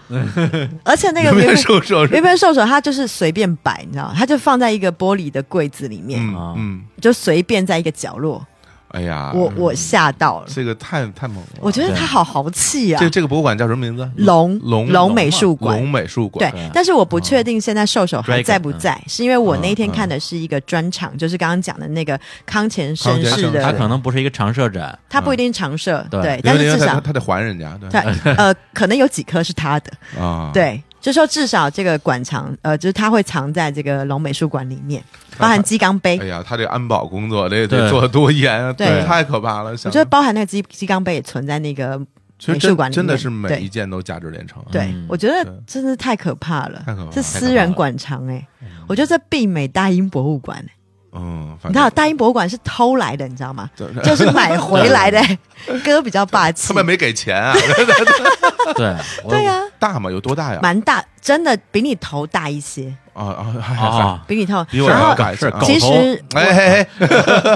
而且那个
圆明园兽首是
那，边兽首它就是随便摆，你知道吗，它就放在一个玻璃的柜子里面，
嗯
啊
嗯，
就随便在一个角落，
哎呀，
我我吓到了，
这个太太猛了，
我觉得它好豪气啊
这。这个博物馆叫什么名字？
龙
龙
龙美术馆
龙美术
对
馆，，
但是我不确定现在兽首还
Dragon，
在不在，是因为我那天
哦嗯
看的是一个专场，就是刚刚讲的那个康乾
康
绅
乾
士
绅士
它
他
可
的，
能不是一个常设展，
他不一定常设，
对
对，
因
但
为
是
因为
至
他
少
他得还人家，对
他呃，可能有几颗是他的，
啊，
对，就说至少这个馆藏，呃，就是它会藏在这个龙美术馆里面，包含鸡缸杯
哎，呀，他这安保工作得得
对
做的多严啊，
对
太可怕了。
我
想嗯
觉得包含那个鸡鸡缸杯也存在那个
其
美
实
术
真
馆里面，
真的是每一
对
件都价值连城啊，
对
嗯，
我觉
对
得真是太可怕了，
太可怕了
这私人馆藏哎、我觉得这媲美大英博物馆、欸，
嗯，
你
反
知道
正
大英博物馆是偷来的，你知道吗？
对
就是买回来 的、欸，哥比较霸气
他，们没给钱啊，
对
对呀、
大吗？有多大呀？
蛮大，真的比你头大一些，
啊啊
啊
嗨嗨
啊，
比你头。
比我
然
要
后
大
是
啊
狗
其
头
实
哎哎哎，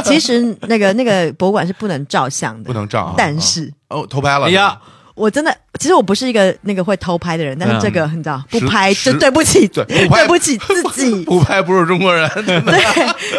其实那个那个博物馆是不能照相的，
不能照啊
但是
哦，偷拍了，
哎呀，
我真的，其实我不是一个那个会偷拍的人，但是这个你知道，不
实
拍
实
就对不起，
嗯 对不拍
对不起 自己。
不拍不是中国 人，
对，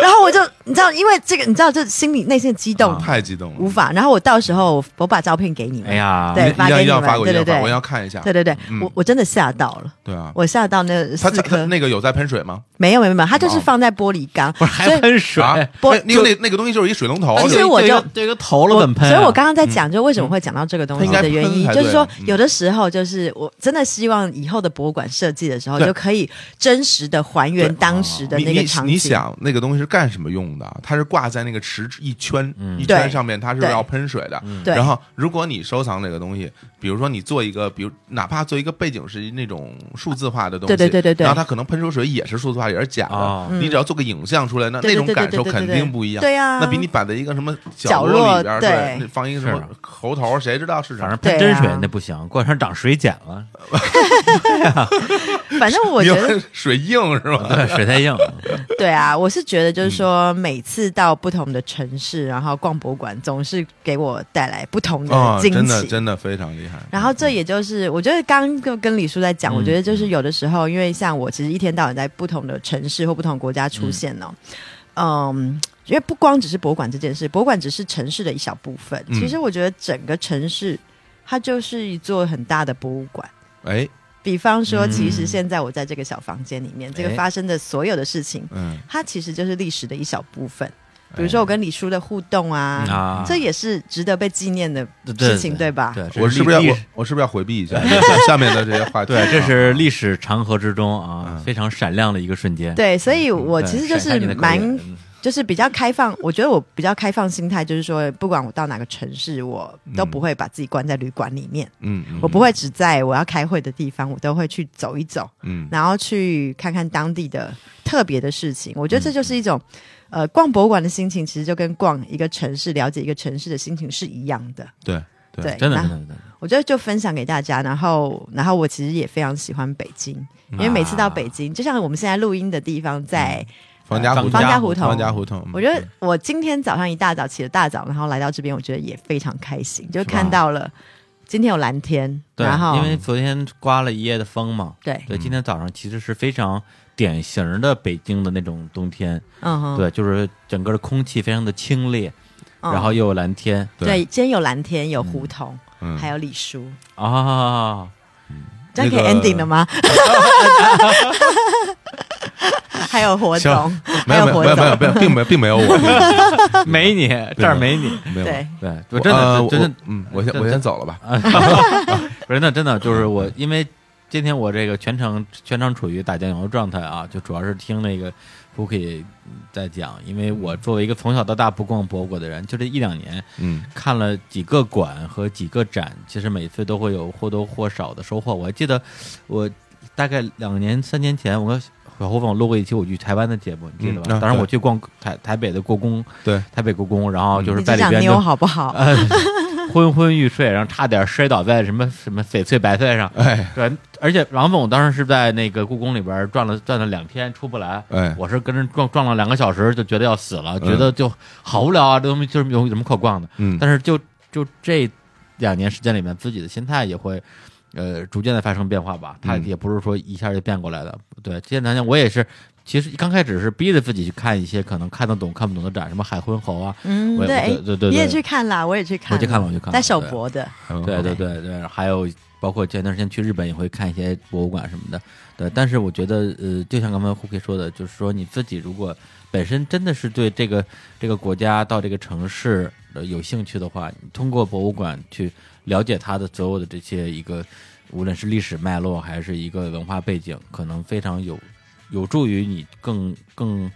然后我就你知道，因为这个你知道，就心里内心的激动、
太激动了，
无法。然后我到时候我把照片给你们，
哎呀，
一
对发
一样
给
一样
你们
发过去，
对
一样
对
发
对
我要看一下，
对对对，我我真的吓到了，
对啊，
我吓到那
他
四
他他
颗，
那个有在喷水吗？
没有没有没有，它就是放在玻璃缸，
不是还
所以
喷水？
啊，
不啊
哎因为那那个东西就是一水龙头，
其实我
对一
就
个对一个头了
我
怎么喷啊？
所以我刚刚在讲，就为什么会讲到这个东
它
西
应该
的原因，
喷才
就是说
对啊嗯
有的时候就是我真的希望以后的博物馆设计的时候，
对
就可以真实的还原当时的
你
那
你
个场
你
景。
想那个东西是干什么用的？它是挂在那个池一圈、
嗯
一圈
对
上面，它是
对
要喷水的。
对
然后，如果你收藏这个东西，比如说你做一个，比如哪怕做一个背景是那种数字化的东西，
对对对对对嗯
然后它可能喷出水也是数字化，也是假的。
哦
你只要做个影像出来，那
对
那种
对对对
感受
对对
肯
对
定不一样。
对啊
那比你摆在一个什么
角
落
落
里边儿，
对
对，那放一个什
是
么猴头，谁知道是什
反
么
正？喷真水
对啊
那不行，过两天长水碱了，
反正我觉
你
得
要水硬是 吧？
对，水太硬了。
对啊，我是觉得就是说，每次到不同的城市，然后逛博物馆，总是给我带来不同
啊、
惊
真的
喜。
真的非常厉害。
然后这也就是，我觉得刚刚跟跟李叔在
嗯
讲，我觉得就是有的时候，因为像我其实一天到晚在不同的城市或不同国家出现哦，嗯。因为不光只是博物馆这件事，博物馆只是城市的一小部分。
嗯
其实我觉得整个城市，它就是一座很大的博物馆。
哎，
比方说，
嗯
其实现在我在这个小房间里面，这个
哎
发生的所有的事情，
嗯，
它其实就是历史的一小部分。比如说我跟李叔的互动啊，
嗯哎啊
这也是值得被纪念的
对对
事情，
对
吧？
对，这
我是不是要
历
我我是不是要回避一下下面的这些话题？
对，这
啊
是历史长河之中啊
嗯
非常闪亮的一个瞬间。
对所以我
嗯对
其实就
闪开
是
你的口
蛮
眼
就是比较开放，我觉得我比较开放心态，就是说，不管我到哪个城市，我都不会把自己关在旅馆里面，
嗯，嗯
我不会只在我要开会的地方，我都会去走一走，
嗯
然后去看看当地的特别的事情。我觉得这就是一种，呃，逛博物馆的心情，其实就跟逛一个城市、了解一个城市的心情是一样的。
对对
对，
真的
那
真的真的，
我觉得就分享给大家。然后，然后我其实也非常喜欢北京，因为每次到北
啊
京，就像我们现在录音的地方在，
方家胡
方家
胡同
方家胡同，嗯
我觉得我今天早上一大早起了大早，然后来到这边，我觉得也非常开心，就是
吧
看到了今天有蓝天，
对，
然后
因为昨天刮了一夜的风嘛，
对，
嗯
对，今天早上其实是非常典型的北京的那种冬天，
嗯哼，
对，就是整个的空气非常的清冽，
嗯
然后又有蓝天
对，今天有蓝天，有胡同，
嗯
还有李叔，
啊，
这样可以
那个
ending 了吗？还有活
行
动，
没
还
有没有
活
没有没有
动，
并并没并没有 我，
没你这儿没你，
没有
对，
对，
我
我真
呃
的
我
真的
嗯，我先
真
我
真啊
先走了吧，
不是，那真的就是我，因为今天我这个全程全程处于打酱油状态啊，就主要是听那个 Bookie 在讲，因为我作为一个从小到大不逛博物馆的人，就这一两年
嗯
看了几个馆和几个展，其实每次都会有或多或少的收获。我还记得我大概两年三年前，我跟小胡总录过一期我去台湾的节目，你记得吧？
嗯啊
当时我
对嗯
去逛台台北的故宫，
对，
台北故宫，然后就是
你
在
只
里
想
边就
妞好不好？
呃， 昏昏欲睡，然后差点摔倒在什么什么翡翠白菜上。
哎
对，而且王总当时是在那个故宫里边转了转了两天出不来，
哎
我是跟人撞撞了两个小时，就觉得要死了，觉得就好无聊啊，这东西就是有有什么可逛的。
嗯，
但是就就这两年时间里面，自己的心态也会。呃，逐渐的发生变化吧，他
嗯
也不是说一下就变过来的。对，今天想想，我也是，其实刚开始是逼着自己去看一些可能看得懂、看不懂的展，什么海昏侯啊，
嗯，
我也
对，
我
哎
对对对
你也
对
去看啦，我也去看，
我去看了我去看了
在首
对
博的，
嗯
对对对对，还有包括前段时间去日本也会看一些博物馆什么的，对。但是我觉得，呃，就像刚才胡 K 说的，就是说你自己如果本身真的是对这个这个国家到这个城市呃有兴趣的话，你通过博物馆去了解它的所有的这些一个，无论是历史脉络还是一个文化背景，可能非常有。有助于你更更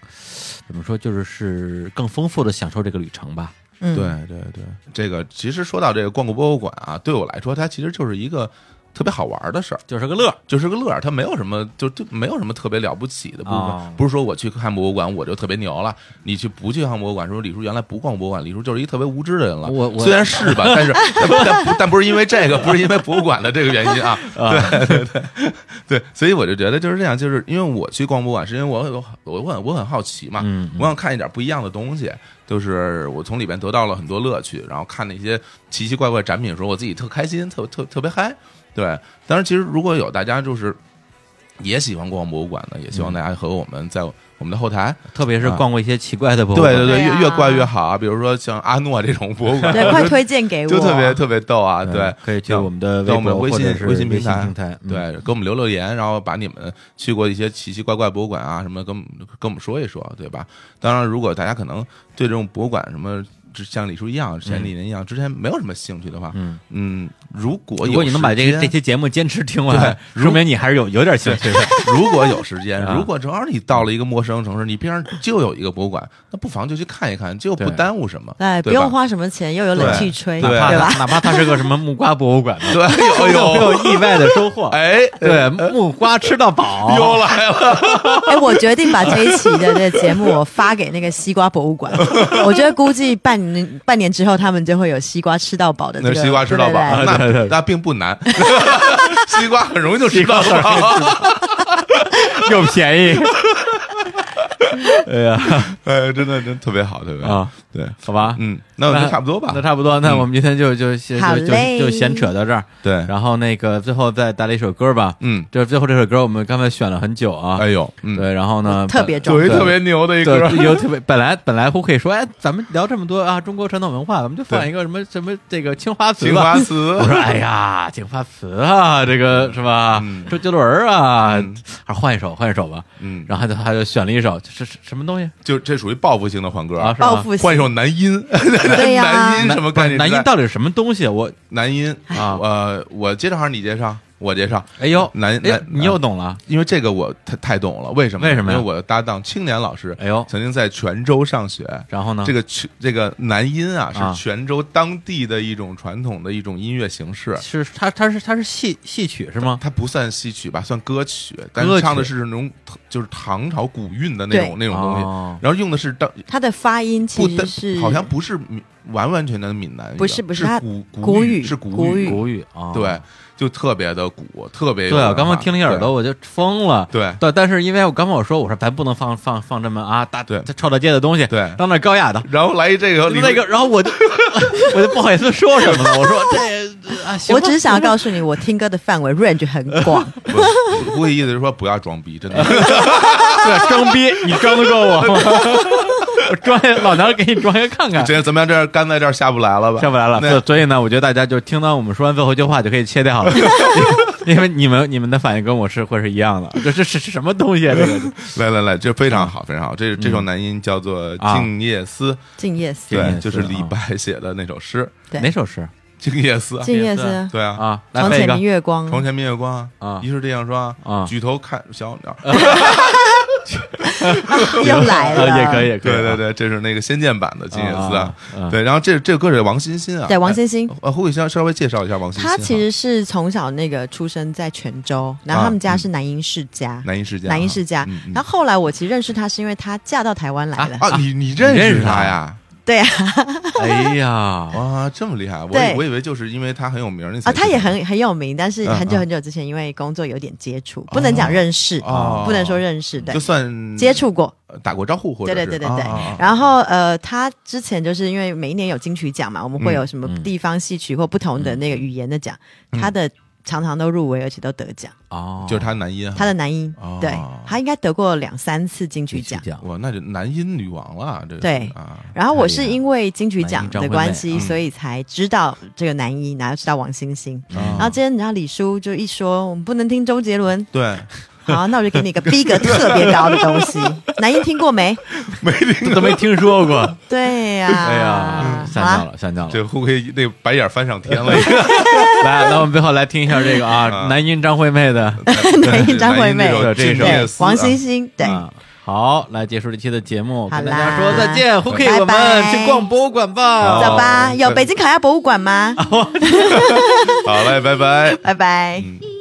怎么说，就是是更丰富的享受这个旅程吧。
嗯，
对对对，这个其实说到这个逛过博物馆啊，对我来说，它其实就是一个特别好玩的事儿，
就是个乐儿，
就是个乐儿，它没有什么就就没有什么特别了不起的部分，
哦
不是说我去看博物馆我就特别牛了，你去不去看博物馆，说李叔原来不逛博物馆，李叔就是一个特别无知的人了，
我我
虽然是吧，但是但不但不但不是因为这个，不是因为博物馆的这个原因 啊，对对对 对，所以我就觉得就是这样，就是因为我去逛博物馆，是因为我有我我很我很好奇嘛，
嗯
我想看一点不一样的东西，就是我从里边得到了很多乐趣，然后看那些奇奇怪怪展品的时候，我自己特开心，特特特别嗨。对，当然，其实如果有大家就是也喜欢逛博物馆的，也
嗯
希望大家和我们在我们的后台，
特别是
啊
逛过一些奇怪的博物馆。
对对
对啊
越越怪越好啊。比如说像阿诺这种博物馆，
对，快推荐给我，
就特别特别逗啊。
嗯
对，
可以去我们的
到
微
我们
博
微
或
信
者是
微
微
信平台
平台，嗯，
对，给我们留留言，然后把你们去过一些奇奇怪怪博物馆啊什么，跟我们跟我们说一说，对吧？当然，如果大家可能对这种博物馆什么，就像李叔一样，前几年一样，之前没有什么兴趣的话，
嗯
嗯，如果有
如果你能把这
时
个
间
这期节目坚持听完，
对
说明你还是有有点兴趣的。
如果有时 间，
啊
如果正好你到了一个陌生城市，你边上就有一个博物馆，那不妨就去看一看，就不
对哎
耽误什么，
对，哎不
吧
用。花什么钱，又有冷气 吹，
哪
对
怕
吧？
它哪怕它是个什么木瓜博物馆呢，
对， 哎
都会
呦，
有意外的收获。
哎，
对，木瓜吃到 饱，
又来了，
哎，我决定把这一期的这个节目我发给那个西瓜博物馆，我觉得估计半年半年之后他们就会有西瓜吃到饱的这
那
个
西瓜吃到饱，啊
对对对
那那并不 难，西瓜很容易就吃到饱。
又便宜。哎呀
哎，真的真的特别好，特别好。
啊，
对，
好吧，
嗯，那我们就差不多吧。嗯
那差不多，那我们今天就就就
好
就
嘞
就就闲扯到这儿。
对
然后那个最后再带来一首歌吧。
嗯
就是最后这首歌我们刚才选了很久啊。
哎呦，嗯，
对，然后呢，
特别
作
重
为
对
特别牛的一
对
歌，，
有特别本来本来胡可以说，哎，咱们聊这么多啊，中国传统文化，咱们就放
对
一个什么什么这个青花瓷
青
吧。
花瓷
我，说，哎呀，青花瓷啊，这个是吧？
嗯
周杰伦儿啊
嗯，
还是换一首，换一首吧。
嗯，
然后他就他就选了一首，这是是什么东西
就这属于报复性的换歌
啊？是
报
吗？
复性
换一首男音，
对 呀
男音
男
什么概念？
男音到底是什么东西？我
男音
啊
呃，我介绍还是你介绍？我介绍。
哎呦，
南
哎
南，
你又懂了，
因为这个我太太懂了，为什么？
为什么呀
因为我的搭档青年老师，
哎呦
曾经在泉州上学。
然后呢？
这个泉这个南音啊，
啊
是泉州当地的一种传统的一种音乐形式。
是他他是他是戏戏曲是吗？
它不算戏曲吧，算歌曲，但
歌
是
曲
唱的是那种就是唐朝古韵的那种那种东西，
哦
然后用的是当
它的发音
不
其
单
实是
好像不是闽完完全全的闽南语的，啊
不是不是
是
它
古
古
语
语
是古
古语
国语啊，
对，就特别的古，特别有
对，我
文
刚刚
化
听了一耳朵，，我就疯了。
对
对，但是因为我刚刚我说我说咱不能放放放这么啊大
对
这臭大街的东西，
对
当那高雅的。
对然后来一这个
那个，然后我 就我就不好意思说什么了。我说这啊，行
我
吧
只是想要告诉你，我听歌的范围 range 很广。
不不过意思是说不要装逼，真 的
对装逼，你装得过我吗？我装一老娘给你装一个看看，
这怎么样？这样干在这儿下不来了吧？
下不来了。
那
所所以呢，我觉得大家就听到我们说完最后一句话就可以切 掉了，因为你们你们的反应跟我是会是一样的。这这是是什么东西啊？这个
来来来，这非常好，非常好。这这首南音叫做
啊
《静夜思》，
静夜思，
静夜
对，
思
就是
啊
李白写的那首诗
对
哪首诗
《静夜思》啊。
静夜
静夜
思，
对啊，
啊？来
床
背一
前
个
明月光，
床前明月光
啊
疑是地上霜
啊
举头看小鸟。
又来
啊，
了，
也可以，。也可以。
对对对，这是那个仙剑版的《静夜思》
啊啊啊
对，然后这这个歌手是王欣欣啊，
对，王欣欣
哎，呃，胡宇潇稍微介绍一下王欣欣哈。
他其实是从小那个出生在泉州，然后他们家是南音世家，
啊嗯南音世家，
南音世家
嗯嗯。
然后后来我其实认识他是因为他嫁到台湾来了，
啊，你你认
你认识
识
他
他呀？
对啊，
哎呀，
哇，这么厉害！我
对
以我以为就是因为他很有名儿那才
啊，他也
知道
很很有名，但是
嗯
很久
嗯
很久之前因为工作有点接触，不能讲认识，
哦
不能说认识，对
就，算
接触过，
呃打过招呼或者
对对
是
对对对
啊啊。啊
然后呃，他之前就是因为每一年有金曲奖嘛，我们会有什么
嗯
地方戏曲或不同的那个语言的奖，他的常常都入围，而且都得奖。
哦，
就是他男音哈，
他的男音
嗯哦，
对他应该得过两三次金曲奖。
讲
哇，那就男音女王了，这个
对
啊，
然后我是因为金曲奖
男
的
音张惠妹
关
嗯
系，所以才知道这个男一，然后知道王星星。
然
然后今天你知道李叔就一说我们不能听周杰伦，
对
好，那我就给你一个逼格特别高的东西。男音听过没？
没 听
都没听说过，
对呀，
哎呀，
啊好啊
吓尿
啦，
了，吓尿了。
这会不会那白眼翻上天 了？
来，来，我们最后来听一下这个啊，
啊
男音张惠妹的，
男
音张惠妹
对这首
这首《静夜
对
思》，啊
王
欣
星星，对，
啊好，来结束这期的节目，
好
跟
啦
大家说再见。胡 K，
拜拜
我们去逛博物馆吧。
走吧。
哦
有北京烤鸭博物馆吗？
好嘞，拜拜。
拜拜。
嗯。